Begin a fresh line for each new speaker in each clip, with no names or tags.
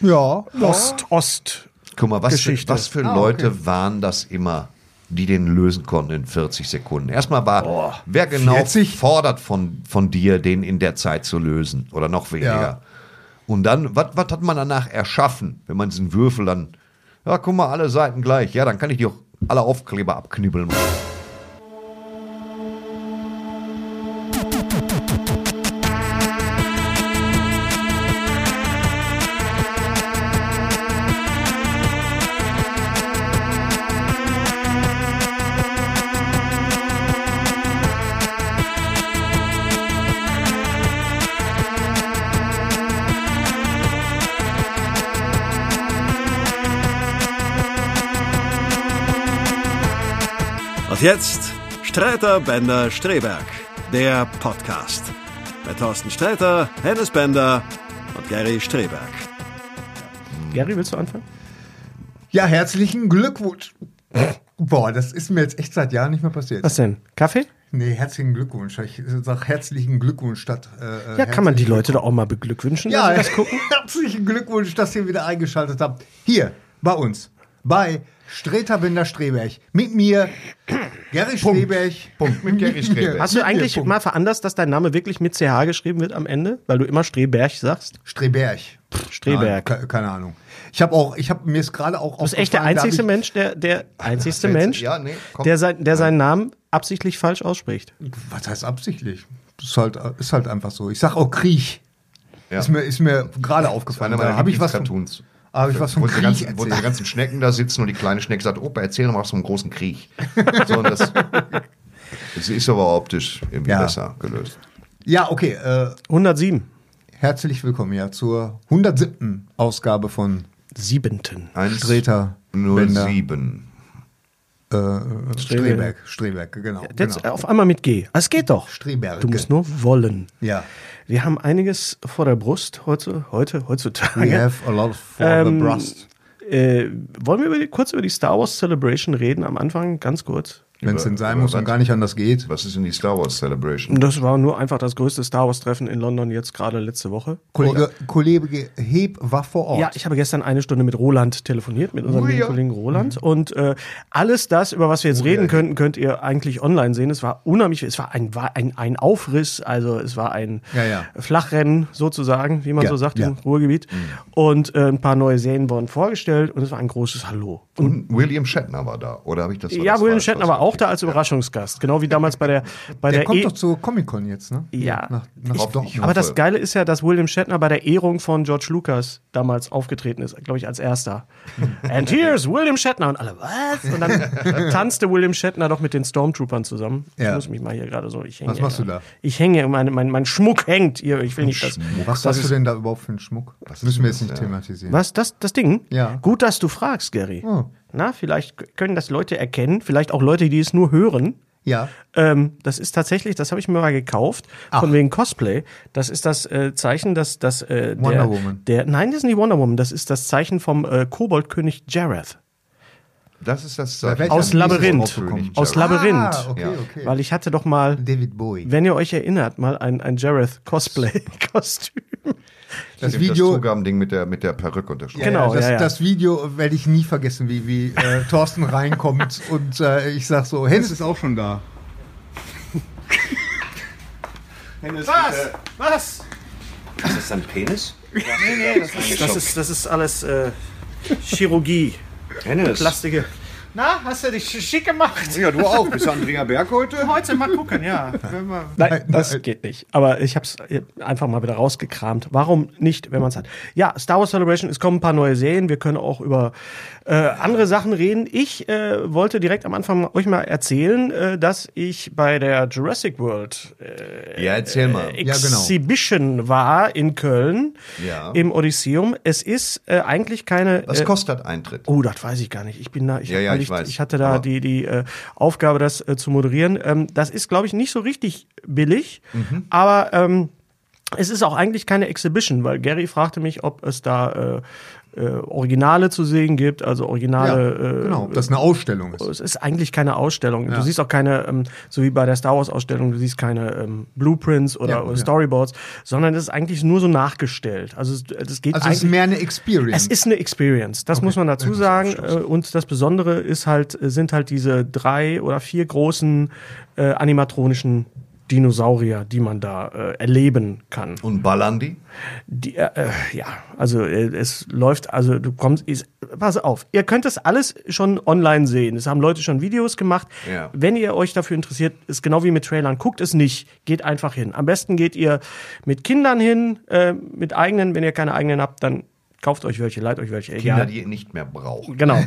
Ja,
Ost-Ost.
Guck mal, was für,
Geschichte.
was für Leute waren das immer, die den lösen konnten in 40 Sekunden? Erstmal war, wer genau
40?
fordert von, von dir, den in der Zeit zu lösen oder noch weniger.
Ja.
Und dann, was hat man danach erschaffen, wenn man diesen Würfel dann, ja, guck mal, alle Seiten gleich. Ja, dann kann ich die auch alle Aufkleber abknibbeln.
Und jetzt Streiter Bender Streberg, der Podcast. Mit Thorsten Streiter, Hennes Bender und Gary Streberg.
Gary, willst du anfangen?
Ja, herzlichen Glückwunsch. Boah, das ist mir jetzt echt seit Jahren nicht mehr passiert.
Was denn? Kaffee?
Nee, herzlichen Glückwunsch. Ich sag herzlichen Glückwunsch statt. Äh,
Ja, kann man die Leute doch auch mal beglückwünschen,
Ja,
dass sie das gucken?
herzlichen Glückwunsch, dass ihr wieder eingeschaltet habt. Hier bei uns, bei Streter Binder Streberg. Mit mir, Gary Streberg.
Punkt. Mit Gary Streberg.
mir.
Hast du
Mit mir,
eigentlich
Punkt.
mal veranlasst, dass dein Name wirklich mit CH geschrieben wird am Ende? Weil du immer Streberg sagst?
Streberg.
Streberg.
Nein, ke- keine Ahnung. Ich habe auch, ich habe mir es gerade auch
du bist echt der einzigste Mensch, der, der einzigste
jetzt-
Mensch,
ja, nee, komm.
der, sein, der seinen Namen absichtlich falsch ausspricht.
Was heißt absichtlich? Ist halt, ist halt einfach so. Ich sag auch Krieg.
Ja.
Ist mir, ist mir gerade
war
aufgefallen.
einer meiner
Da Habe ich was von,
Lieblingscartoons.
hab ich was vom
Wo die
Krieg
ganzen, wo die
erzählt.
ganzen Schnecken da sitzen und die kleine Schnecke sagt, Opa, erzähl doch mal was vom großen Krieg. So, und das, es ist aber optisch irgendwie
Ja.
besser gelöst.
Ja, okay. Äh,
107.
herzlich willkommen ja zur 107. Ausgabe von
Siebenten.
Eins
Streter Bender,
07.
äh, Streberg. Streberg, genau.
Jetzt
genau.
auf einmal mit G. Es geht doch.
Streberge.
Du musst nur wollen.
Ja.
Wir haben einiges vor der Brust heute, heute heutzutage.
We have a lot for
Ähm,
the brust.
Äh, wollen wir über die, kurz über die Star Wars Celebration reden am Anfang? Ganz kurz.
Wenn es
über-
denn sein
über
muss und
was?
gar nicht anders geht.
Was ist denn die Star Wars Celebration?
Das war nur einfach das größte Star Wars-Treffen in London jetzt gerade letzte Woche.
Kollege, Kollege Heb war vor Ort.
Ja, ich habe gestern eine Stunde mit Roland telefoniert, mit unserem lieben Kollegen Roland. Und äh, alles das, über was wir jetzt reden könnten, könnt ihr eigentlich online sehen. Es war unheimlich, es war ein, war ein, ein Aufriss, also es war ein
Ja, ja.
Flachrennen sozusagen, wie man
Ja,
so sagt
ja.
im Ruhrgebiet. Und äh, ein paar neue Serien wurden vorgestellt und es war ein großes Hallo.
Und William Shatner war da, oder habe ich das war
ja,
das
William
falsch
Shatner war auch da als
ausgedrückt?
Überraschungsgast, genau wie damals bei der bei
der,
der,
kommt
E-
doch zur Comic-Con jetzt, ne?
Ja.
Nach, nach
Ich-
Dortmund.
ich-
Aber das
Hoffe.
Geile ist ja, dass William Shatner bei der Ehrung von George Lucas damals aufgetreten ist, glaube ich, als erster. And here's William Shatner. Und alle, was? Und dann tanzte William Shatner doch mit den Stormtroopern zusammen. Ich
Ja.
muss mich mal hier gerade so. Ich hänge
Was
hier
machst du
gerade.
da?
Ich hänge, mein, mein, mein Schmuck hängt. Ihr, ich will nicht das.
Was hast du denn da überhaupt für einen Schmuck? Das müssen wir jetzt nicht thematisieren.
Was? Das, das Ding?
Ja.
Gut, dass du fragst, Gary.
Oh.
Na, vielleicht k- können das Leute erkennen, vielleicht auch Leute, die es nur hören.
Ja.
Ähm, das ist tatsächlich, das habe ich mir mal gekauft, von wegen Cosplay. Das ist das äh, Zeichen, dass das äh, der,
Wonder Woman.
Der, nein, das ist nicht Wonder Woman. Das ist das Zeichen vom äh, Koboldkönig Jareth.
Das ist das Zeichen.
welchem
von
Aus Labyrinth.
König Jared.
Aus Labyrinth.
Ah, okay,
Ja.
okay.
Weil ich hatte doch mal,
David Bowie.
wenn ihr euch erinnert, mal ein, ein Jareth-Cosplay-Kostüm.
das
Stimmt,
Video,
Das Zugabending mit der, mit der Perücke und der Schnur.
Genau,
das,
ja, ja.
das Video werde ich nie vergessen, wie, wie äh, Thorsten reinkommt und äh, ich sag so, Hennes ist auch schon da.
Was? Äh, Was?
Ist das dein Penis?
Das ist, das ist alles äh, Chirurgie,
Penis.
Plastige. Na, hast du dich schick gemacht?
Ja, du auch. Bist du Andrea Berg heute?
Heute mal gucken, ja. Nein, das geht nicht. Aber ich habe es einfach mal wieder rausgekramt. Warum nicht, wenn man es hat? Ja, Star Wars Celebration, es kommen ein paar neue Serien. Wir können auch über äh, andere Sachen reden. Ich äh, wollte direkt am Anfang euch mal erzählen, äh, dass ich bei der Jurassic World
Ja, erzähl mal.
äh,
Ja, genau.
Exhibition war in Köln
Ja.
im Odysseum. Es ist äh, eigentlich keine.
Was
äh,
kostet Eintritt?
Oh, das weiß ich gar nicht. Ich bin da, ich,
Ja, ja,
weil
ich weiß.
ich hatte da
Aber-
die, die äh, Aufgabe, das äh, zu moderieren. Ähm, das ist, glaube ich, nicht so richtig billig, aber ähm, es ist auch eigentlich keine Exhibition, weil Gary fragte mich, ob es da äh, äh, Originale zu sehen gibt, also Originale äh,
genau, ob das eine Ausstellung ist.
es ist eigentlich keine Ausstellung. Du siehst auch keine, ähm, so wie bei der Star Wars-Ausstellung, du siehst keine ähm, Blueprints oder,
Ja,
oder
ja.
Storyboards, sondern es ist eigentlich nur so nachgestellt. Also es, es geht
Also es ist
eigentlich.
mehr eine Experience.
Es ist eine Experience, das muss man dazu sagen. Äh, Und das Besondere ist halt, sind halt diese drei oder vier großen äh, animatronischen Dinosaurier, die man da äh, erleben kann.
Und ballern die?
Die, äh, äh, ja, also äh, es läuft, also du kommst, ist, pass auf, ihr könnt das alles schon online sehen. Es haben Leute schon Videos gemacht.
Ja.
Wenn ihr euch dafür interessiert, ist genau wie mit Trailern, guckt es nicht, geht einfach hin. Am besten geht ihr mit Kindern hin, äh, mit eigenen, wenn ihr keine eigenen habt, dann kauft euch welche, leiht euch welche.
Kinder,
egal.
die ihr nicht mehr braucht.
Genau.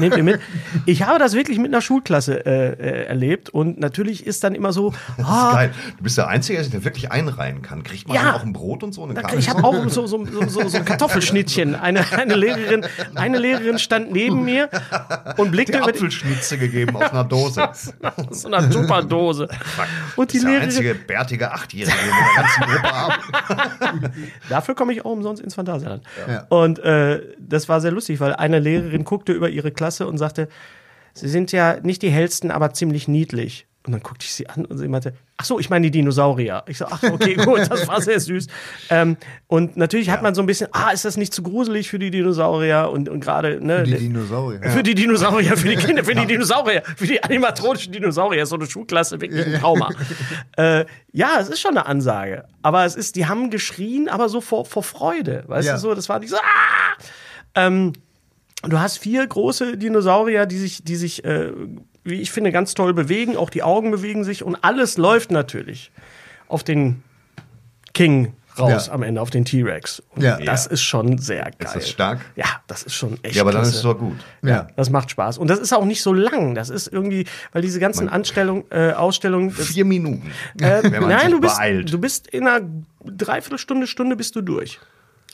Nehmt ihr mit. Ich habe das wirklich mit einer Schulklasse äh, äh, erlebt und natürlich ist dann immer so, ah,
Geil. Du bist der Einzige, der wirklich einreihen kann. Kriegt man
Ja.
dann auch ein Brot und so eine Karte?
Ich habe auch so, so, so, so, so ein Kartoffelschnittchen. Eine, eine, Lehrerin, eine Lehrerin stand neben mir und blickte
der
über die,
Apfelschnitze gegeben aus einer Dose.
so einer super Dose. Und die
das ist der
Lehrerin,
einzige bärtige Achtjährige, den wir in der ganzen Gruppe haben.
dafür komme ich auch umsonst ins Phantasialand. Und äh, das war sehr lustig, weil eine Lehrerin guckte über ihre Klasse und sagte, sie sind ja nicht die hellsten, aber ziemlich niedlich. Und dann guckte ich sie an und sie meinte, ach so, ich meine die Dinosaurier. Ich so, ach okay, gut, das war sehr süß. Ähm, und natürlich hat man so ein bisschen, ah, ist das nicht zu gruselig für die Dinosaurier? Und, und gerade, ne?
die
der-
Dinosaurier.
Für die Dinosaurier, für die Kinder, für die Dinosaurier, für die animatronischen Dinosaurier ist so eine Schulklasse wirklich ein Trauma. äh, ja, es ist schon eine Ansage. Aber es ist, die haben geschrien, aber so vor, vor Freude. Weißt
Ja.
du so, das war nicht so. Ah! Ähm, du hast vier große Dinosaurier, die sich, die sich, äh, wie ich finde, ganz toll bewegen. Auch die Augen bewegen sich und alles läuft natürlich auf den King raus
Ja.
am Ende, auf den T-Rex. Und
Ja.
Das ist schon sehr geil.
das stark?
Ja, das ist schon echt
Ja, aber dann
klasse.
ist es doch gut.
Ja.
Das macht Spaß. Und das ist auch nicht so lang. Das ist irgendwie, weil diese ganzen Anstellung, äh, Ausstellungen. Das,
Vier Minuten.
äh,
wenn man
nein,
sich
du bist,
beeilt.
du bist in einer Dreiviertelstunde, Stunde bist du durch.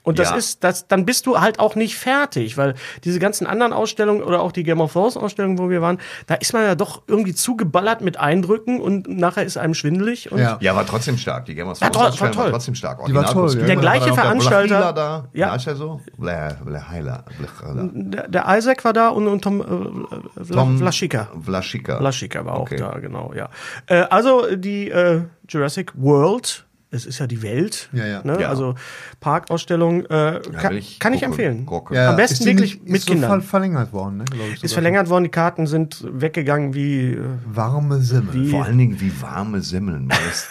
Und das
Ja.
ist, das, dann bist du halt auch nicht fertig, weil diese ganzen anderen Ausstellungen oder auch die Game of Thrones Ausstellung, wo wir waren, da ist man ja doch irgendwie zugeballert mit Eindrücken und nachher ist einem schwindelig. Und
Ja.
ja, war trotzdem stark. Die Game of
Ja,
Thrones
toll,
Ausstellung
war toll.
war trotzdem stark.
war toll,
Originalkostüm.
ja.
Der
Dann
gleiche
war da noch
Veranstalter-
Blachila Da.
Ja.
Ja. Heißt der so? Bla, bla, Heiler. Bla, bla.
der, der Isaac war da und, und Tom, äh, Vla,
Tom
Vlaschika.
Vlaschika.
Laschika war
Okay.
auch da, genau, ja. Äh, also die äh, Jurassic World, es ist ja die Welt,
Ja, ja.
Ne?
Ja.
also Parkausstellung, äh, kann,
will
ich,
ich
kann ich
gucken,
empfehlen.
gucken.
Ja,
Am besten
ist die
wirklich
nicht-
mit
ist So
Kindern.
ver- verlängert worden, ne, glaube ich.
ist
sogar.
verlängert worden, die Karten sind weggegangen wie, äh,
Warme Simmel.
Vor allen Dingen wie warme Semmeln. weil das-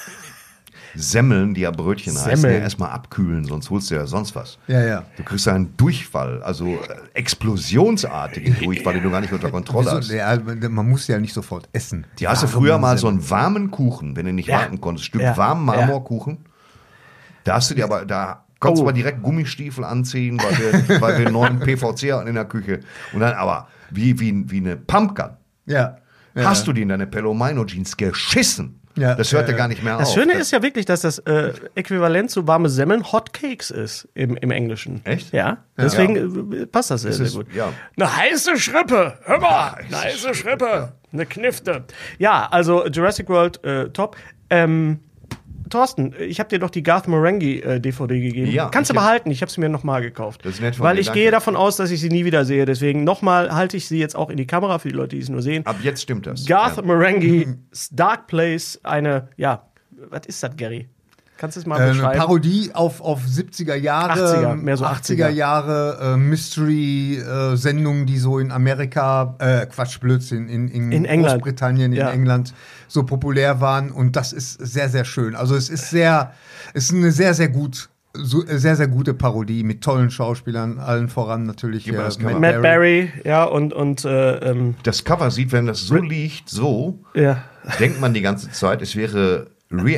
Semmeln, die ja Brötchen heißen,
Semmeln.
ja erstmal abkühlen, sonst holst du ja sonst was.
Ja, ja.
Du kriegst ja einen Durchfall, also äh, explosionsartigen Durchfall, den du gar nicht unter Kontrolle hast.
Wieso? Ja, man muss ja nicht sofort essen.
Die hast du früher mal so einen warmen Kuchen, wenn du nicht warten konntest, Stück
Ja.
warmen Marmorkuchen. Da hast du dir aber, da konntest du
Oh.
mal direkt Gummistiefel anziehen, weil wir, weil wir einen neuen PVC hatten in der Küche. Und dann aber, wie, wie, wie eine Pumpgun,
Ja. ja.
hast du dir in deine Pelomino Jeans geschissen.
Ja.
Das hörte
Ja, ja.
gar nicht mehr
das
auf.
Schöne ist ja wirklich, dass das äh, Äquivalent zu warme Semmeln Hot Cakes ist im, im Englischen.
Echt?
Ja. Deswegen äh, passt das sehr, sehr
ist-
gut.
ja.
Eine heiße Schrippe, hör mal, eine heiße Schrippe, eine Knifte. Ja, also Jurassic World, äh, top. Ähm, Thorsten, ich habe dir doch die Garth Marenghi äh, DVD gegeben.
Ja,
Kannst du
ich hab-
behalten, ich habe sie mir nochmal gekauft.
Das ist nett von
Weil
dir,
ich
danke.
gehe davon aus, dass ich sie nie wieder sehe. Deswegen nochmal halte ich sie jetzt auch in die Kamera für die Leute, die es nur sehen.
Ab jetzt stimmt das.
Garth
ja.
Mhm.
Marenghi's Dark Place, eine, ja, was ist das, Gary? Kannst du es mal
Äh, Eine
beschreiben?
Parodie auf, auf 70er Jahre,
80er, mehr so 80er.
Jahre äh, Mystery-Sendungen, die so in Amerika, äh, Quatsch, Blödsinn, in, in,
In England.
Großbritannien, in
Ja.
England so populär waren. Und das ist sehr, sehr schön. Also es ist sehr, es ist eine sehr, sehr gut. So, äh, sehr, sehr gute Parodie mit tollen Schauspielern, allen voran natürlich äh,
Gib mir das Cover.
Matt Barry, ja, und, und äh, ähm,
Das Cover sieht, wenn das so liegt, so,
ja.
denkt man die ganze Zeit, es wäre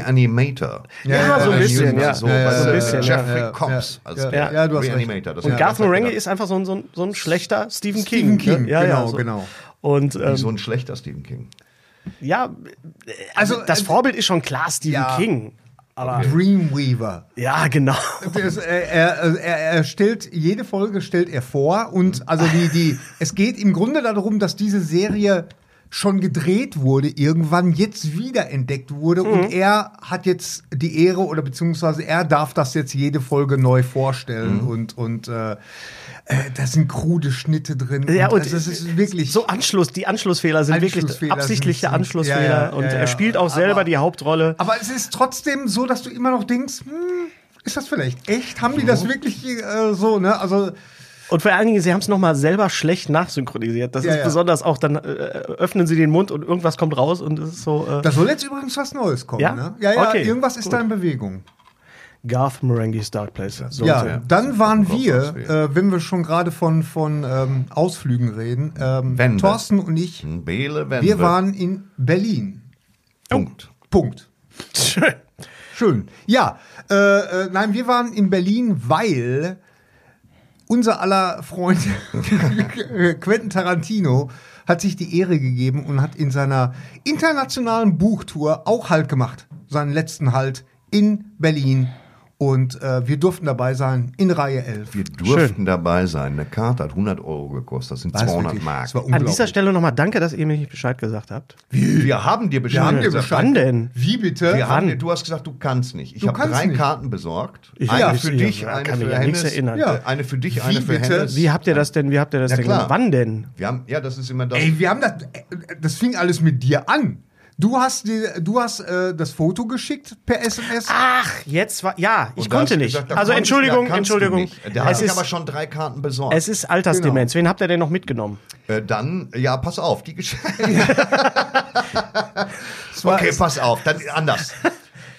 Reanimator.
Ja, ja, so ein
bisschen, ja.
So,
Ja, ja,
weißt du,
ja, ja,
Jeffrey
ja,
Combs als
ja,
der
ja, du hast recht.
Reanimator. Das
Und
war-
Garth
das hat
Marenghi
gedacht.
ist einfach so ein, so ein, so ein schlechter Stephen King.
Stephen King,
ne? ja, ja,
genau,
so.
genau.
Und ähm,
so ein schlechter Stephen King.
ja, also
Also,
das
äh,
Vorbild ist schon klar Stephen
ja.
King. Aber
Dreamweaver.
ja, genau.
Das, äh, er, er, er stellt jede Folge stellt er vor und also die die es geht im Grunde darum, dass diese Serie schon gedreht wurde irgendwann jetzt wieder entdeckt wurde
Mhm.
und er hat jetzt die Ehre oder beziehungsweise er darf das jetzt jede Folge neu
Mhm.
vorstellen und und äh, äh, da sind krude Schnitte drin
Ja, und äh,
also es ist wirklich
So Anschluss, die Anschlussfehler sind wirklich
Anschlussfehler
absichtliche
sind- sind-
Anschlussfehler.
ja, ja,
und
ja, ja.
er spielt auch selber
Aber-
die Hauptrolle.
aber es ist trotzdem so, dass du immer noch denkst, hm, ist das vielleicht echt? Haben die
Mhm.
das wirklich äh, so, ne? Also
Und vor allen Dingen, sie haben es nochmal selber schlecht nachsynchronisiert. Das
Ja,
ist
ja.
besonders auch, dann äh, öffnen sie den Mund und irgendwas kommt raus und es ist so. Äh,
Da soll jetzt übrigens was Neues kommen,
Ja?
ne? Ja, ja,
Okay,
irgendwas ist da in Bewegung.
Garth Marenghi's Dark Place. So
ja,
und
dann waren wir,
was wir-
äh, wenn wir schon gerade von, von ähm, Ausflügen reden, ähm,
Wenn wir.
Thorsten und ich,
Hm, Bele
wir waren in Berlin.
Punkt.
Punkt.
so. Schön.
Schön. Ja, äh, äh, nein, wir waren in Berlin, weil unser aller Freund Quentin Tarantino hat sich die Ehre gegeben und hat in seiner internationalen Buchtour auch Halt gemacht. Seinen letzten Halt in Berlin. Und äh, wir durften dabei sein in Reihe 11.
Wir durften dabei sein. Eine Karte hat 100 Euro gekostet. Das sind
Weiß
200
wirklich,
Mark.
es war
An
unglaublich.
dieser Stelle nochmal danke, dass ihr mir nicht Bescheid gesagt habt.
Wir haben dir
Wir
Bescheid
haben dir
gesagt.
Bescheid.
Wann denn?
Wie bitte?
Wir haben dir, du hast gesagt, du kannst nicht. Ich
Du
habe
kannst
drei
nicht.
Karten besorgt.
Ich-
eine
ja,
für
ich-
dich,
ja,
eine
kann
für
mich an nichts
Hennes,
erinnern.
ja. eine für dich, eine für
bitte?
Hennes.
Wie habt ihr das denn? Wie habt ihr das
Ja,
denn
klar.
gemacht? Wann denn?
Wir haben, ja, das ist immer das.
Ey, wir haben das. äh, Das fing alles mit dir an. Du hast, die, du hast äh, das Foto geschickt per SMS.
Ach, jetzt war ja, ich
Und da hast
konnte
du
nicht.
gesagt, da
also
konntest- da
Entschuldigung,
kannst du
Entschuldigung.
nicht. Da
Es
habe ich
ist,
aber schon drei Karten besorgt.
es ist Altersdemenz. Wen habt ihr denn noch mitgenommen?
Äh, dann, ja, pass auf, die Geschichte. okay, pass auf, dann anders.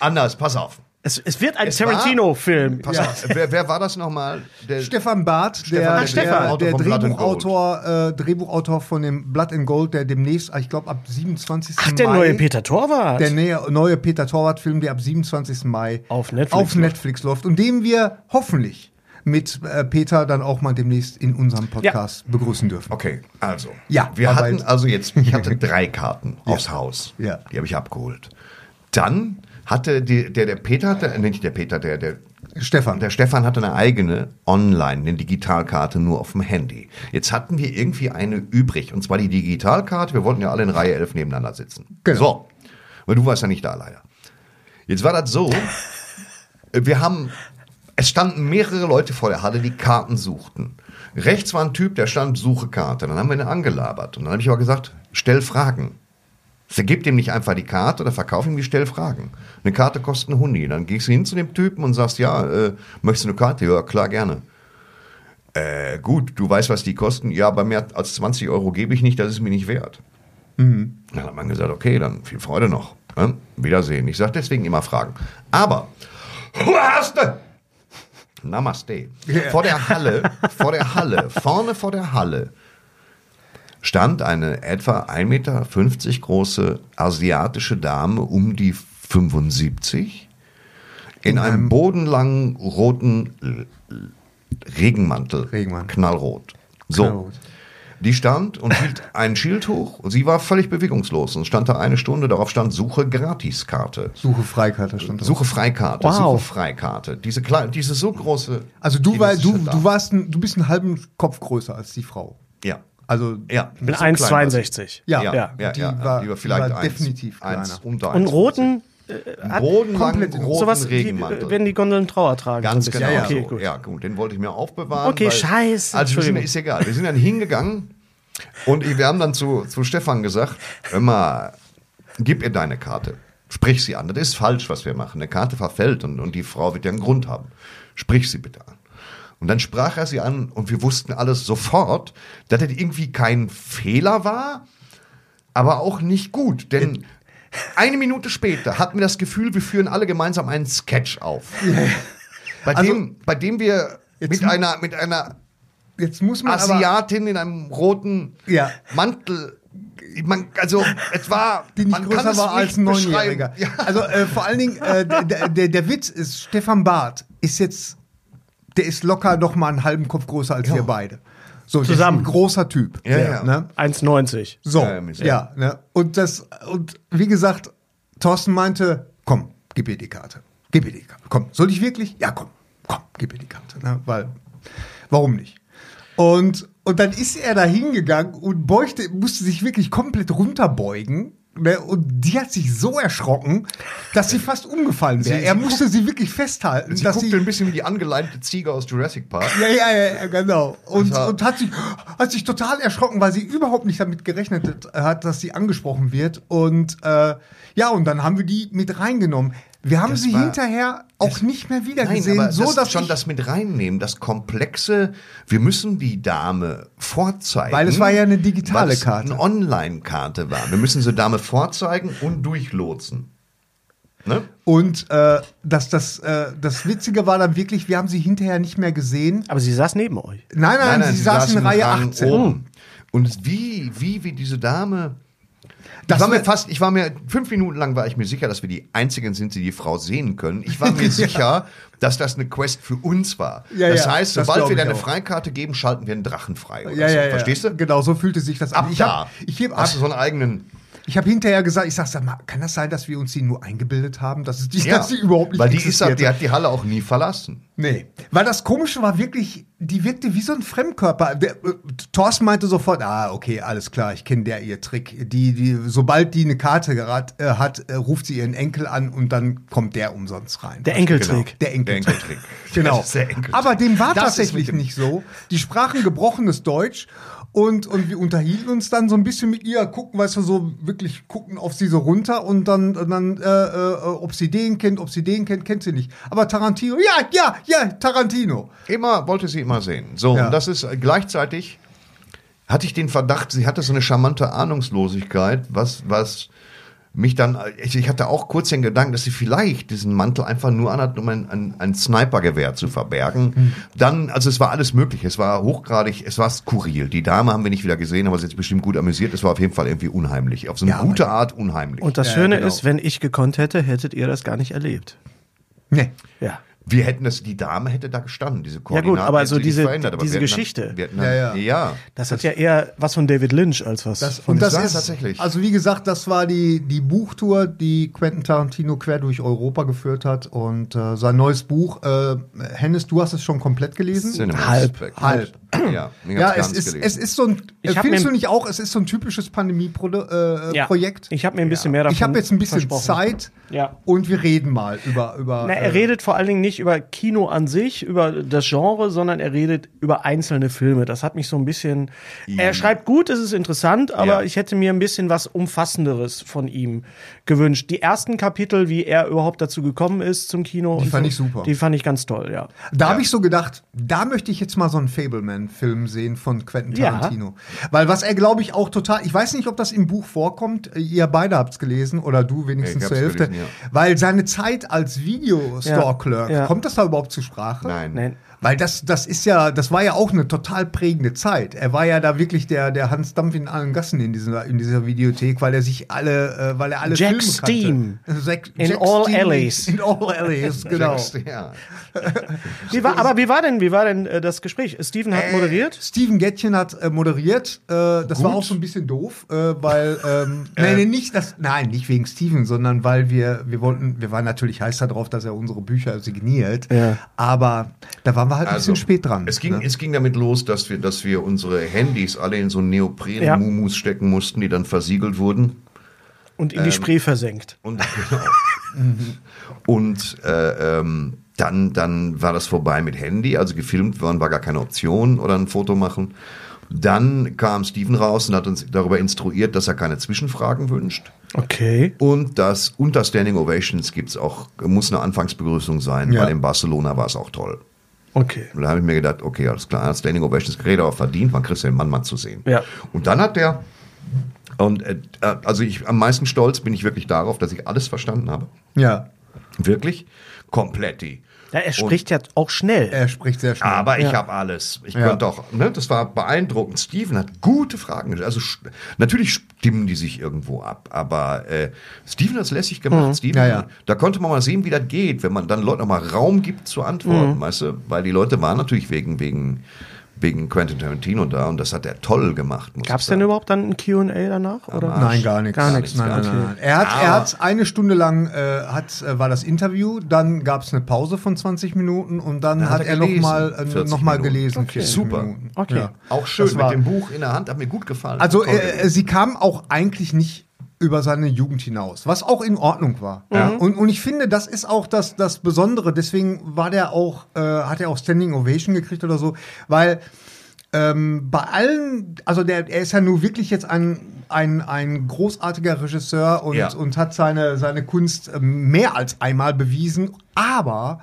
anders, pass auf.
Es, es wird ein
Es war-
Tarantino-Film.
Pass auf. Wer, wer war das nochmal? Der-
Äh, Stefan Barth,
Barth,
der,
der Stefan.
der, der
Autor von Blood and
Drehbuchautor, äh, Drehbuchautor von dem Blood and Gold, der demnächst, ich glaube, ab 27.
Ach, der
Mai,
neue Peter Torwart.
der neue, neue Peter Torwart-Film, der ab 27. Mai
Auf Netflix
auf
läuft.
Netflix läuft und den wir hoffentlich mit äh, Peter dann auch mal demnächst in unserem Podcast begrüßen dürfen.
Okay, also.
Ja,
wir
aber
hatten
jetzt-
also jetzt, ich hatte drei Karten aufs Haus.
Ja.
Die habe ich abgeholt. Dann hatte die, der, der Peter, hatte, äh, nicht der Peter, der, der,
Stefan,
der Stefan hatte eine eigene online, eine Digitalkarte nur auf dem Handy. Jetzt hatten wir irgendwie eine übrig, und zwar die Digitalkarte. Wir wollten ja alle in Reihe 11 nebeneinander sitzen.
Genau.
So. Aber du warst ja nicht da, leider. Jetzt war das so, wir haben, es standen mehrere Leute vor der Halle, die Karten suchten. Rechts war ein Typ, der stand Suche Karte. Dann haben wir ihn angelabert. Und dann habe ich aber gesagt, stell Fragen. Sie gibt ihm nicht einfach die Karte oder verkauf ihm die stell Fragen. Eine Karte kostet einen Hundi. Dann gehst du hin zu dem Typen und sagst, ja, äh, möchtest du eine Karte? Ja, klar, gerne. Äh, gut, du weißt, was die kosten. Ja, aber mehr als 20 Euro gebe ich nicht, das ist mir nicht wert. Dann hat man gesagt, okay, dann viel Freude noch. Ne? Wiedersehen. Ich sage deswegen immer Fragen. Aber, hast du? Namaste. Vor der Halle, vor der Halle, vorne vor der Halle stand eine etwa 1,50 Meter große asiatische Dame um die 75 in einem bodenlangen roten L- L- Regenmantel.
Regenmantel.
Knallrot. So.
Knallrot.
Die stand und hielt ein Schild hoch. Sie war völlig bewegungslos und stand da eine Stunde. Darauf stand Suche Gratiskarte.
Suche Freikarte stand drauf.
Suche Freikarte,
Wow.
Suche Freikarte. Diese, kleine, diese so große.
Also du, war, du,
chinesische
du
Dame.
warst, ein, du bist einen halben Kopf größer als die Frau.
Ja.
Also
Ja.
mit
So klein war sie.
1,62.
Ja.
ja, ja,
die
ja,
war-
die war vielleicht
war
eins,
definitiv
eins
kleiner.
unter
Und
1,50.
roten äh, hat
Bodenlang
komplett in-
roten
sowas, die, äh,
Regenmantel.
wenn die Gondeln Trauer tragen.
Ganz
so ein
genau.
bisschen.
Ja,
Okay,
so.
gut.
ja, gut, den wollte ich mir aufbewahren.
Okay,
weil-
scheiße,
Also ist mir-
Entschuldigung.
ist egal. Wir sind dann hingegangen und wir haben dann zu, zu Stefan gesagt, hör mal, gib ihr deine Karte. Sprich sie an. Das ist falsch, was wir machen. Eine Karte verfällt und, und die Frau wird ja einen Grund haben. Sprich sie bitte an. Und dann sprach er sie an und wir wussten alles sofort, dass das irgendwie kein Fehler war, aber auch nicht gut.
Äh,
Denn eine Minute später hatten wir das Gefühl, wir führen alle gemeinsam einen Sketch auf. Bei,
Also
dem, bei dem wir mit einer, mit einer
Jetzt muss man aber
Asiatin in einem roten
Ja.
Mantel. Man, also, es war.
die nicht
man kann
größer
es
war als
nicht
ein
beschreiben.
Neunjähriger.
Ja.
Also äh, vor allen Dingen, äh, der, der, der Witz ist, Stefan Barth ist jetzt, der ist locker noch mal einen halben Kopf größer als wir beide. So, das
Zusammen.
Ist ein großer Typ.
Ja,
der,
ja.
Ne?
1,90.
So,
Ja,
ja,
ja, mit-
ne? und das und wie gesagt, Thorsten meinte, komm, gib ihr die Karte, gib ihr die Karte, komm, soll ich wirklich? Ja, komm, komm, gib ihr die Karte, ne? weil warum nicht? Und und dann ist er da hingegangen und beuchte, musste sich wirklich komplett runterbeugen. Ne? Und die hat sich so erschrocken, dass sie fast umgefallen wäre.
Sie-
Er
sie
musste sie wirklich festhalten,
Sie
dass
guckte ein
sie
bisschen wie die angeleimte Ziege aus Jurassic Park.
ja, ja, ja, ja, genau. Und,
Das war-
und hat, sich, hat sich total erschrocken, weil sie überhaupt nicht damit gerechnet hat, dass sie angesprochen wird. Und äh, ja, und dann haben wir die mit reingenommen. Wir haben
Das
sie
war-
hinterher auch nicht mehr
Nein,
wiedergesehen,
aber
so
das,
dass
schon
ich,
das mit reinnehmen, das komplexe, wir müssen die Dame vorzeigen.
Weil es war ja eine digitale
weil es
Karte.
Eine Online-Karte war. Wir müssen sie Dame vorzeigen und durchlotsen. Ne?
und äh, dass das äh, das Witzige war dann wirklich, wir haben sie hinterher nicht mehr gesehen.
Aber sie saß neben euch.
Nein, nein, sie, saß in Reihe Hm.
Rang
18.
Oben. Und wie, wie, wie diese Dame.
Das
ich war mir
wär-
fast, ich war mir, fünf Minuten lang war ich mir sicher, dass wir die einzigen sind, die die Frau sehen können. Ich war mir sicher, dass das eine Quest für uns war.
Ja,
das
ja,
heißt,
das
sobald
glaub
wir
ich
dir eine
auch.
Freikarte geben, schalten wir einen Drachen frei. Oder
Ja,
so.
ja, ja.
Verstehst du?
Genau, so fühlte sich das
Ab
an. Ich
da.
habe ich heb ab,
Hast du so einen eigenen.
Ich habe hinterher gesagt, ich sag, sag mal, kann das sein, dass wir uns die nur eingebildet haben, dass, es die, dass die überhaupt nicht
Weil die, ist,
existierte?
die hat die Halle auch nie verlassen.
Nee. Weil das Komische war wirklich, die wirkte wie so ein Fremdkörper. Der, äh, Thorsten meinte sofort, ah, okay, alles klar, ich kenne der ihr Trick. Die, die, sobald die eine Karte gerat, äh, hat, äh, ruft sie ihren Enkel an und dann kommt der umsonst rein.
Der Enkeltrick.
Der
Der
Enkeltrick.
Enkeltrick.
Genau.
Das ist der Enkeltrick.
Aber dem war
Das ist mit
tatsächlich
dem-
nicht so. Die sprachen gebrochenes Deutsch und, und wir unterhielten uns dann so ein bisschen mit ihr, gucken, weißt du, so wirklich gucken auf sie so runter und dann, und dann äh, äh, ob sie den kennt, ob sie den kennt, kennt sie nicht. Aber Tarantino, ja, ja, ja, Tarantino.
Immer wollte sie immer sehen. So,
Ja.
und das ist äh, gleichzeitig hatte ich den Verdacht, sie hatte so eine charmante Ahnungslosigkeit, was was mich dann also ich, ich hatte auch kurz den Gedanken, dass sie vielleicht diesen Mantel einfach nur anhat, um ein, ein, ein Snipergewehr zu verbergen.
Hm.
Dann also es war alles möglich, es war hochgradig, es war skurril. Die Dame haben wir nicht wieder gesehen, aber sie hat sich bestimmt gut amüsiert. Es war auf jeden Fall irgendwie unheimlich, auf so eine
Ja,
gute Art unheimlich.
Und das Schöne ist, wenn ich gekonnt hätte, hättet ihr das gar nicht erlebt.
Nee.
Ja.
wir hätten das, die Dame hätte da gestanden, diese
gut,
Koordinaten.
aber
hätte
so
sie nicht
diese-
verändert, aber
diese
wir hätten
Geschichte.
Dann, wir hätten
Ja,
dann,
ja.
ja.
Das hat ja eher was von David Lynch als was
Das,
von
und das
Design
ist
tatsächlich.
Also wie gesagt, das war die, die Buchtour, die Quentin Tarantino quer durch Europa geführt hat und äh, sein neues Buch. Äh, Hennes, du hast es schon komplett gelesen?
Cinema
Halb,
Spec.
Hm. halb.
Ja, ich
Ja,
hab's
es
ganz
ist,
gelesen.
es ist so ein.
Ich hab
findest
mir-
du nicht auch, es ist so ein typisches Pandemie-Projekt? Äh, Projekt?
Ich habe mir ein bisschen mehr davon
ich habe jetzt ein bisschen
versprochen.
Zeit
Ja.
und wir reden mal über. über
Na, er
äh,
redet vor allen Dingen nicht über Kino an sich, über das Genre, sondern er redet über einzelne Filme. Das hat mich so ein bisschen. Er schreibt gut, es ist interessant, aber
Ja.
ich hätte mir ein bisschen was Umfassenderes von ihm gewünscht. Die ersten Kapitel, wie er überhaupt dazu gekommen ist zum Kino. Die
fand
so,
ich super.
Die fand ich ganz toll, ja.
Da habe ich so gedacht, da möchte ich jetzt mal so einen Fableman-Film sehen von Quentin
Ja.
Tarantino. Weil was er, glaube ich, auch total, ich weiß nicht, ob das im Buch vorkommt, äh, ihr beide habt's gelesen oder du wenigstens
Ich
zur
hab's
Hälfte,
gelesen,
weil seine Zeit als Video-Store-Clerk,
Ja, ja.
kommt das da überhaupt zur Sprache?
Nein.
Nein.
Weil das, das ist ja, das war ja auch eine total prägende Zeit. Er war ja da wirklich der, der Hans Dampf in allen Gassen in, dieser in dieser Videothek, weil er sich alle, äh, weil er alle
Jack
Filme kannte.
Steam.
Jack,
In
Jack
all
Steam
alleys.
In all alleys, genau.
Ja.
Wie war, aber wie war denn, wie war denn äh, das Gespräch? Steven hat moderiert.
Steven Gettchen hat äh, moderiert. Äh, das war auch so ein bisschen doof, äh, weil ähm,
Äh.
nein, nein, nicht das, nein, nicht wegen Steven, sondern weil wir wir wollten, wir waren natürlich heiß darauf, dass er unsere Bücher signiert.
Ja.
Aber da waren wir halt ein bisschen spät dran.
Also, Es ging,
ne?
es ging damit los, dass wir, dass wir unsere Handys alle in so Neopren-Mumus stecken mussten, die dann versiegelt wurden.
ähm,
Und in die Spree versenkt.
Und genau. Und äh, ähm, dann, dann war das vorbei mit Handy, also gefilmt worden war gar keine Option oder ein Foto machen. Dann kam Steven raus und hat uns darüber instruiert, dass er keine Zwischenfragen wünscht.
Okay.
Und das unter Standing Ovations gibt's auch, muss eine Anfangsbegrüßung sein,
Ja.
weil in Barcelona war es auch toll.
Okay.
Und da habe ich mir gedacht, okay, alles klar, Standing Ovations gerät aber verdient, wann kriegst du den Mann mal zu sehen?
Ja.
Und dann hat der, und äh, also ich am meisten stolz bin ich wirklich darauf, dass ich alles verstanden habe.
Ja,
Wirklich? Kompletti.
Ja, er spricht ja auch schnell.
er spricht sehr schnell.
Aber ich habe alles. Ich konnte auch, ne, das war beeindruckend. Steven hat gute Fragen gestellt. Also sch- natürlich stimmen die sich irgendwo ab, aber äh, Steven hat es lässig gemacht. Steven,
Mhm. Ja, ja.
da konnte man mal sehen, wie das geht, wenn man dann Leuten nochmal Raum gibt zu
Mhm.
antworten, weißt du? Weil die Leute waren natürlich wegen, wegen, wegen Quentin Tarantino da und das hat er toll gemacht. muss
Gab's
ich
denn
sagen.
überhaupt dann ein Q&A danach? Oder?
Nein, gar nichts.
Gar nichts,
Nein, nein,
okay.
nein, nein. Er hat, er hat eine Stunde lang äh, hat, äh, war das Interview, dann gab es eine Pause von 20 Minuten und dann,
Dann
hat,
hat
er
er gelesen,
nochmal äh,
40
noch mal
Minuten.
gelesen.
Okay.
40
Super.
Minuten.
Okay.
Auch schön
Das
mit
war-
dem Buch in der Hand, hat mir gut gefallen.
Also
Toll
äh,
gewesen.
sie kam auch eigentlich nicht über seine Jugend hinaus, was auch in Ordnung war. Mhm. Und, und ich finde, das ist auch das, das Besondere. Deswegen war der auch, äh, hat er auch Standing Ovation gekriegt oder so, weil ähm, bei allen, also der, er ist ja nur wirklich jetzt ein, ein, ein großartiger Regisseur und,
Ja.
und hat seine, seine Kunst ähm, mehr als einmal bewiesen, aber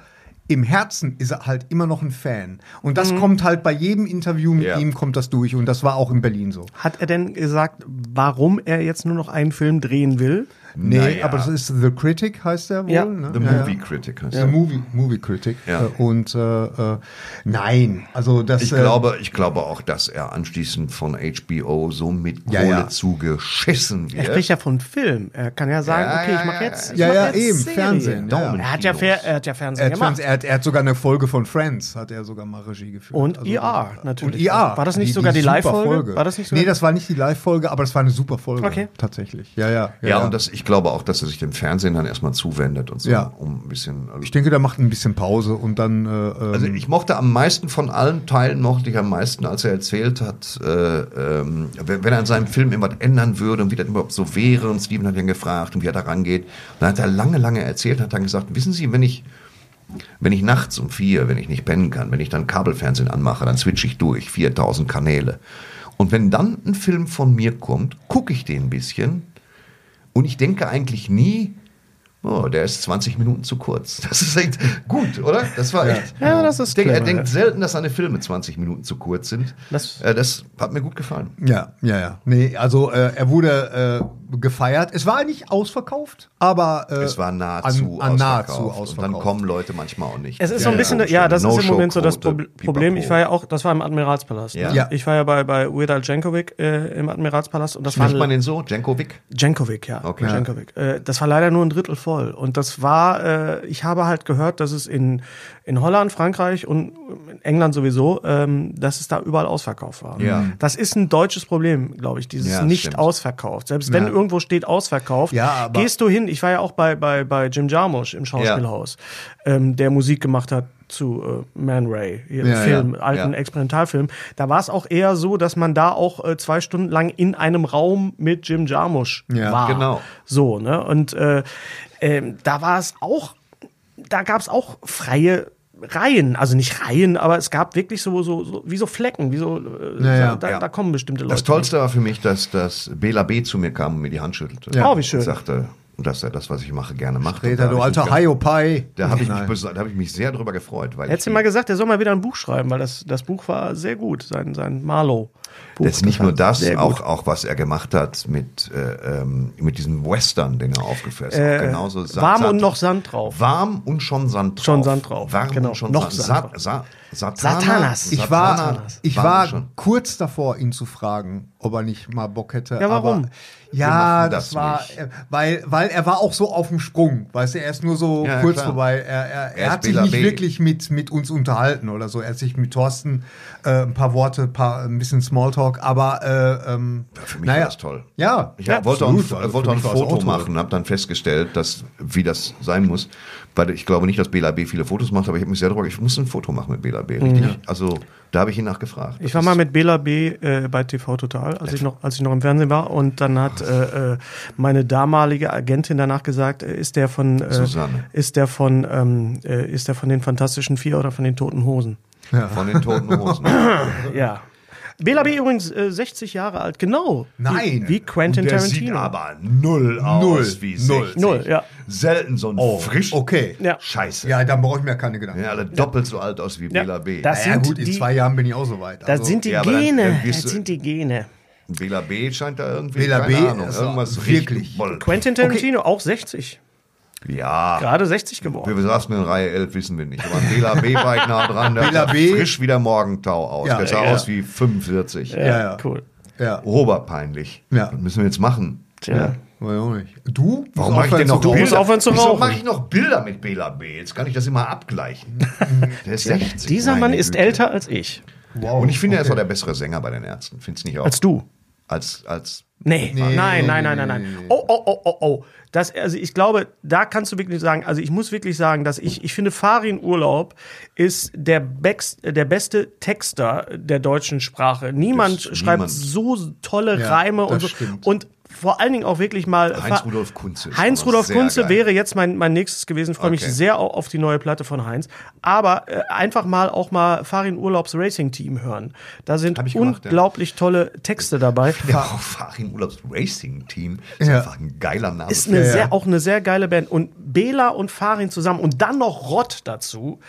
im Herzen ist er halt immer noch ein Fan. Und das kommt halt bei jedem Interview mit
Mhm. Ja.
ihm kommt das durch und das war auch in Berlin so.
Hat er denn gesagt, warum er jetzt nur noch einen Film drehen will?
Nee,
Naja.
aber das ist The Critic, heißt der wohl.
Ja.
Ne?
The
Ja, ja.
Movie Critic heißt
The Movie, Movie Critic.
Ja.
Äh, Und äh, äh, nein, also das.
Ich
äh,
glaube, ich glaube auch, dass er anschließend von HBO so mit
Ja,
Kohle
ja.
zugeschissen
Er
wird.
spricht ja von Film. Er kann ja sagen,
Ja,
okay,
ja,
ich mache
ja,
jetzt.
ja.
ich
Ja,
mach
ja,
jetzt
eben,
Serie.
Fernsehen. Ja.
Daumen.
Er hat ja, Fer er hat ja Fernsehen
Er hat,
gemacht.
Fernseh- er, hat, er hat sogar eine Folge von Friends, hat er sogar mal Regie geführt.
Und
Also,
ER natürlich.
Und ER.
War das nicht sogar die
super
Live-Folge?
Folge.
War das nicht sogar-
Nee, das war nicht die Live-Folge, aber das war eine super Folge.
Okay.
Tatsächlich. Ja, ja.
Ja, und das, ich glaube auch, dass er sich dem Fernsehen dann erstmal zuwendet und so,
Ja.
um ein bisschen.
ich denke, der macht ein bisschen Pause und dann. Äh,
also ich mochte am meisten von allen Teilen, mochte ich am meisten, als er erzählt hat, äh, ähm, wenn, wenn er an seinem Film irgendwas ändern würde und wie das überhaupt so wäre. Und Steven hat ihn gefragt und wie er da rangeht. Und dann hat er lange, lange erzählt, hat dann gesagt, wissen Sie, wenn ich, wenn ich nachts um vier, wenn ich nicht pennen kann, wenn ich dann Kabelfernsehen anmache, dann switche ich durch, 4000 Kanäle. Und wenn dann ein Film von mir kommt, gucke ich den ein bisschen und ich denke eigentlich nie, oh, der ist 20 Minuten zu kurz. Das ist echt gut, oder? Das war echt.
Ja, das ist
Ich denke, er
clever,
denkt selten, dass seine Filme 20 Minuten zu kurz sind.
Das-
Das, äh, das hat mir gut gefallen.
Ja, ja, ja. Nee, also äh, er wurde äh, gefeiert. Es war nicht ausverkauft, aber äh,
Es war nahezu,
an, an nahezu
ausverkauft.
ausverkauft.
Und dann kommen Leute manchmal auch nicht.
Es ist so ein bisschen, ja, das ist im Moment so das Probl- Problem. Ich war ja auch, das war im Admiralspalast.
Ja.
Ne?
Ja.
Ich war ja bei, bei Weird Al Jankovic äh, im Admiralspalast und das
Macht
war
man den so? Jankovic?
Jankovic, ja.
Okay.
Ja. Jankovic. Äh, das war leider nur ein Drittel voll. Und das war, äh, ich habe halt gehört, dass es in, in Holland, Frankreich und in England sowieso, ähm, dass es da überall ausverkauft war.
Ja.
Das ist ein deutsches Problem, glaube ich, dieses
Ja, das
nicht
stimmt.
ausverkauft. Selbst wenn irgendwo steht ausverkauft,
Ja, aber-
gehst du hin. Ich war ja auch bei, bei, bei Jim Jarmusch im Schauspielhaus, ähm, der Musik gemacht hat zu äh, Man Ray, hier
Ja,
Film,
ja,
alten
ja.
Experimentalfilm. Da war es auch eher so, dass man da auch äh, zwei Stunden lang in einem Raum mit Jim Jarmusch
Ja,
war.
genau.
So, ne? Und äh, ähm, da war es auch, da gab es auch freie Reihen, also nicht Reihen, aber es gab wirklich so, so, so wie so Flecken, wie so, äh,
Ja, ja.
da,
Ja.
da kommen bestimmte Leute.
Das
ne?
Tollste war für mich, dass, dass Bela B. zu mir kam und mir die Hand schüttelte.
Ja. Oh, wie schön.
Und sagte, dass er das, was ich mache, gerne macht. Und
Peter,
da
du
hab ich
alter
mich-
Hiopai.
Da habe ich, mich
Nein.
bes- da hab ich mich sehr drüber gefreut. Weil
Hättest
ich
du mal gesagt, er soll mal wieder ein Buch schreiben, weil das, das Buch war sehr gut, sein, sein Marlow-Buch.
Das ist nicht nur
war
das,
sehr
auch,
gut.
auch was er gemacht hat mit, äh, ähm, mit diesem Western, den er aufgeführt hat. Auch genauso Sa-
Äh, warm
Sat-
und noch Sand drauf.
Warm und schon Sand drauf.
Schon Sand drauf,
Warm
genau.
und schon
Noch
Sand,
Sand
Sa Sa Satana,
Satanas.
Ich war, ich war kurz davor, ihn zu fragen, ob er nicht mal Bock hätte.
Ja, warum?
Aber,
Wir
ja,
machen
das,
das
war,
nicht.
äh, weil, weil er war auch so auf dem Sprung, weißt du, er ist nur so
Ja, ja,
kurz
klar.
vorbei. Er, er, er
ist
hat sich
Bela
nicht
B.
wirklich mit, mit uns unterhalten oder so. Er hat sich mit Thorsten äh, ein paar Worte, paar, ein bisschen Smalltalk, aber äh, ähm,
Für mich
naja.
war das toll.
Ja,
Ich wollte auch
absolut.
ein,
Also
wollte auch
für
ein
mich war es
Foto
toll.
machen, habe dann festgestellt, dass, wie das sein muss. Weil ich glaube nicht, dass Bela B viele Fotos macht, aber ich habe mich sehr darüber, ich muss ein Foto machen mit Bela Bela
Mhm.
B. Richtig? Also da habe ich ihn nachgefragt.
Ich war mal mit Bela B. Äh, bei TV Total, als ich, noch, als ich noch im Fernsehen war. Und dann hat äh, äh, meine damalige Agentin danach gesagt, äh, ist der von, äh,
Susanne.
ist der von, ähm, äh, ist der von den Fantastischen Vier oder von den Toten Hosen?
von den Toten Hosen.
Ja. Bela B. übrigens äh, 60 Jahre alt, genau.
Nein.
Wie, wie Quentin
der sieht
Tarantino.
aber null aus
Null.
wie
Null.
60.
Null, ja.
Selten so ein
Oh,
frisch.
okay.
Ja.
Scheiße.
Ja, dann brauche ich mir keine
Die
Gedanken.
sind alle doppelt so alt aus wie Bela B.
das-
Ja,
Sind
gut, in
die-
zwei Jahren bin ich auch so weit. Also
Das sind die
Also, ja, aber dann- dann
Gene.
gehst
Das
du-
sind die Gene.
Bela B scheint da irgendwie
Bela
keine
B,
Ahnung,
also
irgendwas
wirklich.
richtig Boll.
Quentin Tarantino, auch 60.
Ja.
Gerade 60 geworden.
Wir saßen in Reihe 11, wissen wir nicht. Aber an Bela B war ich nah dran. Der
Bela
sah
B.
frisch wie der Morgentau aus.
Ja,
der sah
ja.
aus wie 45.
ja, ja.
Cool.
Ja,
Oberpeinlich.
Ja.
Was müssen wir jetzt machen?
Tja.
weiß ich auch nicht. Du?
Warum mache ich denn noch
du?
musst aufhören zu
Wieso
rauchen.
mache ich noch Bilder mit Bela B? Jetzt kann ich das immer abgleichen. Der ist 60.
Dieser
meine
Mann ist
Güte.
älter als ich.
Wow.
Und ich finde, er ist auch der bessere Sänger bei den Ärzten. Findest du nicht auch?
Als du.
Als, als
Nee. nein, nein, nein, nein, nein. Oh, oh, oh, oh, oh. Das, also ich glaube, da kannst du wirklich sagen, also ich muss wirklich sagen, dass ich, ich finde, Farin Urlaub ist der, Bex, der beste Texter der deutschen Sprache. Niemand
Das-
schreibt
niemand.
so tolle
Ja,
Reime und
das
so.
stimmt.
Und vor allen Dingen auch wirklich mal.
Heinz
Fa-
Rudolf Kunze ist
Heinz
auch
Rudolf
sehr
Kunze
geil.
wäre jetzt mein, mein nächstes gewesen. Freue mich
Okay.
sehr au- auf die neue Platte von Heinz. Aber äh, einfach mal auch mal Farin Urlaubs Racing Team hören. Da sind
Hab ich gemacht, ja.
unglaublich tolle Texte dabei.
der Farin Urlaubs Racing Team. Ist
Ja.
einfach ein geiler Name.
Ist eine sehr, auch eine sehr geile Band. Und Bela und Farin zusammen und dann noch Rott dazu.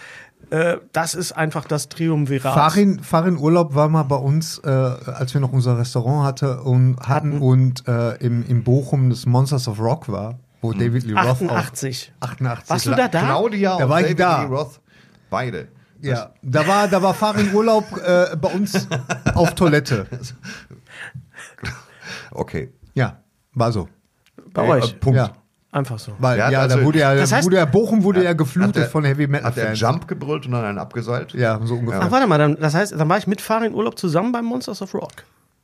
Äh, das ist einfach das Triumvirat.
Farin, Farin Urlaub war mal bei uns, äh, als wir noch unser Restaurant hatte und, hatten und äh, im, im Bochum des Monsters of Rock war,
Hm.
wo David Lee Roth auch
88.
88
Warst du da da?
Claudia
Da
und
war ich
David
da.
Lee Roth. Beide.
Ja, da war, da war Farin Urlaub äh, bei uns auf Toilette.
Okay.
Ja, war so.
Bei
Äh,
euch.
Punkt.
Ja,
Einfach so.
weil,
Ja,
ja,
also-
da wurde ja,
Das heißt-
wurde ja Bochum wurde ja geflutet
der-
von Heavy Metal
Hat der
Fans.
Jump gebrüllt und dann einen abgeseilt?
Ja, so ungefähr.
Ach, warte mal, dann, das heißt, dann war ich mit Farin Urlaub zusammen beim Monsters of Rock.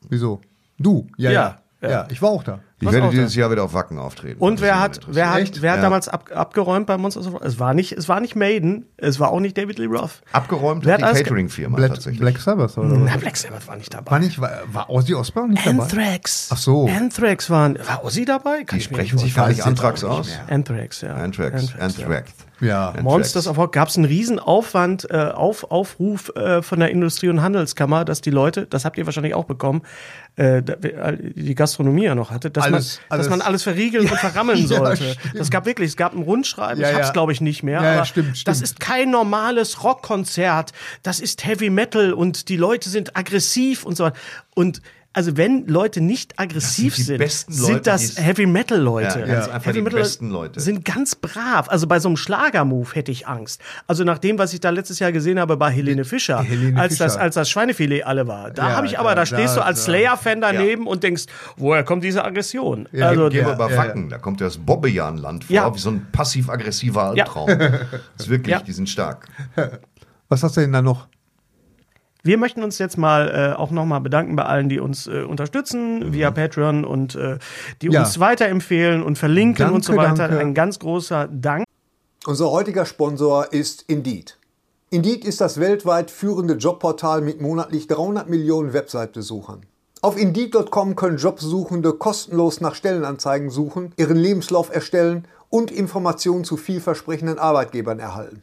Wieso? Du? Ja
Ja,
ja,
ja.
ja. ich war auch da.
Ich
Was
werde
auch
dieses Jahr wieder auf Wacken auftreten.
Und wer
Das
hat,
ist
wer hat,
Echt?
wer hat
Ja.
damals ab, abgeräumt bei Monsters of Rock? Es war nicht, es war nicht Maiden, es war auch nicht David Lee Roth.
Abgeräumt
Wer
hat die
hat alles ge-
Catering-Firma
Black,
tatsächlich. Hm.
Black Sabbath oder was?
Na, Black Sabbath war nicht dabei.
War, nicht, war, war Ozzy Osbourne nicht dabei?
Anthrax.
Ach so.
Anthrax waren. War Ozzy dabei? Kann
die
ich mir nicht
sprechen sich gar
weiß
nicht
jetzt
Antrax
auch
aus.
nicht
Anthrax, ja.
Anthrax.
Anthrax. ja.
Anthrax.
Ja.
Anthrax.
Monsters of Rock gab es einen riesen Aufwand, äh, auf, Aufruf äh, von der Industrie- und Handelskammer, dass die Leute, das habt ihr wahrscheinlich auch bekommen, äh, da- äh, die Gastronomie ja noch hatte, dass,
Alles,
man, dass
alles.
man alles verriegeln und verrammeln
ja,
sollte.
stimmt.
das gab wirklich, es gab ein Rundschreiben,
Ja,
ich hab's
ja.
glaube ich nicht mehr,
Ja, ja,
aber
stimmt,
das
stimmt.
ist kein normales Rockkonzert, das ist Heavy Metal und die Leute sind aggressiv und so weiter. Und also wenn Leute nicht aggressiv
die
sind,
besten Leute,
sind das
die-
Heavy Metal Leute.
Ja, ganz einfach die
Metal
besten Leute.
sind ganz brav. Also bei so einem Schlagermove hätte ich Angst. Also nach dem, was ich da letztes Jahr gesehen habe bei Helene Fischer,
Helene
als, Das,
Fischer.
als das Schweinefilet alle war. Da
Ja,
habe ich aber, da,
da-
stehst
da-
du als
da-
Slayer-Fan daneben und denkst, woher kommt diese Aggression? Ja, also,
Gehen wir
Ja,
über
ja,
Wacken, da kommt ja das Bobbejahnland vor,
Ja.
wie so ein passiv-aggressiver
Ja.
Albtraum. Das ist wirklich,
Ja.
die sind stark.
Was hast du denn da noch?
Wir möchten uns jetzt mal äh, auch nochmal bedanken bei allen, die uns äh, unterstützen via Patreon und äh, die
Mhm. Ja.
uns weiterempfehlen und verlinken und so
Danke,
weiter.
danke.
Ein ganz großer Dank.
Unser heutiger Sponsor ist Indeed. Indeed ist das weltweit führende Jobportal mit monatlich 300 Millionen Website-Besuchern. Auf Indeed.com können Jobsuchende kostenlos nach Stellenanzeigen suchen, ihren Lebenslauf erstellen und Informationen zu vielversprechenden Arbeitgebern erhalten.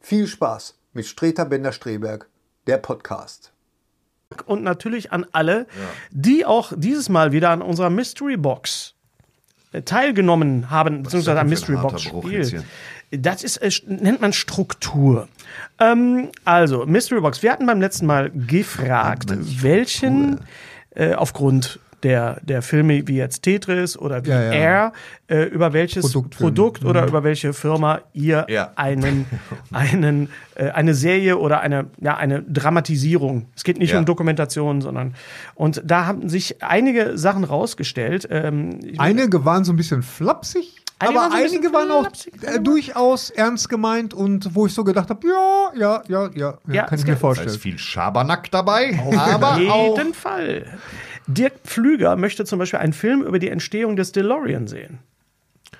viel Spaß mit Streter Bender-Streberg, der Podcast.
Dank und natürlich an alle, die auch dieses Mal wieder an unserer Mystery Box äh, teilgenommen haben, beziehungsweise
denn
am
für ein
Mystery
harter
Box
Bruch jetzt
Spiel. Das ist, äh, nennt man Struktur. Ähm, also, Mystery Box. Wir hatten beim letzten Mal gefragt, welchen äh, aufgrund der, der Filme wie jetzt Tetris oder wie
Ja, ja.
Air, äh, über welches
Produktfilme.
Produkt oder über welche Firma ihr
Mhm. Ja.
einen, einen, äh, eine Serie oder eine, ja, eine Dramatisierung. Es geht nicht
Ja.
um Dokumentation, sondern. Und da haben sich einige Sachen rausgestellt. Ähm, ich-
Einige waren so ein bisschen flapsig,
Einige
aber
waren so ein bisschen
einige waren auch
flapsig,
äh, durchaus ernst gemeint und wo ich so gedacht habe, ja, ja, ja, ja, ja,
Ja,
kann
es
ich mir
gibt-
Da
vorstellen.
ist viel Schabernack dabei, aber auch
jeden Fall. Dirk Pflüger möchte zum Beispiel einen Film über die Entstehung des DeLorean sehen.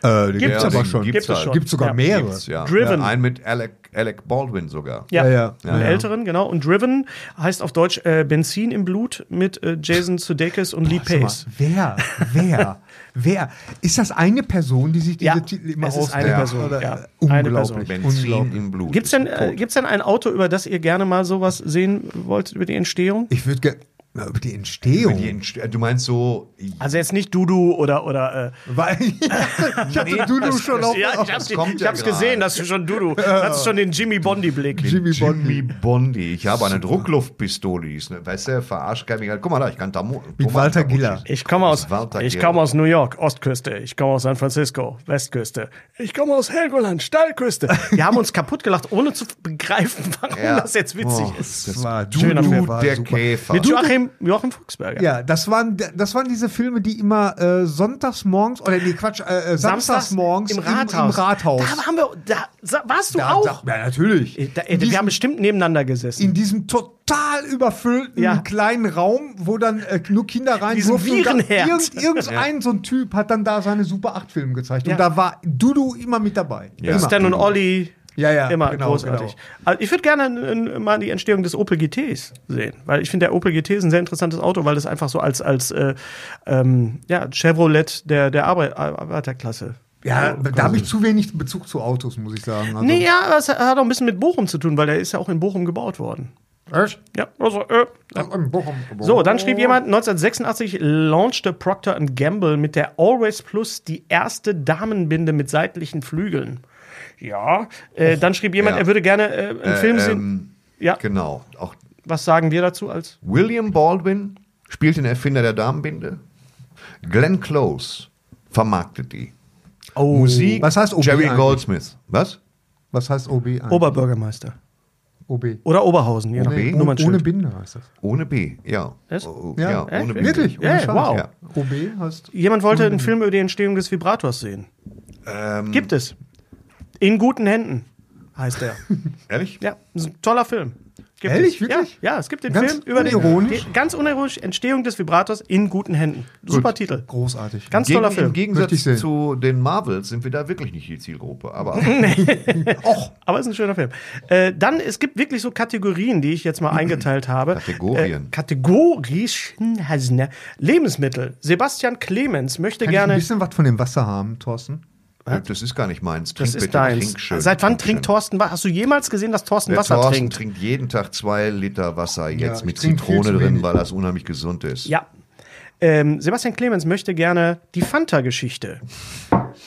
Äh, die gibt's
Ja,
aber
den
schon.
gibt's
Gibt's,
halt.
gibt's sogar
Ja.
mehrere.
gibt's, ja.
Driven.
Einen mit Alec, Alec Baldwin sogar.
Ja,
Ja, ja.
einen
Ja, ja.
älteren, genau. Und Driven heißt auf Deutsch äh, Benzin im Blut mit äh, Jason Sudeikis und Lee
Sag mal,
Pace.
wer, wer, wer? Ist das eine Person, die sich diese
Ja,
Titel immer
es ist eine
ausdenkt?
Person,
Oder-
ja. Eine Person.
Unglaublich,
Benzin
unglaublich.
im Blut.
Gibt's denn, äh, gibt's denn ein Auto, über das ihr gerne mal sowas sehen wollt, über die Entstehung?
Ich würde gerne über die Entstehung.
Die Entste- äh, Du meinst so,
Also jetzt nicht Dudu oder oder äh,
Weil ich hatte, ich hatte
Nee,
Dudu
das-
schon
das-
auf.
ja,
auf-
ich hab's- kommt ja gerade.
dass du schon Dudu, das ist schon den Jimmy Bondi Blick.
Jimmy Bondi.
Jimmy Bondi. Ich habe eine Druckluftpistole. die ist eine- Weißt du, verarscht kann mich halt. Guck mal da, ich kann da
Mit Walter Giller.
Ich komme aus,
Walter
ich
Gera.
komme aus New York, Ostküste. Ich komme aus San Francisco, Westküste. Ich komme aus Helgoland, Steilküste. Wir haben uns kaputt gelacht, ohne zu begreifen, warum
Ja.
das jetzt witzig ist.
Oh, Das war
Schöner
Dudu,
Film.
war
Der
super.
Käfer.
Mit Joachim, Joachim Fuchsberger.
Ja, das waren, das waren diese Filme, die immer äh, sonntags morgens, oder nee, Quatsch, äh, äh, samstags morgens
im Rathaus.
Im, Rathaus.
Da haben wir, da, sa- warst du
Da-
auch.
da- ja, natürlich.
Da, äh,
in,
wir haben
diesem,
bestimmt nebeneinander gesessen.
in diesem total überfüllten
Ja.
kleinen Raum, wo dann äh, nur Kinder rein
Diesem
durften und da-
Virenherd.
Irgend, irgendein so ein Typ hat dann da seine Super 8 Filme gezeigt.
Ja.
Und da war Dudu immer mit dabei.
Ja.
Immer.
Stan und Olli.
Ja, ja,
Immer
genau,
großartig.
genau.
Also ich würde gerne äh, mal die Entstehung des Opel GTs sehen, weil ich finde, der Opel GT ist ein sehr interessantes Auto, weil das einfach so als, als äh, ähm, ja, Chevrolet der, der Arbeit, Arbeiterklasse.
Ja, da habe ich zu wenig Bezug zu Autos, muss ich sagen. Also,
Oh, Nee, ja, aber es hat auch ein bisschen mit Bochum zu tun, weil der ist ja auch in Bochum gebaut worden. Oh.
Echt?
Ja, also, äh, ja. So, dann schrieb jemand, 1986 launchte Procter Gamble mit der Always Plus die erste Damenbinde mit seitlichen Flügeln. Ja, äh, dann schrieb jemand,
ja.
er würde gerne äh, einen Film sehen. Ja,
Genau. Auch
was sagen wir dazu als?
William Baldwin spielt den Erfinder der Damenbinde. Glenn Close vermarktet die. Musik
Oh, Was heißt OB
Jerry
eigentlich?
Goldsmith. Was?
Was heißt OB? eigentlich?
Oberbürgermeister.
OB.
Oder Oberhausen, je nach
OB?
Nummernschild.
Ohne Binde heißt das.
Ohne B, ja.
Was?
Oh,
Ja,
ja, ohne B.
Wirklich?
Ja, wow.
Ja.
OB heißt.
Jemand wollte einen Film über die Entstehung des Vibrators sehen.
Ähm.
Gibt es. In guten Händen heißt er.
Ehrlich?
Ja, ist ein toller Film. Gibt
Ehrlich?
es.
Wirklich?
Ja, ja, es gibt den
Ganz
Film über den,
unironisch?
die- ganz unironisch Entstehung des Vibrators in guten Händen. Super Titel.
Großartig.
Ganz
Gegen,
toller
Im
Film.
Möchte ich
Gegensatz
sehen.
zu den Marvels sind wir da wirklich nicht die Zielgruppe. Aber
Aber ist ein schöner Film. Äh, dann, es gibt wirklich so Kategorien, die ich jetzt mal eingeteilt habe.
Kategorien.
Äh, Kategorischen Hasne. Lebensmittel. Sebastian Clemens möchte
Kann ich ein
gerne.
bisschen was von dem Wasser haben, Thorsten?
das ist gar nicht meins. Trink
Das ist
bitte,
deins.
Trink schön,
Seit wann
trink schön.
trinkt Thorsten Wasser? Hast du jemals gesehen, dass Thorsten
Der
Wasser
Thorsten
trinkt?
trinkt jeden Tag zwei Liter Wasser jetzt
ich
mit
trink viel
Zitrone
zu
drin,
wenig.
weil das unheimlich gesund ist.
Ja. Ähm, Sebastian Clemens möchte gerne die Fanta-Geschichte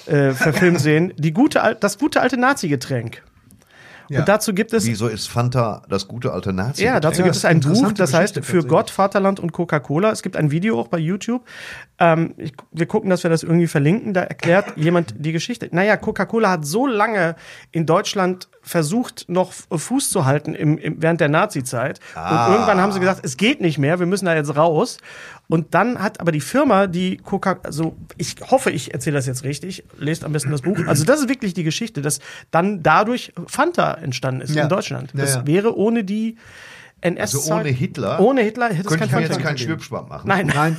äh, verfilmt sehen. Die gute, al- das gute alte Nazi-Getränk.
Ja.
Und dazu gibt es,
Wieso ist Fanta das gute Alternativ?
ja, dazu
Ja,
gibt es
das ist
ein
eine
Buch,
interessante
das heißt
Geschichte
Für Gott,
tatsächlich.
Vaterland und Coca-Cola. Es gibt ein Video auch bei YouTube. Ähm, ich, wir gucken, dass wir das irgendwie verlinken. Da erklärt jemand die Geschichte. Naja, Coca-Cola hat so lange in Deutschland versucht, noch Fuß zu halten im, im, während der Nazi-Zeit.
Ah.
Und irgendwann haben sie gesagt, es geht nicht mehr, wir müssen da jetzt raus. Und dann hat aber die Firma, die Coca, also ich hoffe, ich erzähle das jetzt richtig, lest am besten das Buch. Also das ist wirklich die Geschichte, dass dann dadurch Fanta entstanden ist
Ja.
in Deutschland.
Ja,
Das
ja.
wäre ohne die NS
Also ohne Hitler
ohne Hitler hätte es kein
könnte ich mir jetzt
Fanta
keinen
gegeben.
Schwirbschwapp machen.
Nein.
Nein.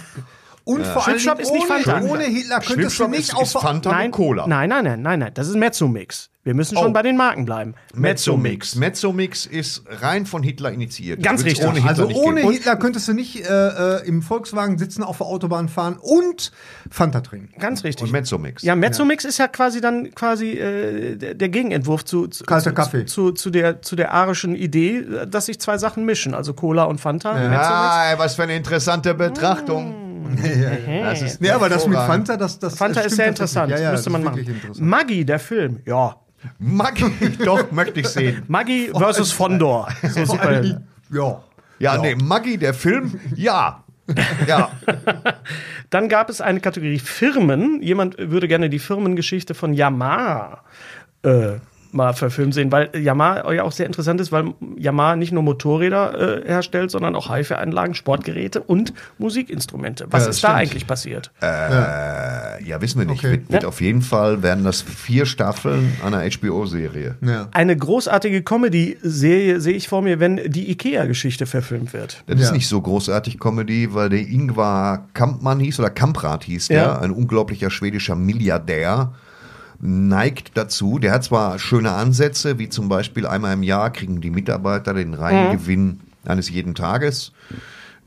Und vor allem
Schnippschnapp ist nicht Fanta.
ohne, ohne Hitler könntest du
Schnippschnapp
nicht
ist,
auf
ist Fanta
nein,
und Cola.
nein, nein, nein, nein, nein. Das ist Mezzomix. Wir müssen schon
Oh.
bei den Marken bleiben.
Mezzomix. Mezzomix ist rein von Hitler initiiert.
Ganz
Wird's
richtig.
Ohne Hitler
Also
nicht
ohne
geben.
Hitler könntest du nicht äh, äh, im Volkswagen sitzen, auf der Autobahn fahren und Fanta trinken.
Ganz richtig.
Und Mezzomix.
Ja, Mezzomix ist ja quasi dann quasi äh, der der Gegenentwurf zu zu,
Kalter
zu,
Kaffee.
zu zu der zu der arischen Idee, dass sich zwei Sachen mischen, also Cola und Fanta. Mezzomix. Mm.
Ah, was für eine interessante Betrachtung. Das ist
Ja, aber das mit
hervorragend.
Fanta, das, das
Fanta
das
ist
stimmt
sehr
tatsächlich.
interessant,
Ja, ja,
müsste
das
man
ist
machen.
wirklich interessant.
Maggi, der Film, ja.
Mag ich doch, möchte ich sehen.
Maggi versus Fondor. So super.
Ja.
Ja, nee, Maggi, der Film, ja. Ja.
Dann gab es eine Kategorie Firmen. Jemand würde gerne die Firmengeschichte von Yamaha äh, mal verfilmt sehen, weil Yamaha ja auch sehr interessant ist, weil Yamaha nicht nur Motorräder äh, herstellt, sondern auch Haifianlagen, Sportgeräte und Musikinstrumente. Was
Ja, das
ist da
stimmt.
eigentlich passiert?
Äh, ja, wissen wir nicht. Wird, wird auf jeden Fall werden das vier Staffeln einer HBO-Serie.
Ja.
Eine großartige Comedy-Serie sehe ich vor mir, wenn die IKEA-Geschichte verfilmt wird.
Das
Ja.
ist nicht so großartig Comedy, weil der Ingvar Kampmann hieß oder Kamprad hieß der,
Ja.
ein unglaublicher schwedischer Milliardär, neigt dazu. Der hat zwar schöne Ansätze, wie zum Beispiel einmal im Jahr kriegen die Mitarbeiter den reinen
Mhm.
Gewinn eines jeden Tages.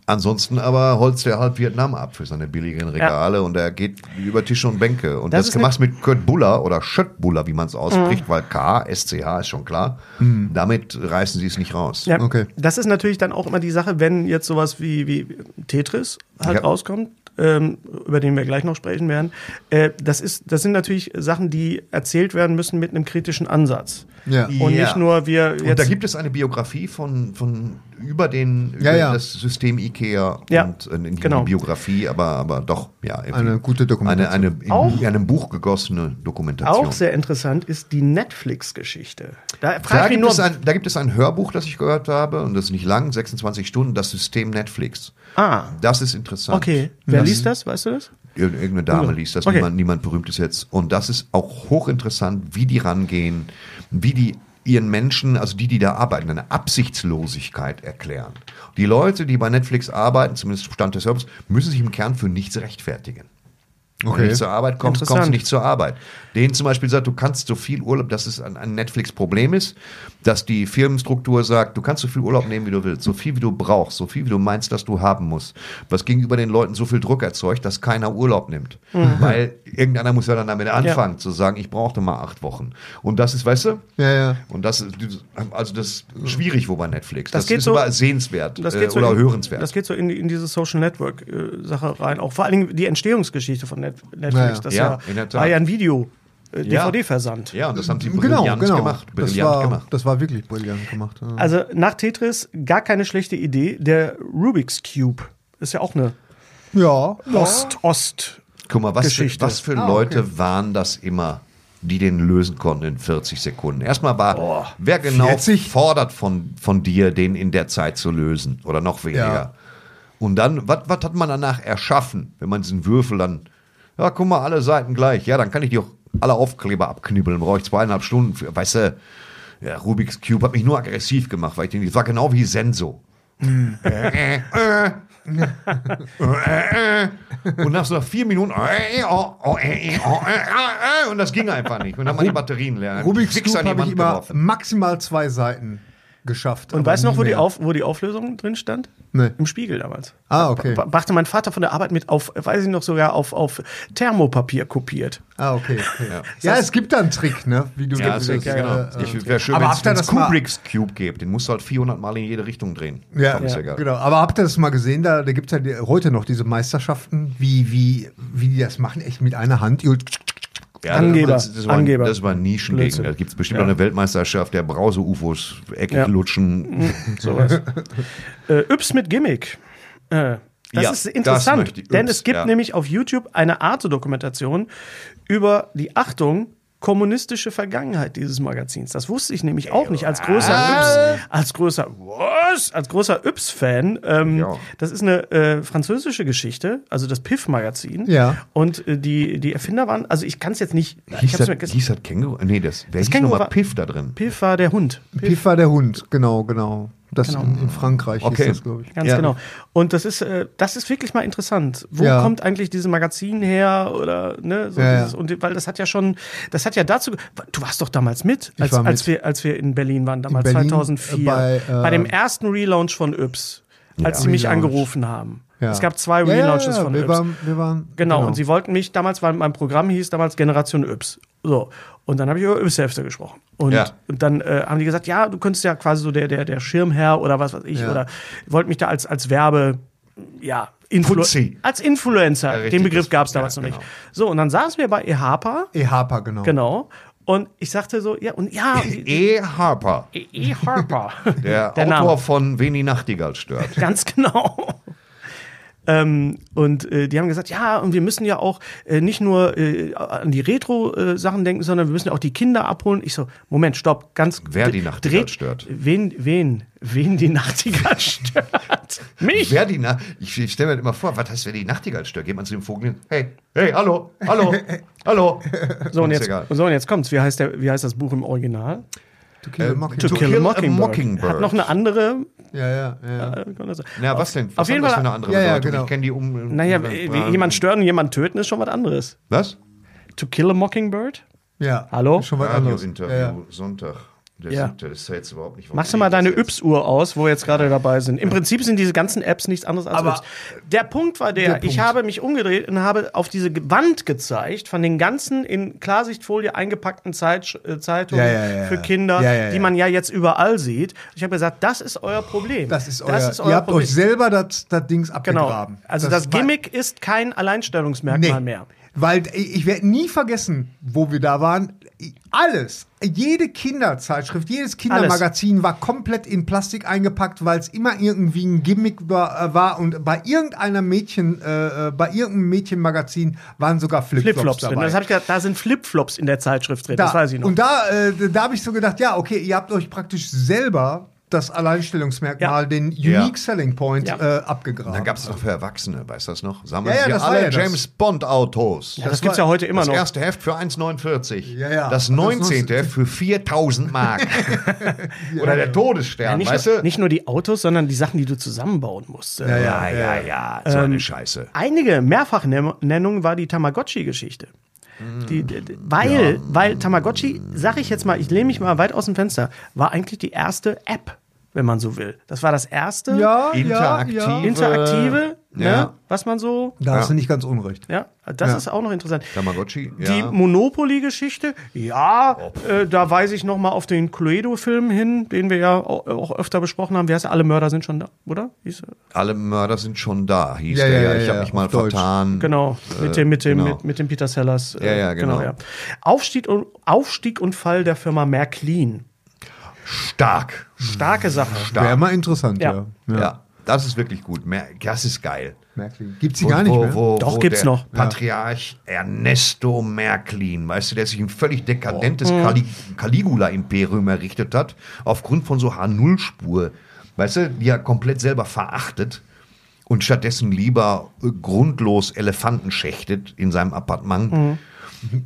Ansonsten aber holzt er halb Vietnam ab für seine billigen Regale und er geht über Tische und Bänke. Und
Das
das,
ist Mhm.
gemacht mit Kurt Buller oder Schött Buller, wie man es ausspricht, weil K, SCH ist schon klar. Damit reißen sie es nicht raus.
Ja,
Okay.
Das ist natürlich dann auch immer die Sache, wenn jetzt sowas wie, wie Tetris halt
Ja.
rauskommt, ähm, über den wir gleich noch sprechen werden. Äh, das, ist, das sind natürlich Sachen, die erzählt werden müssen mit einem kritischen Ansatz.
Ja.
Und
Ja.
nicht nur wir
Und da
jetzt.
gibt es eine Biografie von, von über den über
Ja, ja.
das System IKEA
Ja,
und äh, nicht
genau.
eine Biografie, aber, aber doch, ja, irgendwie
Eine gute
eine,
Dokumentation.
eine in
Auch-
in einem Buch gegossene Dokumentation.
auch sehr interessant ist die Netflix-Geschichte. Da frage
da,
ich
gibt
mich
es
nur,
ein, da gibt es ein Hörbuch, das ich gehört habe, und das ist nicht lang, 26 Stunden, das System Netflix.
Ah.
Das ist interessant.
okay, wer liest das? Weißt du das?
Ir- Irgendeine Dame liest das,
Okay.
niemand, niemand berühmt ist jetzt. Und das ist auch hochinteressant, wie die rangehen, wie die ihren Menschen, also die, die da arbeiten, eine Absichtslosigkeit erklären. Die Leute, die bei Netflix arbeiten, zumindest Stand des Hörens, müssen sich im Kern für nichts rechtfertigen. Wenn
Okay.
du nicht zur Arbeit kommst,
Interessant.
kommst du nicht zur Arbeit. Denen zum Beispiel sagt, du kannst so viel Urlaub, dass es ein, ein Netflix-Problem ist, dass die Firmenstruktur sagt, du kannst so viel Urlaub nehmen, wie du willst, so viel, wie du brauchst, so viel, wie du meinst, dass du haben musst. Was gegenüber den Leuten so viel Druck erzeugt, dass keiner Urlaub nimmt.
Mhm.
Weil irgendeiner muss ja dann damit anfangen, zu sagen, ich brauchte mal acht Wochen. Und das ist, weißt du?
Ja, ja.
Und das ist, also das ist schwierig, wo bei Netflix.
Das
Das,
geht
ist
so-
aber sehenswert
Das
äh,
geht so
oder
in,
hörenswert.
Das geht so in, die- in diese Social Network äh, Sache rein. Auch vor allen Dingen die Entstehungsgeschichte von Net Netflix.
Ja, ja.
Das
Ja,
ja,
in der Tat.
war ja ein Video, äh,
Ja.
DVD-Versand.
ja, und das haben sie
Genau,
brillant
genau.
gemacht.
das,
Brillant
war,
gemacht.
das war wirklich brillant gemacht. Ja.
Also nach Tetris gar keine schlechte Idee. Der Rubik's Cube ist ja auch eine
ja.
Ost-Ost.
Guck mal, was für,
Geschichte.
was für Leute waren das immer, die den lösen konnten in 40 Sekunden? Erstmal war, wer genau
40?
fordert von, von dir, den in der Zeit zu lösen oder noch weniger?
Ja.
Und dann, was was hat man danach erschaffen, wenn man diesen Würfel dann, ja, guck mal, alle Seiten gleich, ja, dann kann ich die auch alle Aufkleber abknibbeln, brauche ich zweieinhalb Stunden, für, weißt du, ja, Rubik's Cube hat mich nur aggressiv gemacht, weil ich den, das war genau wie Senso. Und nach so nach vier Minuten äh, oh, oh, äh, oh, äh, äh, und das ging einfach nicht. Und dann waren die Batterien leer.
Rubik's
Fix an
Cube
die
habe ich
Wand
immer
geworfen.
maximal zwei Seiten geschafft.
Und
aber
weißt du noch,
nie
wo die,
mehr.
auf, wo die Auflösung drin stand?
Nee.
Im Spiegel damals.
Ah, okay.
Ba- brachte mein Vater von der Arbeit mit auf, äh, weiß ich noch sogar, auf, auf Thermopapier kopiert.
Ah, okay. okay. Ja. es gibt da einen Trick, ne? Wie du
Ja,
wie
das
du
ist,
das,
genau.
äh,
ich wäre schön,
Aber
wenn
habt ihr
es
das mal-
Kubricks Cube gibt. Den musst du halt 400 Mal in jede Richtung drehen.
Ja,
Komm, ist
ja
egal.
genau. Aber habt ihr das mal gesehen? Da, da gibt es ja die, heute noch diese Meisterschaften, wie, wie, wie die das machen, echt mit einer Hand.
Ja,
Angeber,
Das, das, war,
Angeber.
das war Nischending.
Blödsinn.
Da gibt es bestimmt
Ja.
auch eine Weltmeisterschaft der Brause-UFOs, Eckig
Ja.
lutschen.
Sowas. äh, Yps mit Gimmick. Äh, das
Ja,
ist
das
interessant,
möchte ich.
denn
Yps,
es gibt
ja.
nämlich auf YouTube eine Art Dokumentation über die Achtung kommunistische Vergangenheit dieses Magazins. Das wusste ich nämlich auch nicht als großer Yps, als großer was, als großer Yps-Fan. Ähm,
Ja.
Das ist eine äh, französische Geschichte, also das PIF-Magazin.
Ja.
Und äh, die die Erfinder waren, also ich kann es jetzt nicht. ich
Hieß
hab's
das,
vergessen.
hieß das Känguru? Nee, das, wer hieß
Känguru
nochmal
war-
Piff da drin?
PIF war der Hund.
Piff war der Hund, genau, genau. Das in, in Frankreich
Okay.
ist das, glaube ich.
Ganz
Ja.
genau. Und das ist, äh, das ist wirklich mal interessant. Wo
Ja.
kommt eigentlich dieses Magazin her oder ne? So
Ja,
dieses,
ja.
Und weil das hat ja schon, das hat ja dazu. ge- Du warst doch damals mit, als,
war
als
mit.
wir, als wir in Berlin waren, damals
Berlin,
2004,
bei, äh,
bei dem ersten Relaunch von Yps, als sie mich angerufen haben.
Ja.
Es gab zwei
Ja, ja,
Relaunches
ja,
von
wir
Yps.
waren, wir waren,
Genau, und sie wollten mich, damals war mein Programm hieß damals Generation Yps. So. Und dann habe ich über Yps-Hefte gesprochen. Und
Ja.
dann äh, haben die gesagt, ja, du könntest ja quasi so der, der, der Schirmherr oder was weiß ich, oder wollten mich da als, als Werbe, ja, Influ
Fuzzi.
als Influencer,
richtig,
den Begriff
das-
gab es
ja,
damals noch
genau.
nicht. So, und dann saßen wir bei EHPA,
EHPA, genau.
genau, und ich sagte so, ja, und ja, und die-
E. Harper,
EHPA.
der,
Der
Autor
Name.
von Wen die Nachtigall stört.
Ganz genau. Ähm, und äh, die haben gesagt, ja, und wir müssen ja auch äh, nicht nur äh, an die Retro-Sachen denken, sondern wir müssen auch die Kinder abholen. Ich so, Moment, stopp, ganz
Wer die
dr-
Nachtigall
dreht-
stört.
Wen, wen, wen die Nachtigall stört? Mich?
Wer die Na ich ich stelle mir das immer vor, was heißt, wer die Nachtigall stört? Geht man zu dem Vogel hin? Hey, hey, hallo, hallo, hallo.
So, und
Uns
jetzt,
egal.
so, und jetzt kommt's. Wie heißt, der, wie heißt das Buch im Original?
Äh,
Kill Mockingbird.
To Kill a Mockingbird.
Hat noch eine andere.
Ja, ja, ja.
Äh, kann das sein?
Na, was denn? Was
Auf
haben
jeden
das für
Fall-
eine andere
Ja, ja,
Bedeutung?
genau.
Ich kenne die um.
Naja,
um-
äh, wie- jemand stören und jemand töten ist schon was anderes.
Was?
To kill a mockingbird?
ja.
Hallo?
Ist Schon was anderes.
Radio-Interview, Sonntag. Der
Ja.
siebte, das ist ja jetzt überhaupt nicht.
Machst du mal deine Yps-Uhr aus, wo wir jetzt gerade dabei sind. Im Prinzip sind diese ganzen Apps nichts anderes als
Aber
Yps. Der Punkt war der, ich habe mich umgedreht und habe auf diese Ge- Wand gezeigt von den ganzen in Klarsichtfolie eingepackten Zeitsch- äh, Zeitungen
Ja, ja, ja,
für
ja.
Kinder,
Ja, ja, ja.
die man ja jetzt überall sieht. Ich habe gesagt, das ist euer Problem.
Das ist euer, ihr habt euch selber das, das Dings
genau.
abgegraben.
Also das,
war-
Gimmick ist kein Alleinstellungsmerkmal mehr.
Weil ich ich werde nie vergessen, wo wir da waren. Alles, jede Kinderzeitschrift, jedes Kindermagazin war komplett in Plastik eingepackt, weil es immer irgendwie ein Gimmick war, äh, war. und bei irgendeiner Mädchen, äh, äh, bei irgendeinem Mädchenmagazin waren sogar Flipflops,
Flipflops drin.
dabei.
Das hab ich gesagt, da sind Flipflops in der Zeitschrift drin.
da,
Das weiß ich noch.
Und da, äh, da habe ich so gedacht, ja, okay, ihr habt euch praktisch selber das Alleinstellungsmerkmal,
Ja.
den Unique
Ja.
Selling Point
Ja.
äh, abgegraben.
Dann gab es noch für Erwachsene, weißt du das noch? Sammeln
Ja, ja,
wir
das war
alle
ja das.
James Bond Autos.
ja, das, gibt's ja heute immer
das
noch.
erste Heft für 1,49.
Ja, ja.
Das
Das
19.
muss-
für 4000 Mark. Oder der
Ja,
Todesstern,
nicht,
weißt
nur,
du?
nicht nur die Autos, sondern die Sachen, die du zusammenbauen musst. Äh,
ja, ja, ja. So
Ähm,
eine Scheiße.
Einige Mehrfachnennung war die Tamagotchi-Geschichte. Die, d- d- weil, weil Tamagotchi, sag ich jetzt mal, ich lehne mich mal weit aus dem Fenster, war eigentlich die erste App, wenn man so will. Das war das erste
ja,
Interaktiv.
ja, ja.
interaktive, ne,
Ja.
was man so.
Da hast du nicht ganz unrecht.
Ja, das ist auch noch interessant.
Tamagotchi,
Die
ja. Oh.
Monopoly-Geschichte, ja, äh, da weise ich nochmal auf den Cluedo-Film hin, den wir ja auch, auch öfter besprochen haben. Wie heißt er? Alle Mörder sind schon da, oder? Hieß, er?
Alle Mörder sind schon da, hieß
Ja,
der.
ja,
Ja,
ja,
ich habe
ja,
mich mal
auf Deutsch.
vertan.
Genau, mit dem, mit dem,
genau.
mit, mit dem Peter Sellers. äh,
Ja, ja, genau.
Aufstieg, und, Aufstieg und Fall der Firma Märklin.
Stark.
Starke Sache.
Wäre mal interessant, ja.
Ja.
Ja. das ist wirklich gut. Mer- Das ist geil.
Merklin. Gibt sie gar nicht mehr.
Doch, gibt's
der
noch.
Patriarch Ernesto Märklin, weißt du, der sich ein völlig dekadentes
Oh.
Cali Caligula-Imperium errichtet hat, aufgrund von so H0-Spur, weißt du, die er komplett selber verachtet und stattdessen lieber äh, grundlos Elefanten schächtet in seinem Appartement.
Mhm.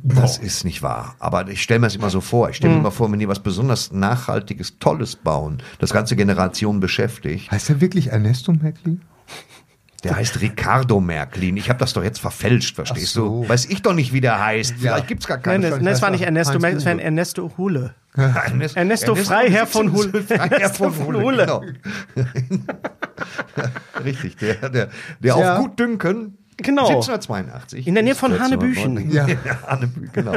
Das ist nicht wahr. Aber ich stelle mir das immer so vor. Ich stelle
Mhm.
mir immer vor, wenn die was besonders Nachhaltiges, Tolles bauen, das ganze Generation beschäftigt,
Heißt er wirklich Ernesto Merklin?
der heißt Ricardo Märklin. Ich habe das doch jetzt verfälscht, verstehst
so.
du? Weiß ich doch nicht, wie der heißt. Vielleicht gibt's gar
Nein,
keinen.
das, nein, es war nicht Ernesto
Heinz
Märklin, es war ein
Huhne.
Ernesto Hule.
Ernesto,
Ernesto Freiherr von Hulle.
Freiherr
Ernesto
von
von
Hulle.
Hulle.
Genau. Richtig, der, der, der
Ja.
auf gut dünken.
Genau.
1782.
In der Nähe von
bis 1409.
Hanebüchen. Ähm.
Ja.
Hanebüchen, genau.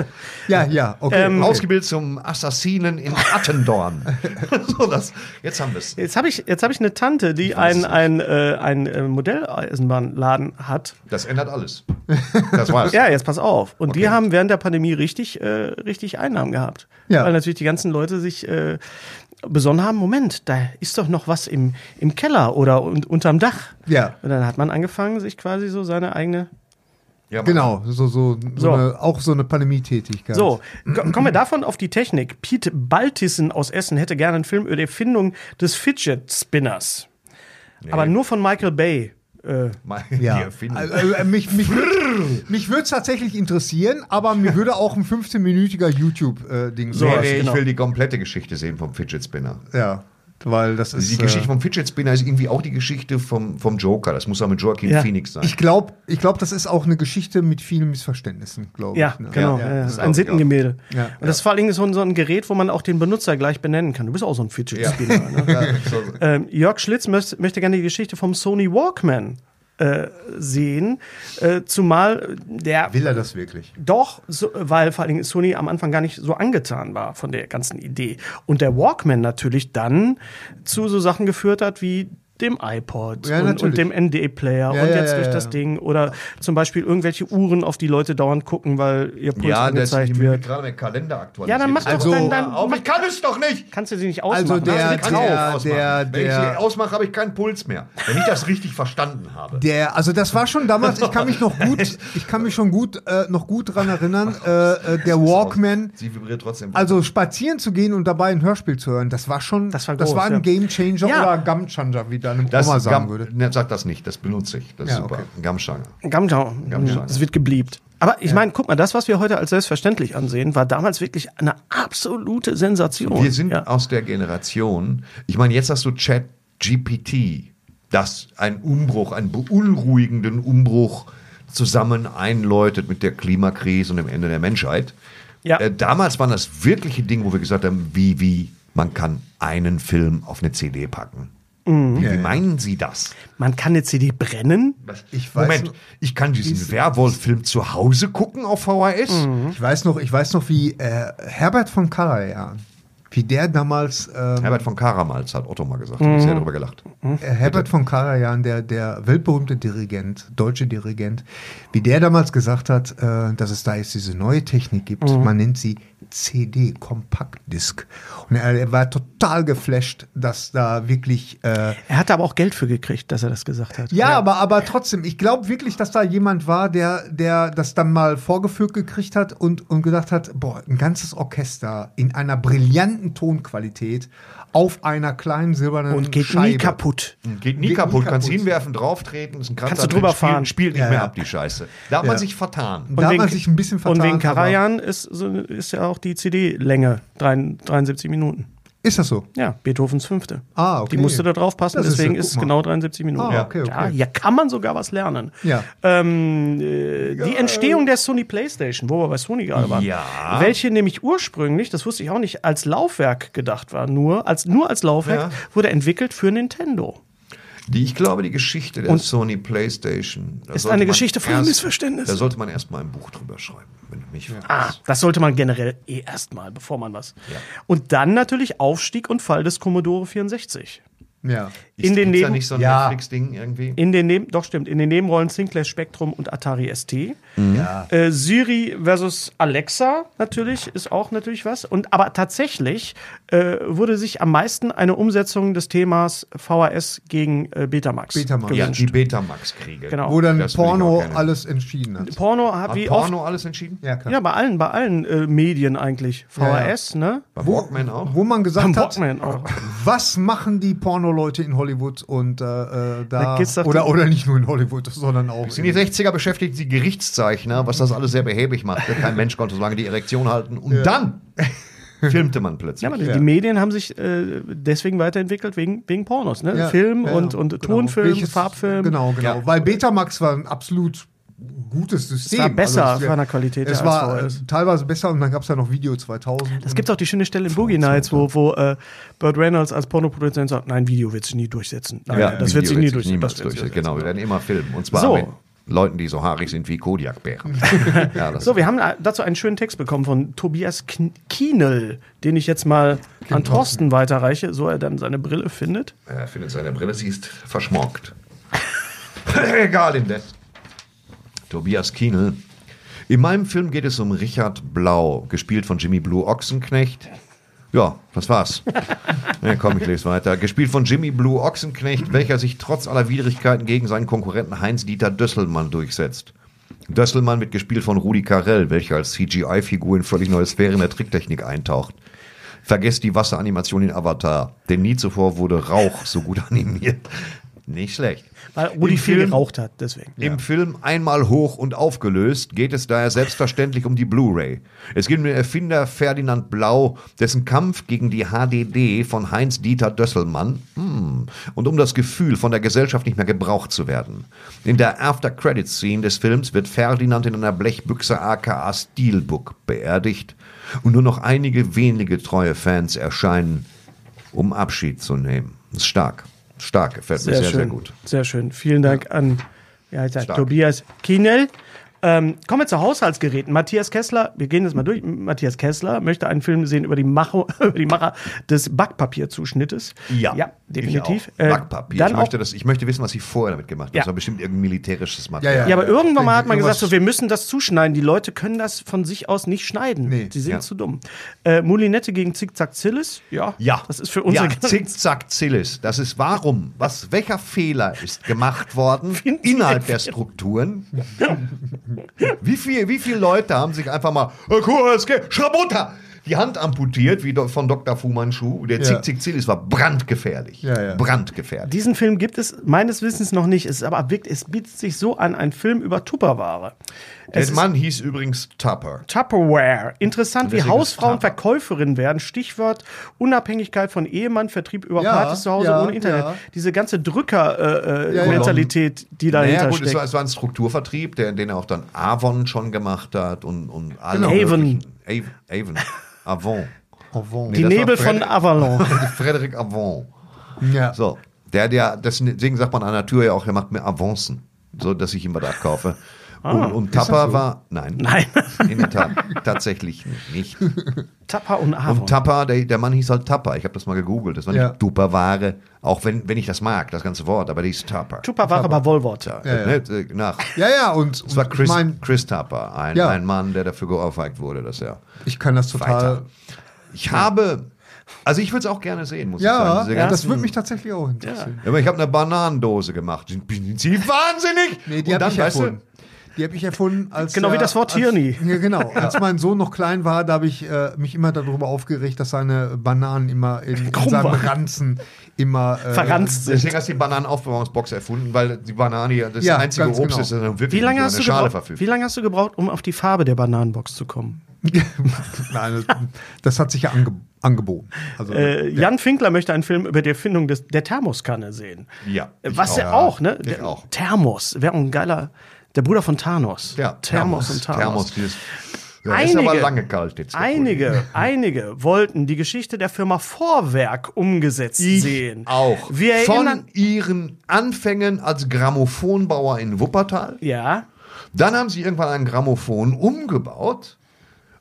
Ja, Ähm, ja, okay.
Ausgebildet zum Assassinen in Attendorn. so, das, jetzt haben wir's.
Jetzt habe ich, jetzt hab ich eine Tante, die einen ein, äh, ein, äh, Modelleisenbahnladen hat.
Das ändert alles. Das war's.
Ja, jetzt pass auf. Und die
Okay.
haben während der Pandemie richtig, äh, richtig Einnahmen gehabt.
Ja.
Weil natürlich die ganzen Leute sich äh, besonnen haben, Moment, da ist doch noch was im, im Keller oder un unterm Dach.
Ja.
Und dann hat man angefangen, sich quasi so seine eigene.
Ja, Mann.
Genau, so, so, so,
So.
Eine, auch so eine Pandemietätigkeit.
So, ko- kommen wir davon auf die Technik. Piet Baltissen aus Essen hätte gerne einen Film über die Erfindung des Fidget Spinners. Aber nur von Michael Bay. Äh,
Mal
Ja.
die Erfindung.
Also, äh, mich mich, mich würde es tatsächlich interessieren, aber mir würde auch ein 15-minütiger YouTube-Ding äh, Ding
nee,
sowas-
nee,
genau.
ich will die komplette Geschichte sehen vom Fidget Spinner.
Ja. Weil das ist. äh,
Die Geschichte vom Fidget Spinner ist irgendwie auch die Geschichte vom, vom Joker. Das muss auch mit Joaquin
Ja.
Phoenix sein.
Ich glaube, ich glaub, das ist auch eine Geschichte mit vielen Missverständnissen, glaube
Ja,
ich. ne?
genau. Ja, Das ist ein Sittengemälde.
Ja.
Und das ist vor allen Dingen so ein, so ein Gerät, wo man auch den Benutzer gleich benennen kann. Du bist auch so ein Fidget-Spinner. Ne?
ja, so-
Ähm, Jörg Schlitz möcht, möchte gerne die Geschichte vom Sony Walkman äh, sehen. Äh, zumal der
Will er das wirklich?
doch, so, weil vor allen Dingen Sony am Anfang gar nicht so angetan war von der ganzen Idee. Und der Walkman natürlich dann zu so Sachen geführt hat wie dem iPod
Ja,
und,
natürlich.
und dem ND-Player
Ja,
und
ja,
jetzt
ja,
durch
ja.
das Ding oder zum Beispiel irgendwelche Uhren, auf die Leute dauernd gucken, weil ihr Puls
Ja, das
angezeigt
ist
wird.
gerade mein Kalender aktualisiert.
Ja, dann mach doch
Also-
dann- dann-
Auf, ich kann es doch nicht!
Kannst du sie nicht ausmachen?
Also der-
Hast du die
ich
der-
drauf?
ausmachen.
der-
Wenn ich
der-
sie ausmache, habe ich keinen Puls mehr. Wenn ich das richtig verstanden habe.
Der, also das war schon damals, ich kann mich noch gut, ich kann mich schon gut, äh, noch gut dran erinnern, äh, äh, der Walkman,
Sie vibriert trotzdem.
also spazieren zu gehen und dabei ein Hörspiel zu hören, das war schon,
Das war
das
groß,
war ein
ja.
Game Changer
Ja.
oder Gum Changer, wie deine
das
Oma sagen
Gam-
würde.
Ne, sag das nicht, das benutze ich. Das ist
Ja,
super.
okay.
Okay. Gamschanger.
Gamschau.
Gamschau.
Es wird gebliebt. Aber ich meine, guck mal, das, was wir heute als selbstverständlich ansehen, war damals wirklich eine absolute Sensation.
Wir sind
ja.
aus der Generation. Ich meine, jetzt hast du Chat GPT, das einen Umbruch, einen beunruhigenden Umbruch zusammen einläutet mit der Klimakrise und dem Ende der Menschheit.
Ja.
Äh, damals waren das wirkliche Dinge, wo wir gesagt haben, wie, wie, man kann einen Film auf eine CD packen.
Mhm.
Wie, wie meinen Sie das?
Man kann eine CD brennen.
Ich weiß
Moment,
noch-
ich kann diesen Werwolf-Film zu Hause gucken auf VHS?
Mhm.
Ich weiß noch, ich weiß noch, wie äh, Herbert von Karajan, wie der damals, ähm,
Herbert von Karamals hat Otto mal gesagt.
Mhm.
Ich habe sehr darüber gelacht.
Äh, Herbert von Karajan, der, der weltberühmte Dirigent, deutsche Dirigent, wie der damals gesagt hat, äh, dass es da jetzt diese neue Technik gibt, man nennt sie CD, Kompaktdisk. Und er, er war total geflasht, dass da wirklich. Äh,
Er hatte aber auch Geld für gekriegt, dass er das gesagt hat.
ja, aber, aber trotzdem, ich glaube wirklich, dass da jemand war, der, der das dann mal vorgeführt gekriegt hat und, und gedacht hat, boah, ein ganzes Orchester in einer brillanten Tonqualität auf einer kleinen silbernen
Und geht
Scheibe.
nie kaputt.
Geht nie
Geht nie
kaputt, kannst
kaputt.
hinwerfen, drauftreten, ist ein Kratzer
Kannst du
drin,
drüber
spielt-
fahren.
Spielt nicht
Ja,
mehr
ja.
ab, die Scheiße. Da hat man sich vertan.
Da hat man sich ein bisschen vertan.
Und wegen
aber-
Karajan ist, so- ist ja auch die CD-Länge 73 Minuten.
Ist das so?
Ja, Beethovens Fünfte.
Ah, okay.
Die musste da drauf passen,
Das ist
deswegen
ja-
ist,
guck
es
mal.
genau 73 Minuten.
Ah, okay,
Ja,
okay.
hier kann man sogar was lernen.
Ja.
Ähm, äh, die Entstehung der Sony Playstation, wo wir bei Sony gerade waren,
Ja.
welche nämlich ursprünglich, das wusste ich auch nicht, als Laufwerk gedacht war, nur als, nur als Laufwerk, wurde entwickelt für Nintendo.
Die, ich glaube, die Geschichte der Sony Playstation da
Ist
sollte
eine
man
Geschichte voller
erst-
Missverständnissen.
Da sollte man erstmal ein Buch drüber schreiben, wenn du mich fragst.
Ah, das sollte man generell eh erstmal, bevor man was. Und dann natürlich Aufstieg und Fall des Commodore 64.
Ja.
in den
Gibt's da
Neben-
nicht so ein
Ja.
Netflix-Ding irgendwie?
In den Neben doch stimmt, in den Nebenrollen Sinclair Spectrum und Atari ST.
Mhm.
Äh, Siri versus Alexa natürlich ist auch natürlich was. Und aber tatsächlich äh, wurde sich am meisten eine Umsetzung des Themas VHS gegen äh, Betamax.
Betamax.
ja,
gewünscht.
die Betamax-Kriege.
Genau.
Wo dann
Das würd ich auch
Porno
gerne.
alles entschieden hat.
Porno hat
Hat
wie oft
Porno alles entschieden?
Ja, klar.
ja bei allen bei allen äh, Medien eigentlich VHS ne
Bei Walkman auch?
Wo man gesagt
Beim
hat,
Walkman auch.
was machen die Pornoleute in Hollywood und äh, äh, da,
geht's doch-
oder, oder nicht nur in Hollywood, sondern auch
In die 60er beschäftigt die Gerichtszeichner, was das alles sehr behäbig machte. Kein Mensch konnte so lange die Erektion halten. Und dann filmte man plötzlich.
Ja, aber die Medien haben sich äh, deswegen weiterentwickelt wegen, wegen Pornos, ne?
Ja,
Film
ja, ja,
und, und
genau.
Tonfilm,
Welches-
Farbfilm.
Genau, genau.
Ja.
Weil Betamax war ein absolut gutes System. Also
war besser
es-
von der Qualität
Es
her
war
als
äh,
VHS.
teilweise besser und dann gab es ja noch Video 2000.
Es gibt auch die schöne Stelle in Boogie Nights, wo, wo äh, Burt Reynolds als Pornoproduzent sagt, nein, Video wird sich nie durchsetzen. Nein,
Ja,
Ah, das wird sich
Video
nie durchsetzen.
niemals
Das wird sich
durchsetzen. Genau, wir werden immer filmen. Und zwar
So.
mit Leuten, die so haarig sind wie Kodiakbären. ja, das
So, wir haben äh, dazu einen schönen Text bekommen von Tobias Kn- Kienel, den ich jetzt mal an Thorsten weiterreiche, so er dann seine Brille findet.
er äh, findet seine Brille, sie ist verschmorgt. Egal ihm das. Tobias Kienel. In meinem Film geht es um Richard Blau, gespielt von Jimmy Blue Ochsenknecht. Ja, das war's. Ja, komm, ich lese weiter. Gespielt von Jimmy Blue Ochsenknecht, welcher sich trotz aller Widrigkeiten gegen seinen Konkurrenten Heinz-Dieter Dösselmann durchsetzt. Dösselmann wird gespielt von Rudi Carell, welcher als CGI-Figur in völlig neue Sphären der Tricktechnik eintaucht. Vergesst die Wasseranimation in Avatar, denn nie zuvor wurde Rauch so gut animiert. Nicht schlecht.
Weil Rudi
Im
viel
Film-
geraucht hat, deswegen.
Im Film einmal hoch und aufgelöst geht es daher selbstverständlich um die Blu-ray. Es geht um den Erfinder Ferdinand Blau, dessen Kampf gegen die HDD von Heinz Dieter Dösselmann hm, und um das Gefühl, von der Gesellschaft nicht mehr gebraucht zu werden. In der After-Credits-Scene des Films wird Ferdinand in einer Blechbüchse aka Steelbook beerdigt und nur noch einige wenige treue Fans erscheinen, um Abschied zu nehmen. Das ist stark. Stark, gefällt mir sehr, sehr,
schön.
gut.
Sehr schön. Vielen Dank an ja, heißt er,
Stark.
Tobias Kienel. Ähm, kommen wir zu Haushaltsgeräten. Matthias Kessler, wir gehen das mal durch. Matthias Kessler möchte einen Film sehen über die, Macho, über die Macher des Backpapierzuschnittes. ja definitiv.
Ich auch.
Äh,
Backpapier.
Dann
ich,
auch-
möchte das, ich möchte wissen, was sie vorher damit gemacht haben.
Ja.
Das war bestimmt irgendein militärisches Material.
ja, aber irgendwann mal hat man
Irgendwas-
gesagt, so, wir müssen das zuschneiden. Die Leute können das von sich aus nicht schneiden.
Nee.
Sie sind
Ja.
zu dumm. Äh, Moulinette gegen Zickzack Zillis. Ja, das ist für unsere
ja,
Generation-
Zickzack Zillis. Das ist warum? Was, welcher Fehler ist gemacht worden innerhalb der Strukturen? wie, viel, wie viele Leute haben sich einfach mal, "Oh, cool, es geht, Schrabunter! Die Hand amputiert, wie do- von Dr. Fu Manchu. Der
Ja.
Zickzack Zillis war brandgefährlich.
Ja, ja.
Brandgefährlich.
Diesen Film gibt es meines Wissens noch nicht. Es ist aber wirklich, es bietet sich so an, ein Film über Tupperware.
Der Mann hieß übrigens Tupper.
Tupperware. Interessant, wie
Deswegen ist
Hausfrauen
Tupper.
Verkäuferinnen werden. Stichwort Unabhängigkeit von Ehemann, Vertrieb über
Ja,
Partys zu Hause
ja,
ohne Internet.
ja.
Diese ganze Drücker-Mentalität, äh,
Ja, ja.
Mentalität, die dahinter
Naja, gut, also es
steckt.
war, es war ein Strukturvertrieb, der, den er auch dann Avon schon gemacht hat und, und alle.
Genau. Avon.
möglichen- Av- Avon. Avon.
Avant.
Nee,
die
das war
Nebel von
Fred-
Avalon.
Frederik Avon.
Ja.
So. Der, der, das- deswegen sagt man an der Tür ja auch, er macht mir Avancen, so dass ich ihm was abkaufe.
Ah,
und und Tapper war, nein.
Nein.
In der Tat, tatsächlich nicht.
Tapper und Avon.
Und Tapper, der, der Mann hieß halt Tapper. Ich habe das mal gegoogelt. Das war
Ja.
nicht Tupperware, auch wenn, wenn ich das mag, das ganze Wort, aber die ist Tapper.
Tupperware bei Volvort.
Äh, ne, äh, nach
Ja, ja, und, und
Es war Chris,
ich mein,
Chris Tapper, ein,
Ja.
ein Mann, der dafür geohrfeigt wurde, dass er
ich kann das total.
weiter. Ich habe, also ich würde es auch gerne sehen, muss ich sagen.
Ja,
diese
das
ganzen-
würde mich tatsächlich auch interessieren.
aber ich habe eine Bananendose gemacht. Sind Sie wahnsinnig?
Nee, die
Und
habe
dann,
ich
weißt du,
erfunden. Die habe ich erfunden als.
Genau wie das Wort Tierney.
Als, ja, genau. Als mein Sohn noch klein war, da habe ich äh, mich immer darüber aufgeregt, dass seine Bananen immer in, in
Krumm
seinem
waren.
Ranzen immer. Äh,
Verranzt sind.
Deswegen hast du die Bananenaufbewahrungsbox erfunden, weil die Banane hier das
Ja,
einzige
ganz
Obst
genau.
ist, das dann wirklich
Wie lange,
über
hast
eine
du
Schale
gebraucht,
verfügt.
wie lange hast du gebraucht, um auf die Farbe der Bananenbox zu kommen?
Nein, das, das hat sich ja ange, angeboten. Also,
Äh, Jan Finkler möchte einen Film über die Erfindung des, der Thermoskanne sehen.
Ja, ich
Was ja
auch.
auch, ne?
Ich
Der-
auch.
Thermos wäre ein geiler. Der Bruder von Thanos.
ja,
Thermos, und Thanos.
Thermos, dieses, ja, ist aber lange kalt jetzt.
Einige, einige wollten die Geschichte der Firma Vorwerk umgesetzt sehen.
Auch.
Wir erinnern.
Von ihren Anfängen als Grammophonbauer in Wuppertal.
ja.
Dann haben sie irgendwann einen Grammophon umgebaut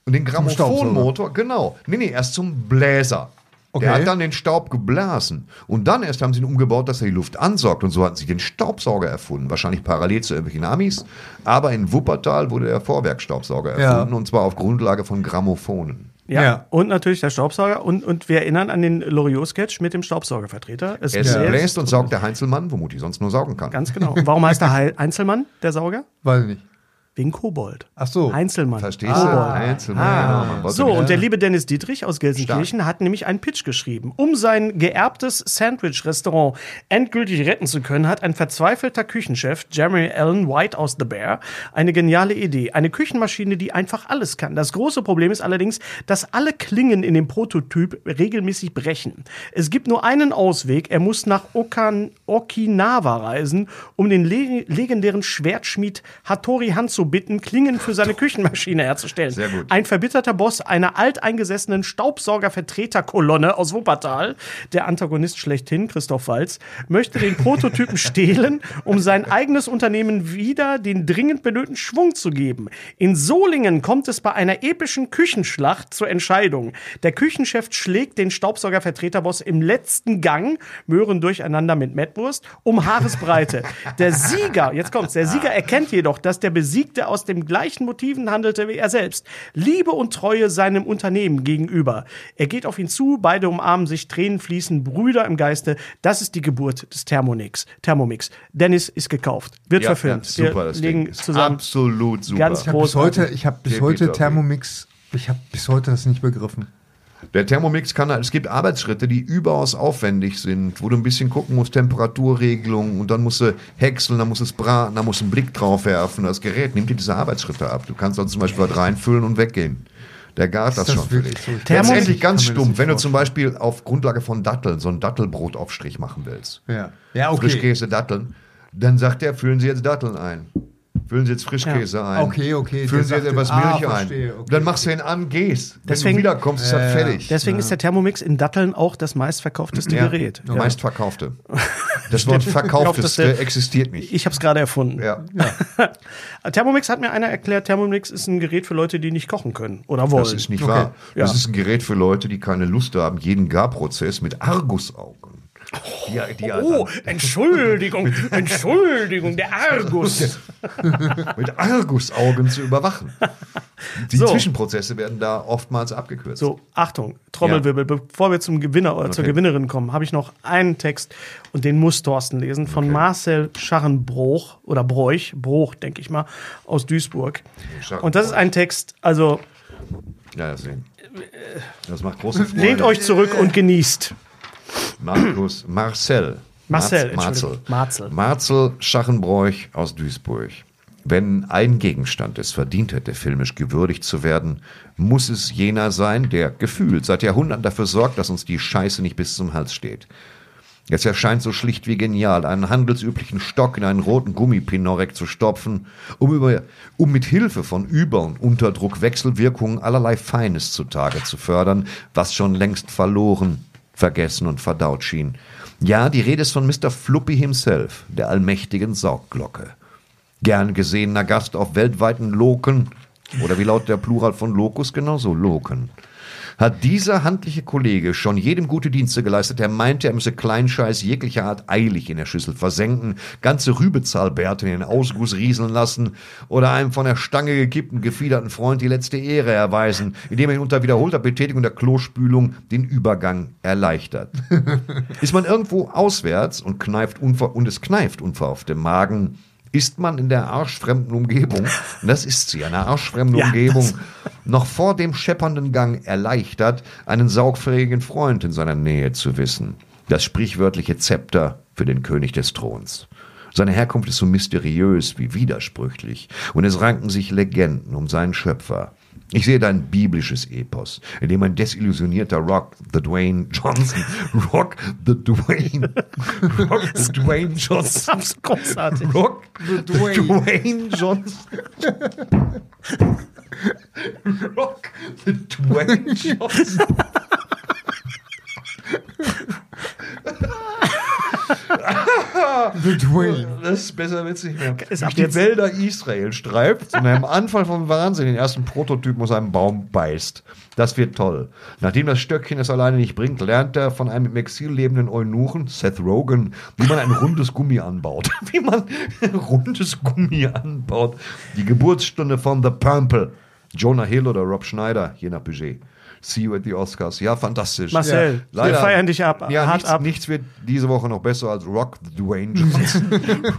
und den Grammophonmotor, genau, nee, nee, erst zum Bläser. Der
Okay.
hat dann den Staub geblasen. Und dann erst haben sie ihn umgebaut, dass er die Luft ansaugt. Und so hatten sie den Staubsauger erfunden. Wahrscheinlich parallel zu irgendwelchen Amis. Aber in Wuppertal wurde der Vorwerkstaubsauger
Ja.
erfunden. Und zwar auf Grundlage von Grammophonen.
Ja.
Ja.
und natürlich der Staubsauger. Und, und wir erinnern an den Loriot-Sketch mit dem Staubsaugervertreter. Es
Es
bläst.
bläst und saugt der Heinzelmann, womit die sonst nur saugen kann.
Ganz genau. Und Warum heißt der Hei- Einzelmann, der Sauger?
weiß ich nicht.
Wegen Kobold.
Ach so.
Einzelmann.
Verstehst du? Heinzelmann. genau, man wollte
Ah. So,
nicht-
und der liebe Dennis Dietrich aus Gelsenkirchen hat nämlich einen Pitch geschrieben. Um sein geerbtes Sandwich-Restaurant endgültig retten zu können, hat ein verzweifelter Küchenchef, Jeremy Allen White aus The Bear, eine geniale Idee. Eine Küchenmaschine, die einfach alles kann. Das große Problem ist allerdings, dass alle Klingen in dem Prototyp regelmäßig brechen. Es gibt nur einen Ausweg. Er muss nach Okan Okinawa reisen, um den le legendären Schwertschmied Hattori Hanzo bitten, Klingen für seine Küchenmaschine herzustellen.
Sehr gut.
Ein verbitterter Boss einer alteingesessenen Staubsaugervertreterkolonne aus Wuppertal, der Antagonist schlechthin, Christoph Walz, möchte den Prototypen stehlen, um sein eigenes Unternehmen wieder den dringend benötigten Schwung zu geben. In Solingen kommt es bei einer epischen Küchenschlacht zur Entscheidung. Der Küchenchef schlägt den Staubsaugervertreterboss im letzten Gang, Möhren durcheinander mit Mettwurst, um Haaresbreite. Der Sieger, jetzt kommt's, der Sieger erkennt jedoch, dass der Besiegte aus dem gleichen Motiven handelte wie er selbst. Liebe und Treue seinem Unternehmen gegenüber. Er geht auf ihn zu, beide umarmen sich, Tränen fließen, Brüder im Geiste. Das ist die Geburt des Thermonix. Thermomix. Dennis ist gekauft, wird
Ja,
verfilmt.
ja, super,
Wir
das
legen
Ding. Ist
zusammen.
Absolut super.
Ganz
Ich habe bis
Großartig.
heute, ich hab bis
Geht
heute
wieder.
Thermomix, ich habe bis heute das nicht begriffen.
Der Thermomix kann halt, es gibt Arbeitsschritte, die überaus aufwendig sind, wo du ein bisschen gucken musst, Temperaturregelung und dann musst du häckseln, dann musst du es braten, dann musst du einen Blick drauf werfen. Das Gerät nimmt dir diese Arbeitsschritte ab. Du kannst dann zum Beispiel was reinfüllen und weggehen. Der gart das,
das
schon für dich.
wirklich
Thermomix-
so?
Letztendlich ganz
Kann man das
stumpf,
nicht
wenn du zum Beispiel auf Grundlage von Datteln so einen Dattelbrotaufstrich machen willst.
Ja. Ja, okay.
Frischkäse, Datteln. Dann sagt er, füllen Sie jetzt Datteln ein. Füllen Sie jetzt Frischkäse ein.
Okay, okay,
Füllen
der
Sie jetzt
sagt-
etwas
ah,
Milch ein.
verstehe, okay.
Dann machst du ihn an, gehst.
Deswegen-
Wenn du wiederkommst, ist das fertig.
Deswegen ist der Thermomix in Datteln auch das meistverkaufteste
Ja,
Gerät.
Ja. Meistverkaufte. Das Wort verkaufteste
Verkaufteste.
existiert nicht.
Ich habe es gerade erfunden.
Ja.
Thermomix hat mir einer erklärt, Thermomix ist ein Gerät für Leute, die nicht kochen können oder wollen.
Das ist nicht wahr. Das
Ja.
ist ein Gerät für Leute, die keine Lust haben, jeden Garprozess mit Argusaugen. Ja, die halt
Oh, Entschuldigung, Entschuldigung, der Argus.
dann mit Argusaugen zu überwachen. Die
So.
Zwischenprozesse werden da oftmals abgekürzt.
So, Achtung, Trommelwirbel, bevor wir zum Gewinner oder zur
Okay.
Gewinnerin kommen, habe ich noch einen Text und den muss Thorsten lesen von Marcel Scharrenbroch oder Broich, Broch, denke ich mal, aus Duisburg.
Scharrenbroch.
Und das ist ein Text, also
Ja, deswegen. Das macht große Freude.
Äh, lehnt euch zurück und genießt.
Markus Marcel.
Marcel,
Marz-
Entschuldigung.
Marzel.
Marzel.
Marzel Schachenbräuch aus Duisburg. Wenn ein Gegenstand es verdient hätte, filmisch gewürdigt zu werden, muss es jener sein, der gefühlt seit Jahrhunderten dafür sorgt, dass uns die Scheiße nicht bis zum Hals steht. Es erscheint so schlicht wie genial, einen handelsüblichen Stock in einen roten Gummipinorek zu stopfen, um, über, um mit Hilfe von Über- und Unterdruck Wechselwirkungen allerlei Feines zutage zu fördern, was schon längst verloren, vergessen und verdaut schien. Ja, die Rede ist von Mr. Fluppy himself, der allmächtigen Saugglocke. Gern gesehener Gast auf weltweiten Loken, oder wie laut der Plural von Locus, genauso Loken hat dieser handliche Kollege schon jedem gute Dienste geleistet, der meinte, er müsse Kleinscheiß jeglicher Art eilig in der Schüssel versenken, ganze Rübezahlbärte in den Ausguss rieseln lassen oder einem von der Stange gekippten, gefiederten Freund die letzte Ehre erweisen, indem er ihn unter wiederholter Betätigung der Klospülung den Übergang erleichtert. Ist man irgendwo auswärts und, kneift unver und es kneift unverhofft im Magen, ist man in der arschfremden Umgebung, und das ist sie, eine arschfremde
Ja,
Umgebung,
das-
noch vor dem scheppernden Gang erleichtert, einen saugfähigen Freund in seiner Nähe zu wissen. Das sprichwörtliche Zepter für den König des Throns. Seine Herkunft ist so mysteriös wie widersprüchlich, und es ranken sich Legenden um seinen Schöpfer. Ich sehe da ein biblisches Epos, in dem ein desillusionierter Rock, the Dwayne Johnson, Rock, the Dwayne, Rock, the Dwayne Johnson,
Das ist großartig.
Rock, the
Dwayne.
Dwayne Johnson. Rock, the Dwayne Johnson.
The Dwayne.
Das ist besser wird's nicht mehr.
Ist ab
Durch die
jetzt-
Wälder Israel streift und in einem Anfall von Wahnsinn den ersten Prototypen aus einem Baum beißt. Das wird toll. Nachdem das Stöckchen es alleine nicht bringt, lernt er von einem im Exil lebenden Eunuchen, Seth Rogen, wie man ein rundes Gummi anbaut. Wie man ein rundes Gummi anbaut. Die Geburtsstunde von The Purple. Jonah Hill oder Rob Schneider, je nach Budget. See you at the Oscars. Ja, fantastisch.
Marcel,
ja.
wir feiern dich ab,
Ja,
hart
nichts,
ab.
nichts wird diese Woche noch besser als Rock the Dwayne Johnson.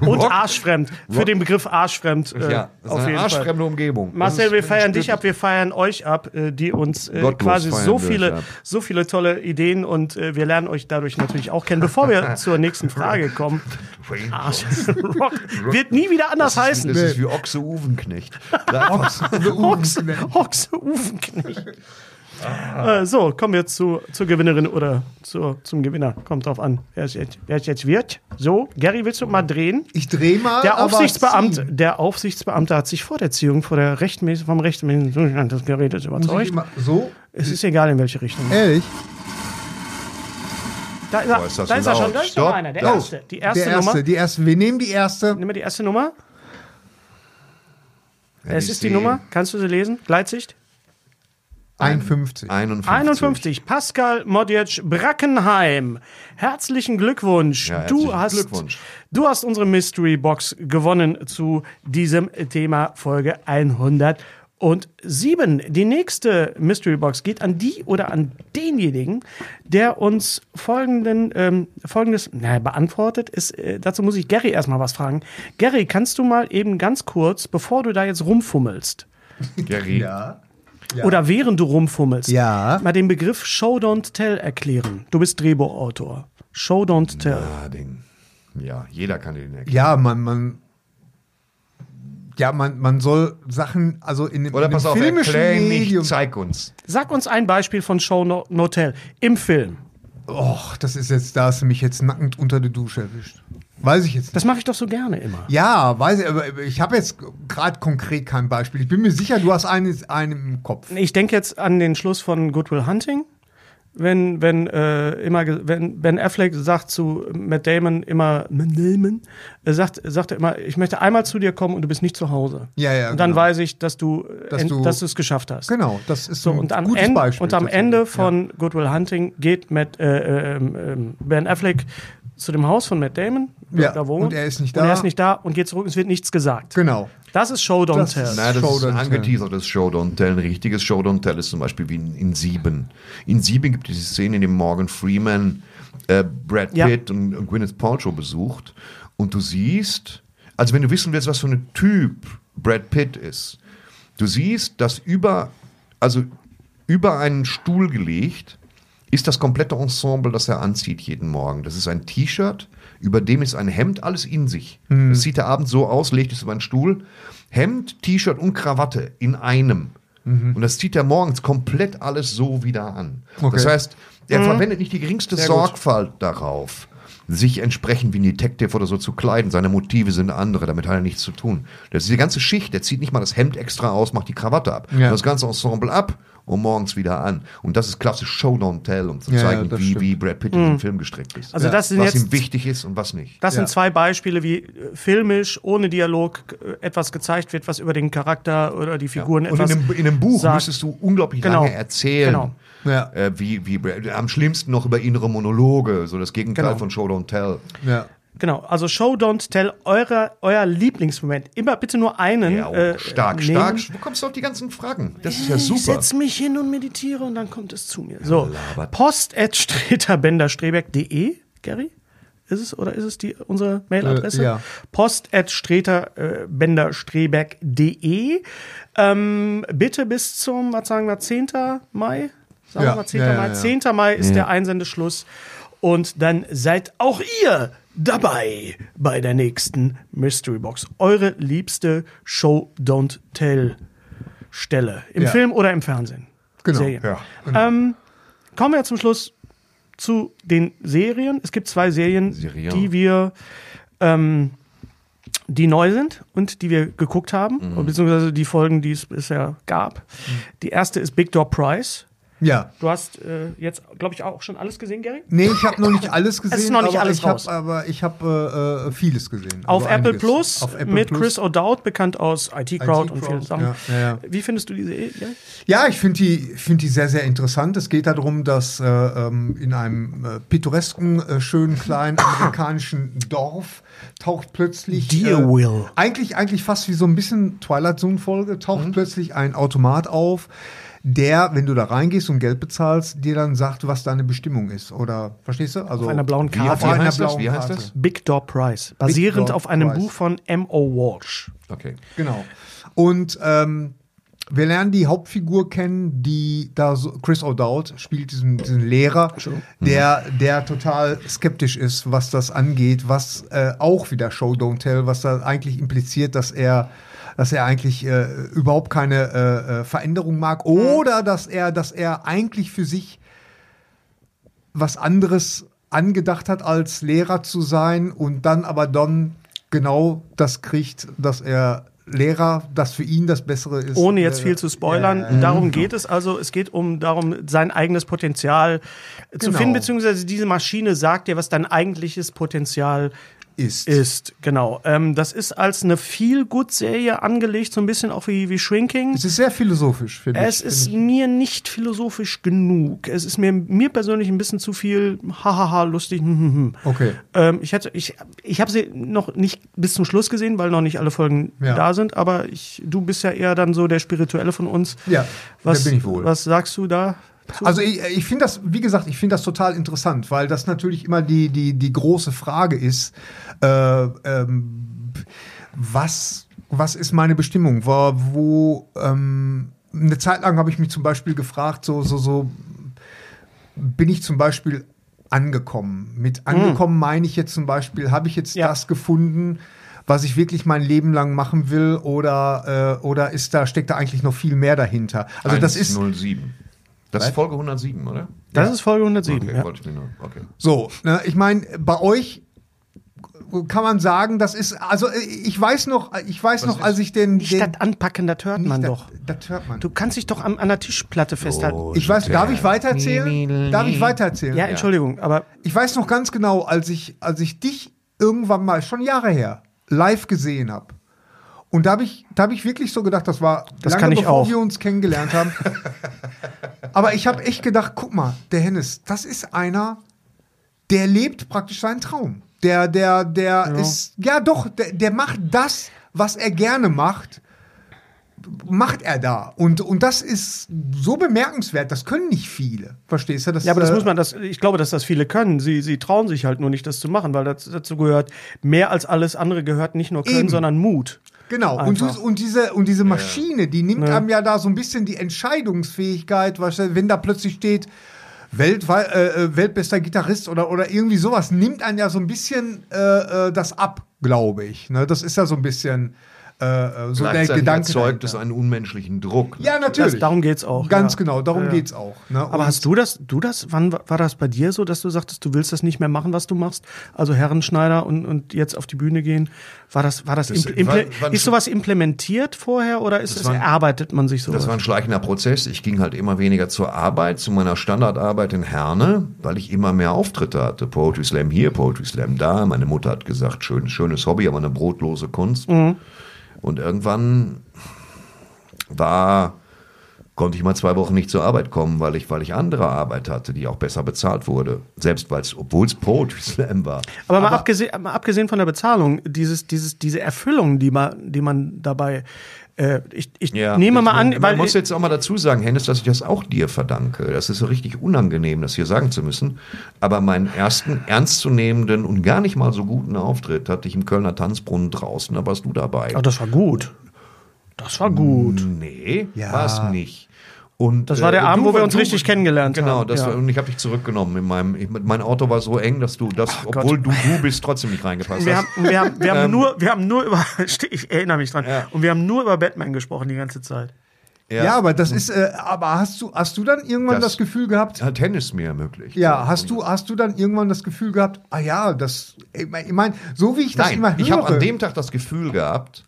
Und
Rock-
arschfremd. Für den Begriff arschfremd. Äh,
ja, das
auf
ist eine
jeden Fall.
arschfremde Umgebung.
Marcel,
Das
wir
ist-
feiern dich ab, wir feiern euch ab, äh, die uns äh,
Gottlos
quasi
feiern
so
wir euch
viele,
ab.
so viele tolle Ideen und äh, wir lernen euch dadurch natürlich auch kennen. Bevor wir zur nächsten Frage kommen,
Dwayne
Arsch, Rock wird nie wieder anders heißen.
Das ist wie Ochse Uvenknecht. Einfach-
Hoxe,
ne?
Hoxe Uvenknecht.
Ah.
Äh, so, kommen wir zu, zur Gewinnerin oder zur, zum Gewinner. Kommt drauf an, wer es jetzt, wer es jetzt wird. So, Gary, willst du mal drehen?
Ich drehe mal.
Der
aber
Aufsichtsbeamte,
ziehen.
der Aufsichtsbeamte hat sich vor der Ziehung vor der rechtmäßigen, vom rechtmäßigen Zustand des Gerätes
Muss ich
überzeugt.
immer, Äh, so?
Es ist egal, in welche Richtung.
Ehrlich?
Da ist er,
Boah, ist das
da ist er
laut.
schon, da ist
Stopp.
noch einer. Der
Oh,
erste, die erste,
der erste,
Nummer.
die erste. Wir nehmen die erste.
Nimm mal die erste Nummer.
Ja,
es ist die Nummer. Kannst du sie lesen? Gleitsicht.
51.
51.
51. Pascal Modjetsch Brackenheim. Herzlichen Glückwunsch.
Ja,
du
herzlichen
hast,
Glückwunsch.
du hast unsere Mystery Box gewonnen zu diesem Thema Folge 107. Die nächste Mystery Box geht an die oder an denjenigen, der uns folgenden, ähm, folgendes na, beantwortet. Ist, äh, dazu muss ich Gary erstmal was fragen. Gary, kannst du mal eben ganz kurz, bevor du da jetzt rumfummelst,
Gary,
Ja.
oder während du rumfummelst,
Ja.
mal den Begriff Show Don't Tell erklären. Du bist Drehbuchautor. Show Don't Tell.
Ah, den. Ja, jeder kann den erklären.
Ja, man, man, ja, man, man soll Sachen, also in dem,
Oder
in dem
pass auf,
filmischen
erklär
Medium.
nicht, zeig uns.
Sag uns ein Beispiel von Show No, no Tell im Film.
Och, das ist jetzt, da hast du mich jetzt nackend unter die Dusche erwischt. Weiß ich jetzt nicht.
Das mache ich doch so gerne immer.
Ja, weiß ich, aber ich habe jetzt gerade konkret kein Beispiel. Ich bin mir sicher, du hast eines, einen im Kopf.
Ich denke jetzt an den Schluss von Goodwill Hunting, wenn wenn äh, immer ge- wenn Ben Affleck sagt zu Matt Damon immer Matt Damon äh, sagt sagt er immer ich möchte einmal zu dir kommen und du bist nicht zu Hause.
Ja, ja,
Und dann
genau.
weiß ich, dass du äh,
Dass
en-
du-
dass du es geschafft hast.
Genau, das ist
So,
Hm,
ein
und am,
gutes
Ende-
Beispiel.
und am
tatsächlich.
Ende von Goodwill Hunting geht Matt, äh, ähm, ähm, Ben Affleck zu dem Haus von Matt Damon, bleibt
Ja,
da wohnt,
und er ist nicht
Und
da.
er ist nicht da und geht zurück und es wird nichts gesagt.
Genau.
Das ist Show Don't
Das
Tell.
ist-
Nein, das
Show
ist
Don't
ein
Tell.
angeteasertes Show Don't Tell. Ein richtiges Show Don't Tell ist zum Beispiel wie in, in Sieben. In Sieben gibt es die Szene, in der Morgan Freeman äh, Brad
Ja.
Pitt und, und Gwyneth Paltrow besucht und du siehst, also wenn du wissen willst, was für ein Typ Brad Pitt ist, du siehst, dass über, also über einen Stuhl gelegt ist das komplette Ensemble, das er anzieht jeden Morgen. Das ist ein T-Shirt, über dem ist ein Hemd, alles in sich. Das sieht er abends so aus, legt es über einen Stuhl. Hemd, T-Shirt und Krawatte in einem. Und das zieht er morgens komplett alles so wieder an. Das heißt,
Mhm.
er verwendet nicht die geringste Sorgfalt darauf, sich entsprechend wie ein Detective oder so zu kleiden. Seine Motive sind andere, damit hat er nichts zu tun. Das ist die ganze Schicht, der zieht nicht mal das Hemd extra aus, macht die Krawatte ab.
Ja.
Das ganze Ensemble ab und morgens wieder an. Und das ist klassisch Show Don't Tell, um zu
Ja, ja,
zeigen,
das
wie,
stimmt.
wie Brad Pitt in diesem Film gestrickt ist.
Also das sind
was
jetzt-
ihm wichtig ist und was nicht.
Das
Ja.
sind zwei Beispiele, wie äh, filmisch ohne Dialog äh, etwas gezeigt wird, was über den Charakter oder die Figuren
Und in
etwas
einem, in einem Buch
sagt.
müsstest du unglaublich
Genau.
lange erzählen.
Genau.
Ja.
Äh, wie, wie, Brad- am schlimmsten noch über innere Monologe, so das Gegenteil
Genau.
von Show Don't Tell.
Ja.
Genau, also Show Don't Tell, eure, euer Lieblingsmoment. Immer bitte nur einen.
Ja, oh,
äh,
stark,
nehmen.
stark. Wo kommst du auf die ganzen Fragen? Das ist ja
Äh,
Ich
super.
setze mich hin und meditiere und dann kommt es zu mir. So, post.streterbänderstreberg.de, Gary? Ist es oder ist es die unsere Mailadresse?
Äh, ja.
Post@streterbänderstreberg.de. Ähm, bitte bis zum, was sagen wir, 10. Mai? Sagen
Ja,
wir mal 10.
ja, ja,
Mai.
ja.
10. Mai ist der Einsendeschluss und dann seid auch ihr dabei bei der nächsten Mystery Box. Eure liebste Show Don't Tell Stelle. Im
Ja.
Film oder im Fernsehen.
Genau.
Serien.
Ja.
Kommen wir zum Schluss zu den Serien. Es gibt zwei Serien,
Serien.
die wir, ähm, die neu sind und die wir geguckt haben, beziehungsweise die Folgen, die es bisher gab. Die erste ist Big Door Price.
ja.
Du hast äh, jetzt, glaube ich, auch schon alles gesehen, Gary?
Nee, ich habe noch nicht alles gesehen.
noch nicht
aber
alles
ich hab,
raus.
Aber ich habe äh, äh, vieles gesehen.
Auf
Also
Apple
einiges.
Plus
Auf Apple
mit
Plus.
Chris O'Dowd, bekannt aus IT Crowd und
Crowd,
vielen Sachen.
ja, ja, ja.
Wie findest du die Serie? Gary?
Ja, ich finde die, ich find die sehr, sehr interessant. Es geht darum, dass äh, ähm, in einem äh, pittoresken, äh, schönen, kleinen amerikanischen Dorf taucht plötzlich.
Deerwill.
Äh, eigentlich, eigentlich fast wie so ein bisschen Twilight Zone-Folge, taucht
Mhm.
plötzlich ein Automat auf, der, wenn du da reingehst und Geld bezahlst, dir dann sagt, was deine Bestimmung ist. Oder, verstehst du? Also,
Auf einer blauen
Wie,
Karte.
wie
einer
heißt das?
blauen
Wie heißt
Karte.
das?
Big Door Price, basierend
Door
auf einem
Price.
Buch von M.O. Walsh.
Okay.
Genau. Und ähm, wir lernen die Hauptfigur kennen, die da so, Chris O'Dowd spielt diesen, diesen Lehrer, der, der total skeptisch ist, was das angeht, was äh, auch wieder Show Don't Tell, was da eigentlich impliziert, dass er dass er eigentlich äh, überhaupt keine äh, äh, Veränderung mag oder dass er dass er eigentlich für sich was anderes angedacht hat, als Lehrer zu sein und dann aber dann genau das kriegt, dass er Lehrer, das für ihn das Bessere ist.
Ohne jetzt
Äh,
viel zu spoilern,
Mhm.
darum geht es also. Es geht um darum, sein eigenes Potenzial zu
Genau.
finden, beziehungsweise diese Maschine sagt dir, was dein eigentliches Potenzial
Ist.
Ist, genau. Ähm, das ist als eine Feel-Good-Serie angelegt, so ein bisschen auch wie, wie Shrinking.
Es ist sehr philosophisch, finde ich.
Es
Finde
ist
ich.
mir nicht philosophisch genug. Es ist mir, mir persönlich ein bisschen zu viel hahaha lustig. Hm, hm, hm.
Okay.
Ähm, ich hätte, ich, ich habe sie noch nicht bis zum Schluss gesehen, weil noch nicht alle Folgen
Ja.
da sind. Aber ich, du bist ja eher dann so der Spirituelle von uns.
Ja,
was,
da bin ich wohl.
Was sagst du da? zu?
Also ich, ich finde das, wie gesagt, ich finde das total interessant, weil das natürlich immer die, die, die große Frage ist, äh, ähm, was, was ist meine Bestimmung? Wo, wo ähm, eine Zeit lang habe ich mich zum Beispiel gefragt, so, so, so, bin ich zum Beispiel angekommen? Mit angekommen meine ich jetzt zum Beispiel, habe ich jetzt
Ja.
das gefunden, was ich wirklich mein Leben lang machen will, oder, äh, oder ist da, steckt da eigentlich noch viel mehr dahinter? Also, das ist
07. Das ist Folge 107, oder?
Das ist Folge 107.
Okay,
ja.
wollte ich mir nur. Okay.
So, ne, ich meine, bei euch kann man sagen, das ist, also äh, ich weiß noch, ich weiß noch, als ich den.
Nicht
den
statt anpacken, das hört man
das-
doch.
Das hört man.
Du kannst dich doch an, an der Tischplatte festhalten.
ich weiß, darf ich weitererzählen? Darf ich weitererzählen?
ja, Entschuldigung, aber
Ich weiß noch ganz genau, als ich, als ich dich irgendwann mal, schon Jahre her, live gesehen habe. Und da habe ich, da hab ich wirklich so gedacht, das war
Das
lange
kann ich
bevor
auch.
wir uns kennengelernt haben. Aber ich habe echt gedacht, guck mal, der Hennes, das ist einer, der lebt praktisch seinen Traum. Der, der, der ist, ja doch, der, der macht das, was er gerne macht, macht er da. Und, und das ist so bemerkenswert, das können nicht viele. Verstehst du?
Ja, aber das
äh,
muss man, das, ich glaube, dass das viele können. Sie, sie trauen sich halt nur nicht, das zu machen, weil das, dazu gehört, mehr als alles andere gehört nicht nur Können,
Eben.
sondern Mut.
Genau, und,
Einfach.
du- und, diese, und diese Maschine, die nimmt einem ja da so ein bisschen die Entscheidungsfähigkeit, was- wenn da plötzlich steht, Weltwei äh, äh, weltbester Gitarrist oder, oder irgendwie sowas, nimmt einem ja so ein bisschen äh, äh, das ab, glaube ich. Ne? Das ist ja so ein bisschen äh, äh, so der
Gleichzeitig
Gedanke.
erzeugt es
dahinter.
einen unmenschlichen Druck. ne?
ja, natürlich.
Das- darum geht's auch,
Ganz
ja.
genau, darum
Ja, ja.
geht's auch. Ne?
Aber hast du das, du das, wann wa- war das bei dir so, dass du sagtest, du willst das nicht mehr machen, was du machst? Also Herrenschneider und, und jetzt auf die Bühne gehen? War das, war das, impl-
wann-
imple-
wann-
ist sowas implementiert vorher oder ist es, erarbeitet man sich sowas?
Das war ein schleichender Prozess. Ich ging halt immer weniger zur Arbeit, zu meiner Standardarbeit in Herne, weil ich immer mehr Auftritte hatte. Poetry Slam hier, Poetry Slam da. Meine Mutter hat gesagt, schön, schönes Hobby, aber eine brotlose Kunst. Und irgendwann war, konnte ich mal zwei Wochen nicht zur Arbeit kommen, weil ich, weil ich andere Arbeit hatte, die auch besser bezahlt wurde. Selbst weil es, obwohl es Poetry Slam war.
aber mal, abgesehen, mal abgesehen von der Bezahlung, dieses, dieses, diese Erfüllung, die man, die man dabei, äh, ich, ich nehme
das-
mal an,
man,
weil
man muss jetzt auch mal dazu sagen, Hennes, dass ich das auch dir verdanke. Das ist so richtig unangenehm, das hier sagen zu müssen. Aber meinen ersten ernstzunehmenden und gar nicht mal so guten Auftritt hatte ich im Kölner Tanzbrunnen draußen. Da warst du dabei.
Ah, das war gut. Das war gut.
Hm. nee, war es nicht. Und,
Das war der
und
Abend,
du-
wo wir uns
du-
richtig kennengelernt
Genau,
haben,
das
ja.
war, und ich habe dich zurückgenommen. In meinem, ich, mein Auto war so eng, dass du, dass, obwohl du du bist, trotzdem nicht reingepasst
Wir
hast.
haben, wir haben, wir
Ähm.
haben nur, wir haben nur über, ich erinnere mich dran, und wir haben nur über Batman gesprochen die ganze Zeit.
ja. aber
Mhm.
das ist, äh, aber hast du, hast du dann irgendwann
Das-
das Gefühl gehabt,
Hat Hennes mir ermöglicht.
Ja, hast du, hast du dann irgendwann das Gefühl gehabt, ah ja, das, ich mein- ich meine, so wie ich das immer
Nein,
höre.
ich habe an dem Tag das Gefühl gehabt,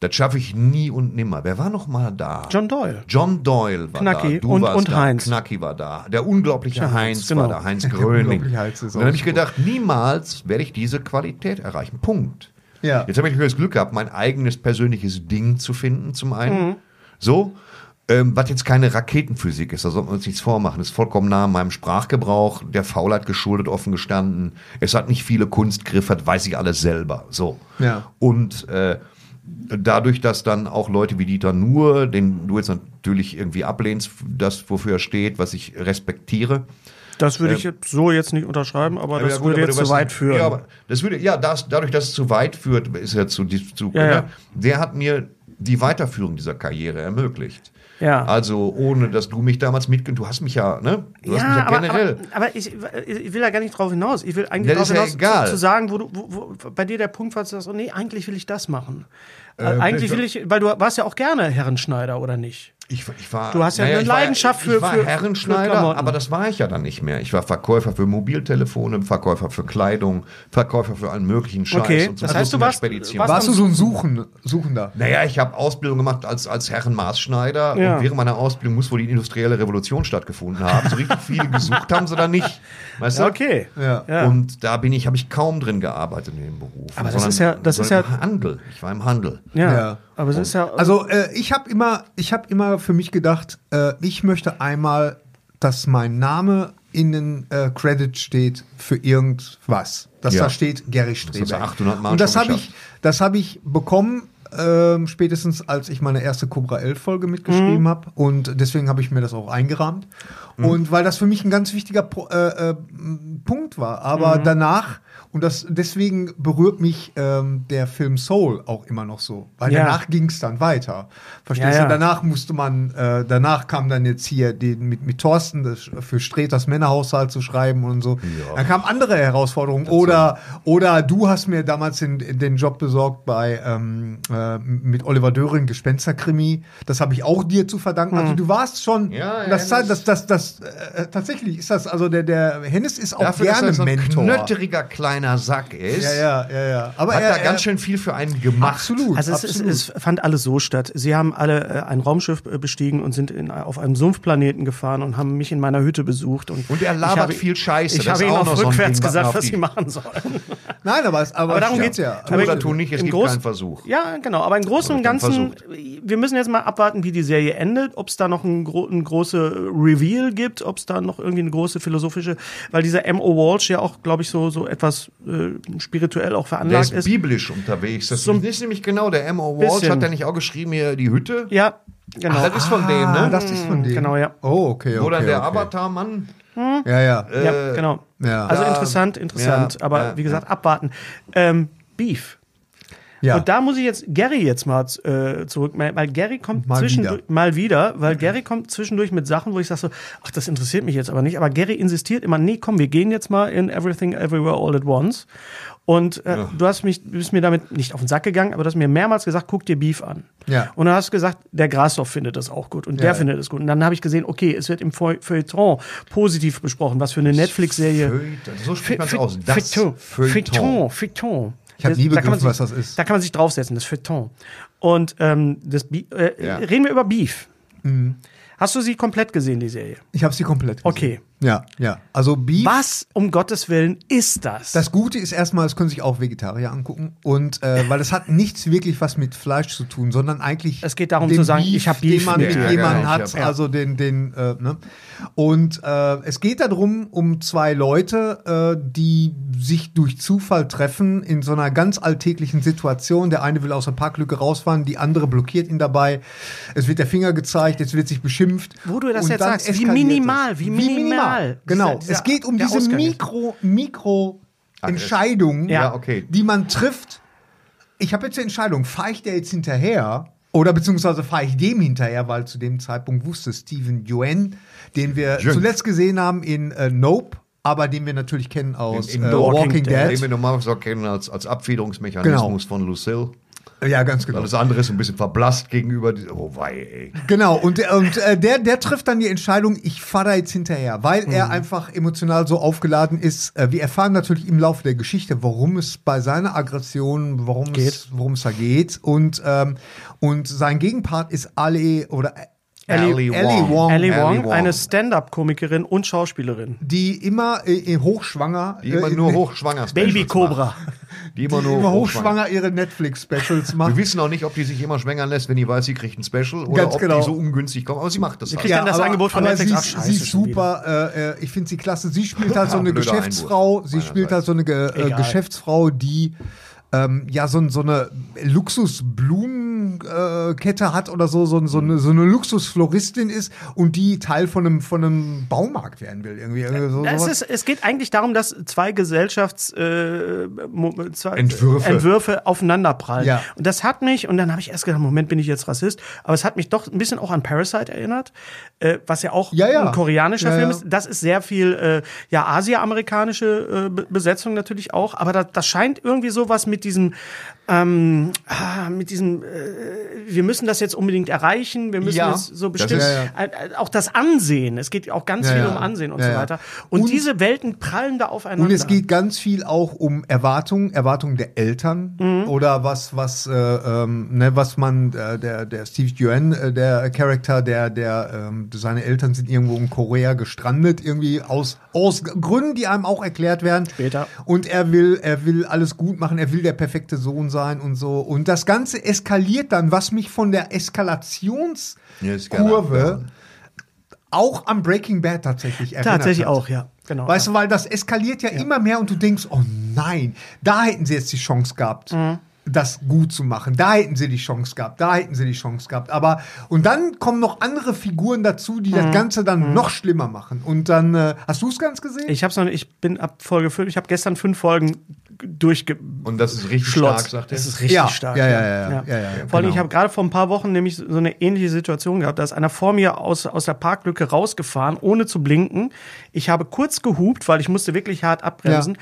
das schaffe ich nie und nimmer. Wer war noch mal da?
John Doyle.
John Doyle war
Knacki
da. Du
und-
warst
und
da.
Heinz.
Knacki war da. Der unglaubliche
Ja, Heinz,
Heinz
genau.
war da. Heinz Gröning.
unglaubliche Heinz ist
Und
auch
dann habe ich
so gut.
gedacht, niemals werde ich diese Qualität erreichen. Punkt.
Ja.
Jetzt habe ich natürlich das Glück gehabt, mein eigenes persönliches Ding zu finden, zum einen. So. Ähm, was jetzt keine Raketenphysik ist, da sollten wir uns nichts vormachen. Ist vollkommen nah meinem Sprachgebrauch, der Faulheit geschuldet, offen gestanden. Es hat nicht viele Kunstgriffe, das weiß ich alles selber. So.
Ja.
Und äh, dadurch, dass dann auch Leute wie Dieter Nuhr, den du jetzt natürlich irgendwie ablehnst, das wofür er steht, was ich respektiere.
Das würde ich jetzt so jetzt nicht unterschreiben, aber das
Ähm, Ja, gut,
würde
aber
jetzt
du
zu
weißt-
weit führen.
Ja, aber das würde, ja das, dadurch, dass es zu weit führt, ist er zu, die- zu ne,
Ja, ja.
der hat mir die Weiterführung dieser Karriere ermöglicht.
Ja.
Also ohne, dass du mich damals mitgenommen, du hast mich ja, ne? Du hast mich ja
aber,
generell.
aber, aber ich, ich will da gar nicht drauf hinaus. Ich will eigentlich
Das
drauf
ist ja
hinaus
egal.
Zu, zu sagen, wo du, wo, wo, bei dir der Punkt war, dass du sagst, oh nee, eigentlich will ich das machen. Äh, eigentlich will ich, weil du warst ja auch gerne Herrenschneider, oder nicht?
Ich, war- ich war,
Du hast ja eine
ich war-
Leidenschaft für-
ich war
für- für
Herrenschneider,
Klamotten.
aber das war ich ja dann nicht mehr. Ich war Verkäufer für Mobiltelefone, Verkäufer für Kleidung, Verkäufer für allen möglichen Scheiß.
Okay,
und
das heißt, du warst-
Spedition.
warst-
Warst du so ein Suchen, Suchender?
Naja, ich habe Ausbildung gemacht als, als Herrenmaßschneider
Ja.
und während meiner Ausbildung muss wohl die industrielle Revolution stattgefunden haben. So richtig viele gesucht haben sie da nicht. Weißt du?
Okay.
Ja.
Ja.
Und da bin ich, habe ich kaum drin gearbeitet in dem Beruf.
Aber das ist ja- das ist
sondern
ja-
im Handel. Ich war im Handel.
Ja.
Ja.
Aber es ist ja.
Also äh, ich habe immer, ich habe immer für mich gedacht, äh, ich möchte einmal, dass mein Name in den äh, Credit steht für irgendwas. Dass
Ja.
da steht Gary
hast du
Streber.
800 Mal
Und das
schon
habe ich, das habe ich bekommen. ähm, spätestens als ich meine erste Cobra 11 Folge
Mhm.
mitgeschrieben habe und deswegen habe ich mir das auch
Mhm.
eingerahmt und weil das für mich ein ganz wichtiger Pro äh, äh, Punkt war, aber danach Und das, deswegen berührt mich ähm, der Film Soul auch immer noch so. Weil
Ja.
danach ging es dann weiter. Verstehst
Ja,
du?
ja.
Danach musste man, äh, danach kam dann jetzt hier die, mit, mit Thorsten das, für Streters Männerhaushalt zu schreiben und so. Dann kamen andere Herausforderungen. Oder, oder du hast mir damals den, den Job besorgt bei ähm, äh, mit Oliver Döring Gespensterkrimi. Das habe ich auch dir zu verdanken.
Mhm.
Also du warst schon.
Ja,
das,
Hennes.
zeigt, das, das, das, äh, tatsächlich ist das, also der, der Hennes ist auch
Dafür, dass
gerne
er so ein
Mentor.
knötteriger kleiner Sack ist,
Ja, ja, ja, ja. Aber
hat
er,
da ganz schön viel für einen gemacht.
Absolut.
Also es, es,
absolut.
es fand alles so statt. Sie haben alle äh, ein Raumschiff äh, bestiegen und sind in, auf einem Sumpfplaneten gefahren und haben mich in meiner Hütte besucht. Und,
Und er
ich
labert
habe-
viel Scheiße.
Ich
Das
habe
ist
ihnen
auch
auch
noch so ein
rückwärts
Ding, was man
gesagt,
auf
was
die-
sie machen sollen.
Nein, aber, es, aber,
Aber darum
es
geht's
stimmt
ja.
Tu oder tu nicht, es
im
gibt
Großen-
keinen Versuch.
Ja, genau. Aber im Großen und
dann
Ganzen, wir müssen jetzt mal abwarten, wie die Serie endet, ob es da noch ein, gro ein große Reveal gibt, ob es da noch irgendwie eine große philosophische, weil dieser M.O. Walsh ja auch, glaube ich, so, so etwas äh, spirituell auch
Der
veranlagt
ist,
ist.
biblisch unterwegs. Das
So ein
ist nämlich genau der M.O. Walsh.
bisschen.
Hat der nicht auch geschrieben, hier die Hütte?
Ja, genau.
Das ist von dem,
Ah,
ne?
das ist von dem.
Genau, ja.
Oh, okay, okay.
Oder der
okay.
Avatar-Mann.
Ja, ja.
ja, genau.
ja.
Also
äh, Ja,
interessant, interessant.
ja,
aber
ja,
wie gesagt, abwarten. Ähm, Beef.
ja.
Und da muss ich jetzt Gary jetzt mal äh, zurück, weil Gary kommt
Mal
zwischendurch
wieder.
mal wieder, weil Gary kommt zwischendurch mit Sachen, wo ich sage so, ach, das interessiert mich jetzt aber nicht. Aber Gary insistiert immer, nee, komm, wir gehen jetzt mal in Everything Everywhere All at Once. Und äh, du hast mich, bist mir damit nicht auf den Sack gegangen, aber du hast mir mehrmals gesagt, guck dir Beef an.
Ja.
Und dann hast du gesagt, der Grashoff findet das auch gut und der
ja.
findet es gut. Und dann habe ich gesehen, okay, es wird im Feu Feuilleton positiv besprochen, was für eine Netflix-Serie.
Feuilleton. So spricht man es aus. Das
Feuilleton. Feuilleton.
Feuilleton.
Feuilleton.
Ich hab
Das-
nie
da kann man
begriffen,
sich-
was das ist.
Da kann man sich draufsetzen, das Feuilleton. Und ähm, das Bi äh,
Ja.
reden wir über Beef.
Mhm.
Hast du sie komplett gesehen, die Serie?
ich habe sie komplett. Gesehen.
Okay.
Ja, ja. Also Beef.
Was um Gottes Willen ist das?
Das Gute ist erstmal, es können sich auch Vegetarier angucken und äh, weil das hat nichts wirklich was mit Fleisch zu tun, sondern eigentlich
Es geht darum
den
zu sagen, ich hab Beef
den man
mit
mit
dir.
jemandem
Ja,
hat,
ich hab-
also den den äh, ne? und äh, es geht darum um zwei Leute, äh, die sich durch Zufall treffen in so einer ganz alltäglichen Situation. Der eine will aus der Parklücke rausfahren, die andere blockiert ihn dabei. Es wird der Finger gezeigt, es wird sich beschimpft.
Wo du das
Und
jetzt
dann
sagst, wie
eskaliert
minimal,
es.
wie minimal.
Genau,
Dieser- dieser-
es geht um
der
diese
Ausgang jetzt.
Mikro Mikro Entscheidungen,
Ja.
Ja, okay.
die man trifft. Ich habe jetzt die Entscheidung, fahre ich der jetzt hinterher oder beziehungsweise fahre ich dem hinterher, weil zu dem Zeitpunkt wusste Steven Yuen, den wir
Yeun.
zuletzt gesehen haben in äh, Nope, aber den wir natürlich kennen aus
In- in
äh,
The
Walking,
Walking
Dead.
Den wir normalerweise auch kennen als, als Abfederungsmechanismus von Lucille.
Ja, ganz genau.
Alles andere ist ein bisschen verblasst gegenüber. die- Oh, wei, ey.
Genau, und, der- und äh, der, der trifft dann die Entscheidung, ich fahre da jetzt hinterher, weil er
Mhm.
einfach emotional so aufgeladen ist. Äh, wir erfahren natürlich im Laufe der Geschichte, worum es bei seiner Aggression, worum, es, worum es da geht. Und, ähm, und sein Gegenpart ist Ali oder
Ellie Wong.
Ali
Ali
Wong,
Wong.
eine Stand-up-Komikerin und Schauspielerin.
die immer äh, hochschwanger,
Die immer
äh,
nur
ne-
hochschwanger Specials
Baby Cobra.
macht. Die
die
immer nur
immer
hochschwanger.
hochschwanger ihre Netflix-Specials
Wir
macht.
wissen auch nicht, ob die sich immer schwängern lässt, wenn die weiß, sie kriegt ein Special oder
Ganz
ob
genau.
die so ungünstig kommt. Aber sie macht das halt.
kriegt dann das Angebot von
aber
Netflix.
Sie,
Ach,
ist-
scheiße,
sie ist
schon
super. Äh, äh, ich finde sie klasse. Sie spielt halt so
Ja,
eine
blöder
Geschäftsfrau.
Einwurf
sie spielt halt so eine Ge äh,
Egal.
Geschäftsfrau, die ähm, ja so, ein- so eine Luxusblumenkette äh, Kette hat oder so, so, so eine, so eine Luxusfloristin ist und die Teil von einem, von einem Baumarkt werden will. Irgendwie, irgendwie so,
Es,
sowas.
ist, es geht eigentlich darum, dass zwei Gesellschafts äh, Mo- zwei
Entwürfe.
Entwürfe aufeinanderprallen.
Ja.
Und das hat mich, und dann habe ich erst gedacht, Moment, bin ich jetzt Rassist, aber es hat mich doch ein bisschen auch an Parasite erinnert, äh, was ja auch
Ja, ja.
ein koreanischer
Ja,
Film
ja.
ist. Das ist sehr viel äh, ja asiamerikanische äh, Be- Besetzung natürlich auch, aber da, das scheint irgendwie sowas mit diesem ähm, ah, mit diesem äh, wir müssen das jetzt unbedingt erreichen, wir müssen
Ja.
es so
Das
bestimmt
ist-
Äh, äh, auch das Ansehen, es geht auch ganz
Ja,
viel
ja.
um Ansehen und
Ja,
so
ja.
weiter. Und,
Und-
diese Welten prallen da aufeinander.
Und es geht ganz viel auch um Erwartungen, Erwartungen der Eltern
Mhm.
oder was, was, äh, ähm, ne, was man, äh, der, der Steve Yuen, äh, der Charakter, der, der, ähm, seine Eltern sind irgendwo in Korea gestrandet, irgendwie aus, aus Gründen, die einem auch erklärt werden.
Später.
Und er will, er will alles gut machen, er will der perfekte Sohn sein und so. Und das Ganze eskaliert dann, was mich von der Eskalationskurve auch am Breaking Bad tatsächlich erinnert
tatsächlich
hat.
auch, ja. Genau.
Weißt
ja. Mhm.
du, weil das eskaliert ja, immer mehr und du denkst, oh nein, da hätten sie jetzt die Chance gehabt. das gut zu machen. Da hätten sie die Chance gehabt, da hätten sie die Chance gehabt. Aber und dann kommen noch andere Figuren dazu, die
Mhm.
das Ganze dann noch schlimmer machen. Und dann äh, hast du es ganz gesehen?
Ich hab's noch nicht, ich bin ab Folge 5, ich habe gestern fünf Folgen durchge
Und das ist richtig
Schlotz.
stark, sagt er.
Das ist richtig
Ja,
stark.
ja, ja, ja, ja, ja, genau. ja,
Vor allem, ich habe gerade vor ein paar Wochen nämlich so eine ähnliche Situation gehabt. Da ist einer vor mir aus, aus der Parklücke rausgefahren, ohne zu blinken. Ich habe kurz gehupt, weil ich musste wirklich hart abbremsen.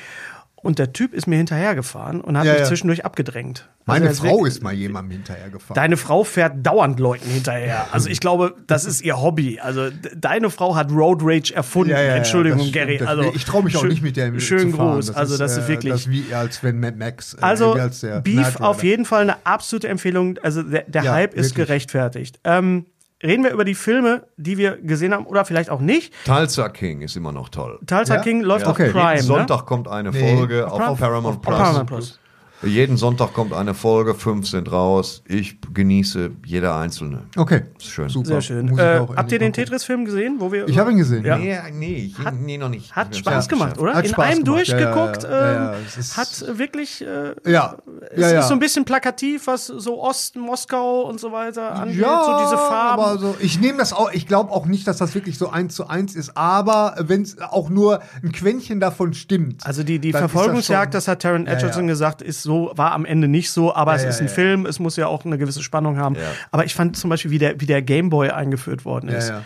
Und der Typ ist mir hinterhergefahren und hat
Ja,
mich
ja.
zwischendurch abgedrängt.
Meine
Also,
Frau ist mal jemandem hinterhergefahren.
Deine Frau fährt dauernd Leuten hinterher. Also ich glaube, das ist ihr Hobby. Also d- deine Frau hat Road Rage erfunden. Entschuldigung,
das stimmt,
Gary.
das-
also
ich traue mich auch
schön-
nicht mit der
Schönen
zu fahren.
Gruß. also das ist
äh,
wirklich.
Das ist wie als wenn Mad Max. äh,
Also
wie als der Knight
Beef
Rider.
auf jeden Fall eine absolute Empfehlung. Also der, der
Ja,
Hype ist
wirklich.
gerechtfertigt. Ähm, reden wir über die Filme, die wir gesehen haben oder vielleicht auch nicht.
Tulsa King ist immer noch toll.
Tulsa
Ja?
King läuft
Ja.
auf
Okay.
Prime. ne?
Jeden Sonntag kommt eine
Nee.
Folge
Auf
auf,
Prime-
Paramount,
auf
Plus.
Paramount Plus.
Jeden Sonntag kommt eine Folge, fünf sind raus. Ich genieße jede einzelne.
Okay,
Ist schön.
Super.
Sehr schön.
Muss ich
Äh,
auch
habt ihr den
endlich mal
Tetris-Film gesehen? Wo wir
gucken. Ich habe ihn gesehen.
Ja.
Nee, nee, ich, nee, noch nicht.
Hat
Ich hab's
Spaß
nicht
gemacht,
geschafft.
oder?
Hat
In
Spaß
einem
gemacht, ja, ja,
durchgeguckt.
ja, ja,
ähm,
es ist-
hat wirklich. Äh,
Ja,
Es
ja, ja.
ist so ein bisschen plakativ, was so Osten, Moskau und so weiter angeht. so diese Farben.
aber so, ich nehme das auch, ich glaube auch nicht, dass das wirklich so eins zu eins ist, aber wenn es auch nur ein Quäntchen davon stimmt.
Also die, die
dann ist das
Verfolgungsjagd,
schon-
das, hat Taron
Ja, ja.
Edgerton gesagt, ist so, war am Ende nicht so, aber es
ja,
ist ein
ja.
Film, es muss ja auch eine gewisse Spannung haben. Aber ich fand zum Beispiel, wie der, wie der Gameboy eingeführt worden ist.
ja.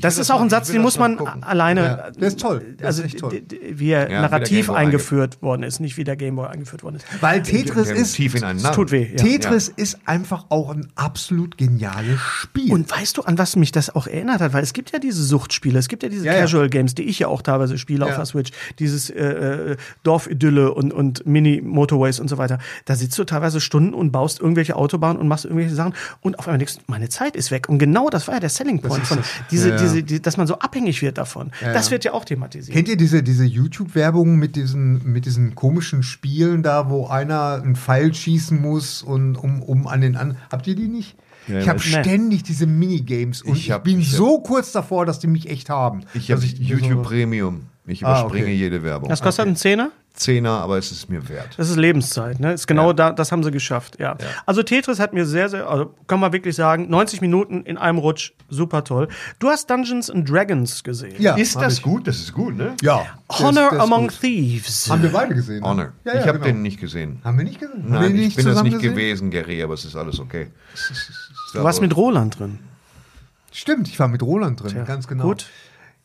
Das
will
ist
das
auch ein
mal-
Satz,
ich will
den
das
muss
mal
man
gucken.
alleine.
Ja, der ist toll. Der
also
ist echt toll.
d- d- wie er
der
narrativ
Gameboy
eingeführt worden ist, nicht wie der Gameboy eingeführt worden ist.
Weil Tetris
Der
ist,
tief in einen Narren.
tut weh. Ja.
Tetris ist einfach auch ein absolut geniales Spiel.
Und weißt du, an was mich das auch erinnert hat? Weil es gibt ja diese Suchtspiele, es gibt ja diese
Ja, ja.
Casual Games, die ich ja auch teilweise spiele auf
Ja.
der Switch. Dieses äh, äh, Dorfidylle und, und Mini-Motorways und so weiter. Da sitzt du teilweise Stunden und baust irgendwelche Autobahnen und machst irgendwelche Sachen und auf einmal denkst du, meine Zeit ist weg. Und genau das war ja der Selling Point von diese,
Ja, ja.
diese, die, dass man so abhängig wird davon. Das wird ja auch thematisiert.
Kennt ihr diese, diese YouTube-Werbung mit diesen, mit diesen komischen Spielen da, wo einer einen Pfeil schießen muss und um, um an den anderen. Habt ihr die nicht? ich habe
weiß nicht.
ständig diese Minigames und ich,
Ich hab-
bin
ich hab-
so kurz davor, dass die mich echt haben.
Ich habe
Dass
YouTube Premium. Ich
Ah,
überspringe
okay.
jede Werbung.
Das kostet einen Zehner?
Zehner, aber es ist mir wert.
Das ist Lebenszeit, ne? Ist genau da, das haben sie geschafft, ja. Also Tetris hat mir sehr, sehr, also kann man wirklich sagen, 90 Minuten in einem Rutsch, super toll. Du hast Dungeons and Dragons gesehen.
Ja,
ist
hab
das
ich.
gut? Das ist gut, ne?
Ja.
Honor
Der ist- der ist
Among
gut.
Thieves.
Haben wir beide gesehen. ne?
Honor.
Ja, ja,
ich habe
genau.
den nicht gesehen.
Haben wir nicht gesehen? Haben wir
Nein,
den
ich bin das
zusammen
nicht
gesehen?
gewesen, Gary, aber es ist alles okay.
Du warst mit Roland drin.
Stimmt, ich war mit Roland drin,
Ja,
ganz genau.
Gut.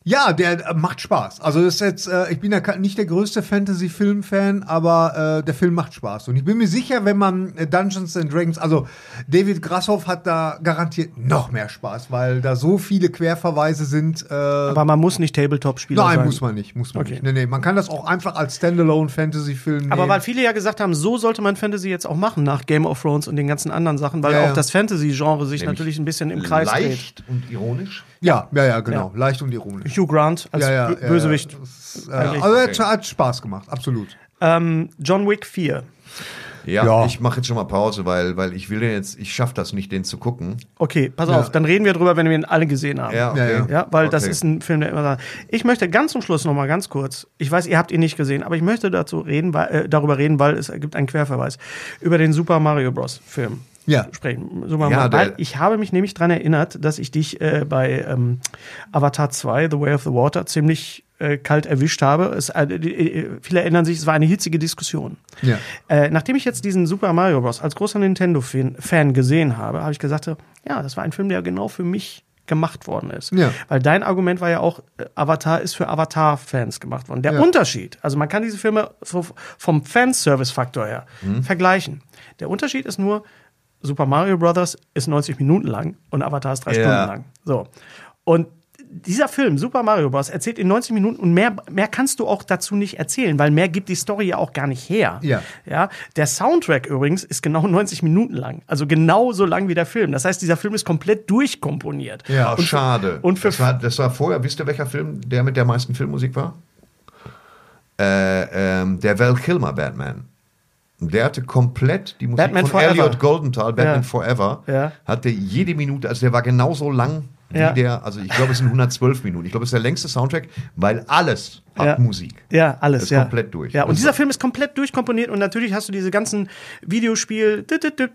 Ja, der äh, macht Spaß. Also das ist jetzt, äh, ich bin ja ka- nicht der größte Fantasy-Film-Fan, aber äh, der Film macht Spaß. Und ich bin mir sicher, wenn man äh, Dungeons and Dragons, also David Grashoff hat da garantiert noch mehr Spaß, weil da so viele Querverweise sind. Äh,
Aber man muss nicht Tabletop-Spieler sein.
nein, muss man nicht, muss man
Okay.
nicht. Nee, nee, man kann das auch einfach als Standalone-Fantasy-Film nehmen.
Aber weil viele ja gesagt haben, so sollte man Fantasy jetzt auch machen nach Game of Thrones und den ganzen anderen Sachen, weil
Ja, ja.
auch das Fantasy-Genre sich natürlich ein bisschen im Kreis dreht.
Leicht und ironisch.
ja, ja, ja, genau. Leicht und ironisch.
Hugh Grant als
Ja, ja,
Bö-
ja, ja.
Bösewicht.
Äh, also hat, hat Spaß gemacht, absolut.
Ähm, John Wick 4.
Ja,
Ja.
ich mache jetzt schon mal Pause, weil, weil ich will den jetzt, ich schaffe das nicht, den zu gucken.
Okay, pass auf, dann reden wir drüber, wenn wir ihn alle gesehen haben.
Ja, okay.
Ja, ja.
Ja, weil das
Okay.
ist ein Film, der immer da. Ich möchte ganz zum Schluss noch mal ganz kurz. Ich weiß, ihr habt ihn nicht gesehen, aber ich möchte dazu reden, weil, äh, darüber reden, weil es gibt einen Querverweis über den Super Mario Bros. Film.
Ja.
Sprechen. Super
Ja,
Mario.
der-
Weil ich habe mich nämlich daran erinnert, dass ich dich äh, bei ähm, Avatar 2, The Way of the Water, ziemlich äh, kalt erwischt habe. Es, äh, die- äh, viele erinnern sich, es war eine hitzige Diskussion.
Ja.
Äh, nachdem ich jetzt diesen Super Mario Bros. als großer Nintendo-Fan Fan gesehen habe, habe ich gesagt, so, ja, das war ein Film, der genau für mich gemacht worden ist.
Ja.
Weil dein Argument war ja auch, äh, Avatar ist für Avatar-Fans gemacht worden. Der Unterschied, also man kann diese Filme so vom Fanservice-Faktor her vergleichen. Der Unterschied ist nur, Super Mario Bros. ist 90 Minuten lang und Avatar ist drei
Ja.
Stunden lang. So. Und dieser Film, Super Mario Bros., erzählt in 90 Minuten und mehr, mehr kannst du auch dazu nicht erzählen, weil mehr gibt die Story ja auch gar nicht her.
Ja.
ja. Der Soundtrack übrigens ist genau 90 Minuten lang. Also genau so lang wie der Film. Das heißt, dieser Film ist komplett durchkomponiert.
Ja, Ah, schade.
und für-
das, war, das war vorher, wisst ihr, welcher Film der mit der meisten Filmmusik war? Äh, ähm, der Val Kilmer Batman. Der hatte komplett die Musik
Batman
von
Forever.
Elliot Goldenthal, Batman
Ja.
Forever,
Ja.
hatte jede Minute, also der war genauso lang wie
Ja.
der, also ich glaube, es sind 112 Minuten. Ich glaube, es ist der längste Soundtrack, weil alles hat
Ja.
Musik.
Ja, alles,
Ist
ja.
komplett durch.
Ja, und
Also-
dieser Film ist komplett durchkomponiert und natürlich hast du diese ganzen Videospiel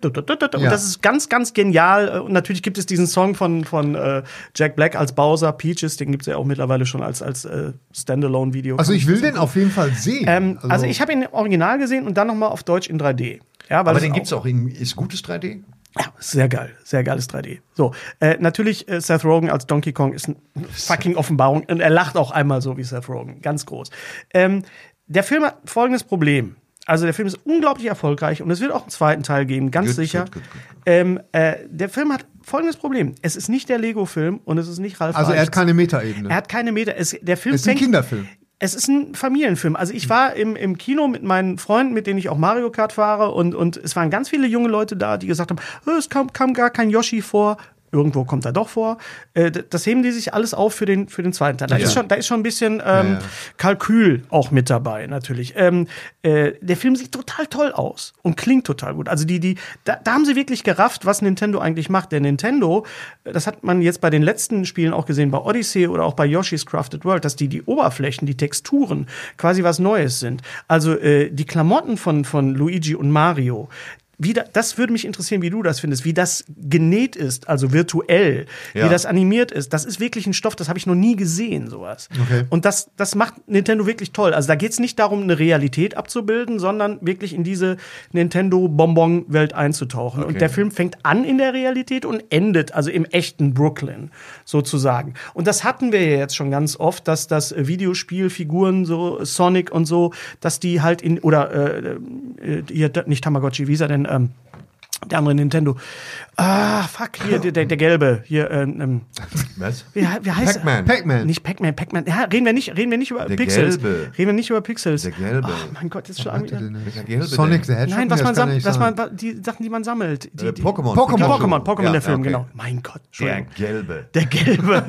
und
Ja.
das ist ganz, ganz genial. Und natürlich gibt es diesen Song von, von äh, Jack Black als Bowser, Peaches, den gibt es ja auch mittlerweile schon als, als äh, Standalone-Video.
Also ich will den auf jeden Fall sehen.
Ähm, also, ich habe ihn im Original gesehen und dann nochmal auf Deutsch in 3D. Ja, weil
Aber
das
den
auch-
gibt es auch in, ist gutes 3D?
Ja, sehr geil, sehr geiles 3D. So, äh, natürlich äh, Seth Rogen als Donkey Kong ist eine fucking Offenbarung und er lacht auch einmal so wie Seth Rogen, ganz groß. Ähm, der Film hat folgendes Problem. Also der Film ist unglaublich erfolgreich und es wird auch einen zweiten Teil geben, ganz
Gut,
sicher.
gut, gut, gut.
Ähm, äh, der Film hat folgendes Problem. Es ist nicht der Lego-Film und es ist nicht Ralf
also er hat
Reichts.
keine Metaebene.
Er hat keine Meter. Es, der Film
Es ist ein
fängt-
Kinderfilm.
Es ist ein Familienfilm. Also ich war im, im Kino mit meinen Freunden, mit denen ich auch Mario Kart fahre und, und es waren ganz viele junge Leute da, die gesagt haben, "Äh, es kam, kam gar kein Yoshi vor. Irgendwo kommt er doch vor. Äh, d- Das heben die sich alles auf für den, für den zweiten Teil. Da, ist, schon, da ist schon ein bisschen ähm, Kalkül auch mit dabei, natürlich. Ähm, äh, der Film sieht total toll aus und klingt total gut. Also die, die, da, da haben sie wirklich gerafft, was Nintendo eigentlich macht. Der Nintendo, äh, das hat man jetzt bei den letzten Spielen auch gesehen, bei Odyssey oder auch bei Yoshi's Crafted World, dass die die Oberflächen, die Texturen quasi was Neues sind. Also äh, die Klamotten von, von Luigi und Mario. Wie da, das würde mich interessieren, wie du das findest, wie das genäht ist, also virtuell,
Ja.
wie das animiert ist. Das ist wirklich ein Stoff, das habe ich noch nie gesehen, sowas. Und das, das macht Nintendo wirklich toll. Also da geht es nicht darum, eine Realität abzubilden, sondern wirklich in diese Nintendo-Bonbon-Welt einzutauchen. Und der Film fängt an in der Realität und endet, also im echten Brooklyn sozusagen. Und das hatten wir ja jetzt schon ganz oft, dass das Videospielfiguren, so Sonic und so, dass die halt in, oder äh, äh, hier, nicht Tamagotchi, wie ist er denn? Ähm, der andere Nintendo. Ah, fuck, hier, der, der, der gelbe. Hier, ähm, ähm,
Was?
wie, he- wie heißt
Pac-Man.
Pac-Man.
Nicht Pac-Man, Pac-Man. Ja, reden wir nicht, reden wir nicht über
Der
Pixels.
Gelbe.
Reden wir nicht über Pixels.
Der Gelbe.
Oh, mein Gott, jetzt schon wieder.
Welcher gelbe
ne? Sonic the
denn?
Hedgehog.
Nein, was
das
man
kann
sammelt,
nicht
was
sein.
man, die Sachen, die man sammelt. Die,
Äh,
die,
Pokémon.
Die
Pokémon.
Pokémon, Pokémon,
Ja,
der Film,
okay.
genau. Mein Gott,
Der
Entschuldigung.
gelbe.
Der Gelbe.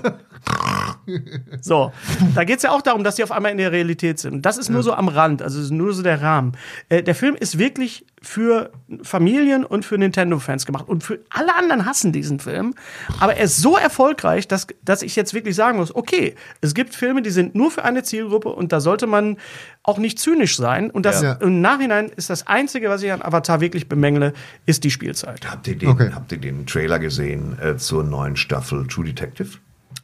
So, da geht es ja auch darum, dass die auf einmal in der Realität sind. Und Das ist nur so am Rand, also es ist nur so der Rahmen. Äh, der Film ist wirklich für Familien und für Nintendo-Fans gemacht. Und für alle anderen hassen diesen Film. Aber er ist so erfolgreich, dass, dass ich jetzt wirklich sagen muss, okay, es gibt Filme, die sind nur für eine Zielgruppe und da sollte man auch nicht zynisch sein. Und das
Ja.
im Nachhinein ist das Einzige, was ich an Avatar wirklich bemängle, ist die Spielzeit.
Habt ihr den,
Okay.
habt ihr den Trailer gesehen äh, zur neuen Staffel True Detective?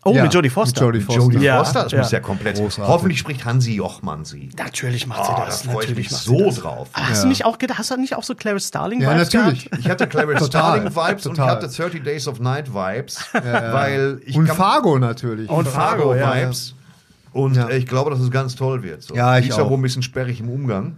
Oh,
Ja,
mit Jodie Foster.
mit Jodie
Mit
Foster.
Jodie
Ja,
Foster? Das
ja.
muss ja komplett.
Großartig.
Hoffentlich spricht Hansi Jochmann sie.
Natürlich macht sie
Oh, da
das.
freue ich
Natürlich
mich
macht
so
sie das. Ah.
drauf.
Aber hast du nicht auch gedacht, hast du nicht auch so Clarice Starling
Ja,
Vibes
natürlich.
gehabt?
Ich hatte Clarence
Total.
Starling Vibes und ich
Total.
hatte 30 Days of Night Vibes, weil ich
Und
kann-
Fargo natürlich.
und
Fargo,
Fargo
ja,
Vibes. Und
Ja.
äh, ich glaube, dass es ganz toll wird. So.
Ja, ich
die ist ja
auch.
wohl ein bisschen sperrig im Umgang.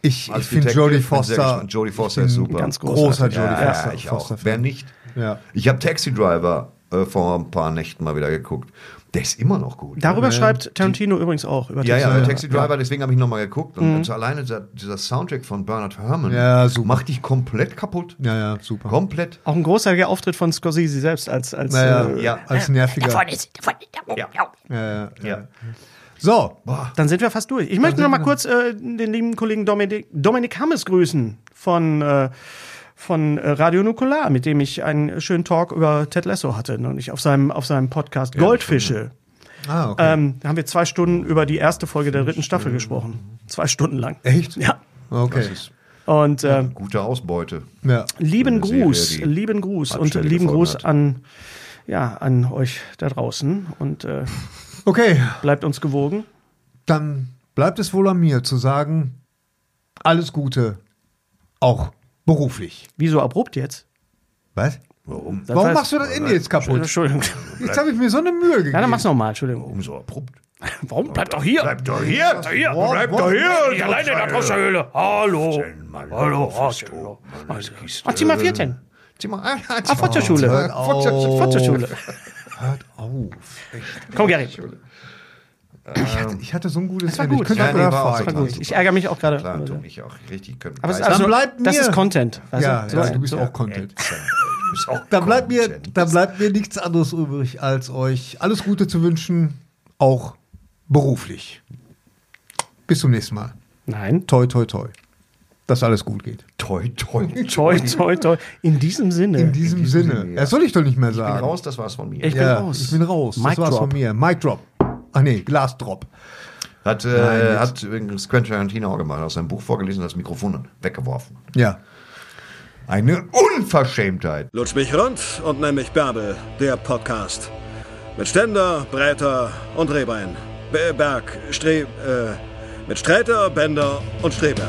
ich ich
Als
finde
Detective
Jodie
bin sehr
Foster.
gespannt. Jodie Foster
ich
ist
bin
super.
Ganz
Großer
großer
Jodie
ja,
Foster.
ich auch.
Foster-Fan.
Wer nicht?
Ja.
Ich habe Taxi Driver äh, vor ein paar Nächten mal wieder geguckt. Der ist immer noch gut.
Darüber schreibt Tarantino übrigens auch. Über
Ja,
Taxi
ja,
Driver.
Taxi Driver, deswegen habe ich nochmal geguckt. Und also alleine dieser, dieser Soundtrack von Bernard Herrmann
Mhm. Ja, super.
macht dich komplett kaputt.
Ja, ja, super.
Komplett.
Auch ein großartiger Auftritt von Scorsese selbst als, als
Naja,
äh,
ja.
als nerviger. Ja, ja. So,
Dann sind wir fast durch. Ich möchte noch mal kurz äh, den lieben Kollegen Dominik, Dominik Hammes grüßen von, äh, von äh, Radio Nukular, mit dem ich einen schönen Talk über Ted Lasso hatte, noch nicht auf seinem, auf seinem Podcast Goldfische.
Ah, okay.
Ähm, da haben wir zwei Stunden über die erste Folge der dritten Staffel gesprochen. Zwei Stunden lang.
Echt?
Ja.
okay.
Und äh,
Gute Ausbeute.
Ja.
lieben
Eine Serie,
Gruß,
die
lieben Gruß und
Abstände
lieben
gefunden
Gruß
hat.
an ja an euch da draußen und äh,
Okay,
bleibt uns gewogen.
dann bleibt es wohl an mir zu sagen, alles Gute, auch beruflich.
Wieso abrupt jetzt?
Was?
Warum?
Das
Warum
heißt-
machst du das Ende jetzt kaputt?
Entschuldigung.
Jetzt habe ich mir so eine Mühe gegeben.
Ja, dann mach's nochmal, Entschuldigung.
So abrupt.
Warum? Bleibt doch hier!
Bleib doch hier! Bleib doch hier! Bleib doch hier! Nicht alleine in der Drosselhöhle! Hallo! Hallo! Ah, Also, Hallo!
Ach, zieh
Äh,
mal 14.
Zieh mal ein!
Ah, Fortschule.
Oh,
Fortschule.
Hört auf. Echt.
Komm, Gary.
Ich hatte, ich hatte so ein gutes
war
Ende. Ich
gut.
könnte
Ja,
auch
nee,
wieder
war auch
fahren.
total
Ich ärgere mich auch gerade.
Klar, du
Aber
mich auch richtig können.
es ist
Geistern.
also,
bleibt
das
mir-
ist Content. weißt
Ja,
du?
ja, du bist auch Content.
Du bist auch
Da bleibt, mir,
Content.
da bleibt mir nichts anderes übrig, als euch alles Gute zu wünschen, auch beruflich. Bis zum nächsten Mal.
Nein.
Toi, toi, toi. dass alles gut geht.
Toi, toi, toi.
Toi, toi, toi. In diesem Sinne.
In diesem, Sinne. Das soll ich doch nicht mehr sagen.
Raus, das war's von mir.
ich bin
ja,
raus.
ich bin raus.
Mic
das war's
drop.
von mir. Mic Drop. Ach nee, Glasdrop.
Hat, äh, hat übrigens Quentin Tarantino auch gemacht, aus seinem Buch vorgelesen, das Mikrofon und weggeworfen.
Ja.
Eine Unverschämtheit.
Lutsch mich rund und nenn mich Bärbel, der Podcast. Mit Ständer, Breiter und Rehbein. Be- Berg, Stre... Äh, mit Streiter, Bender und Streberg.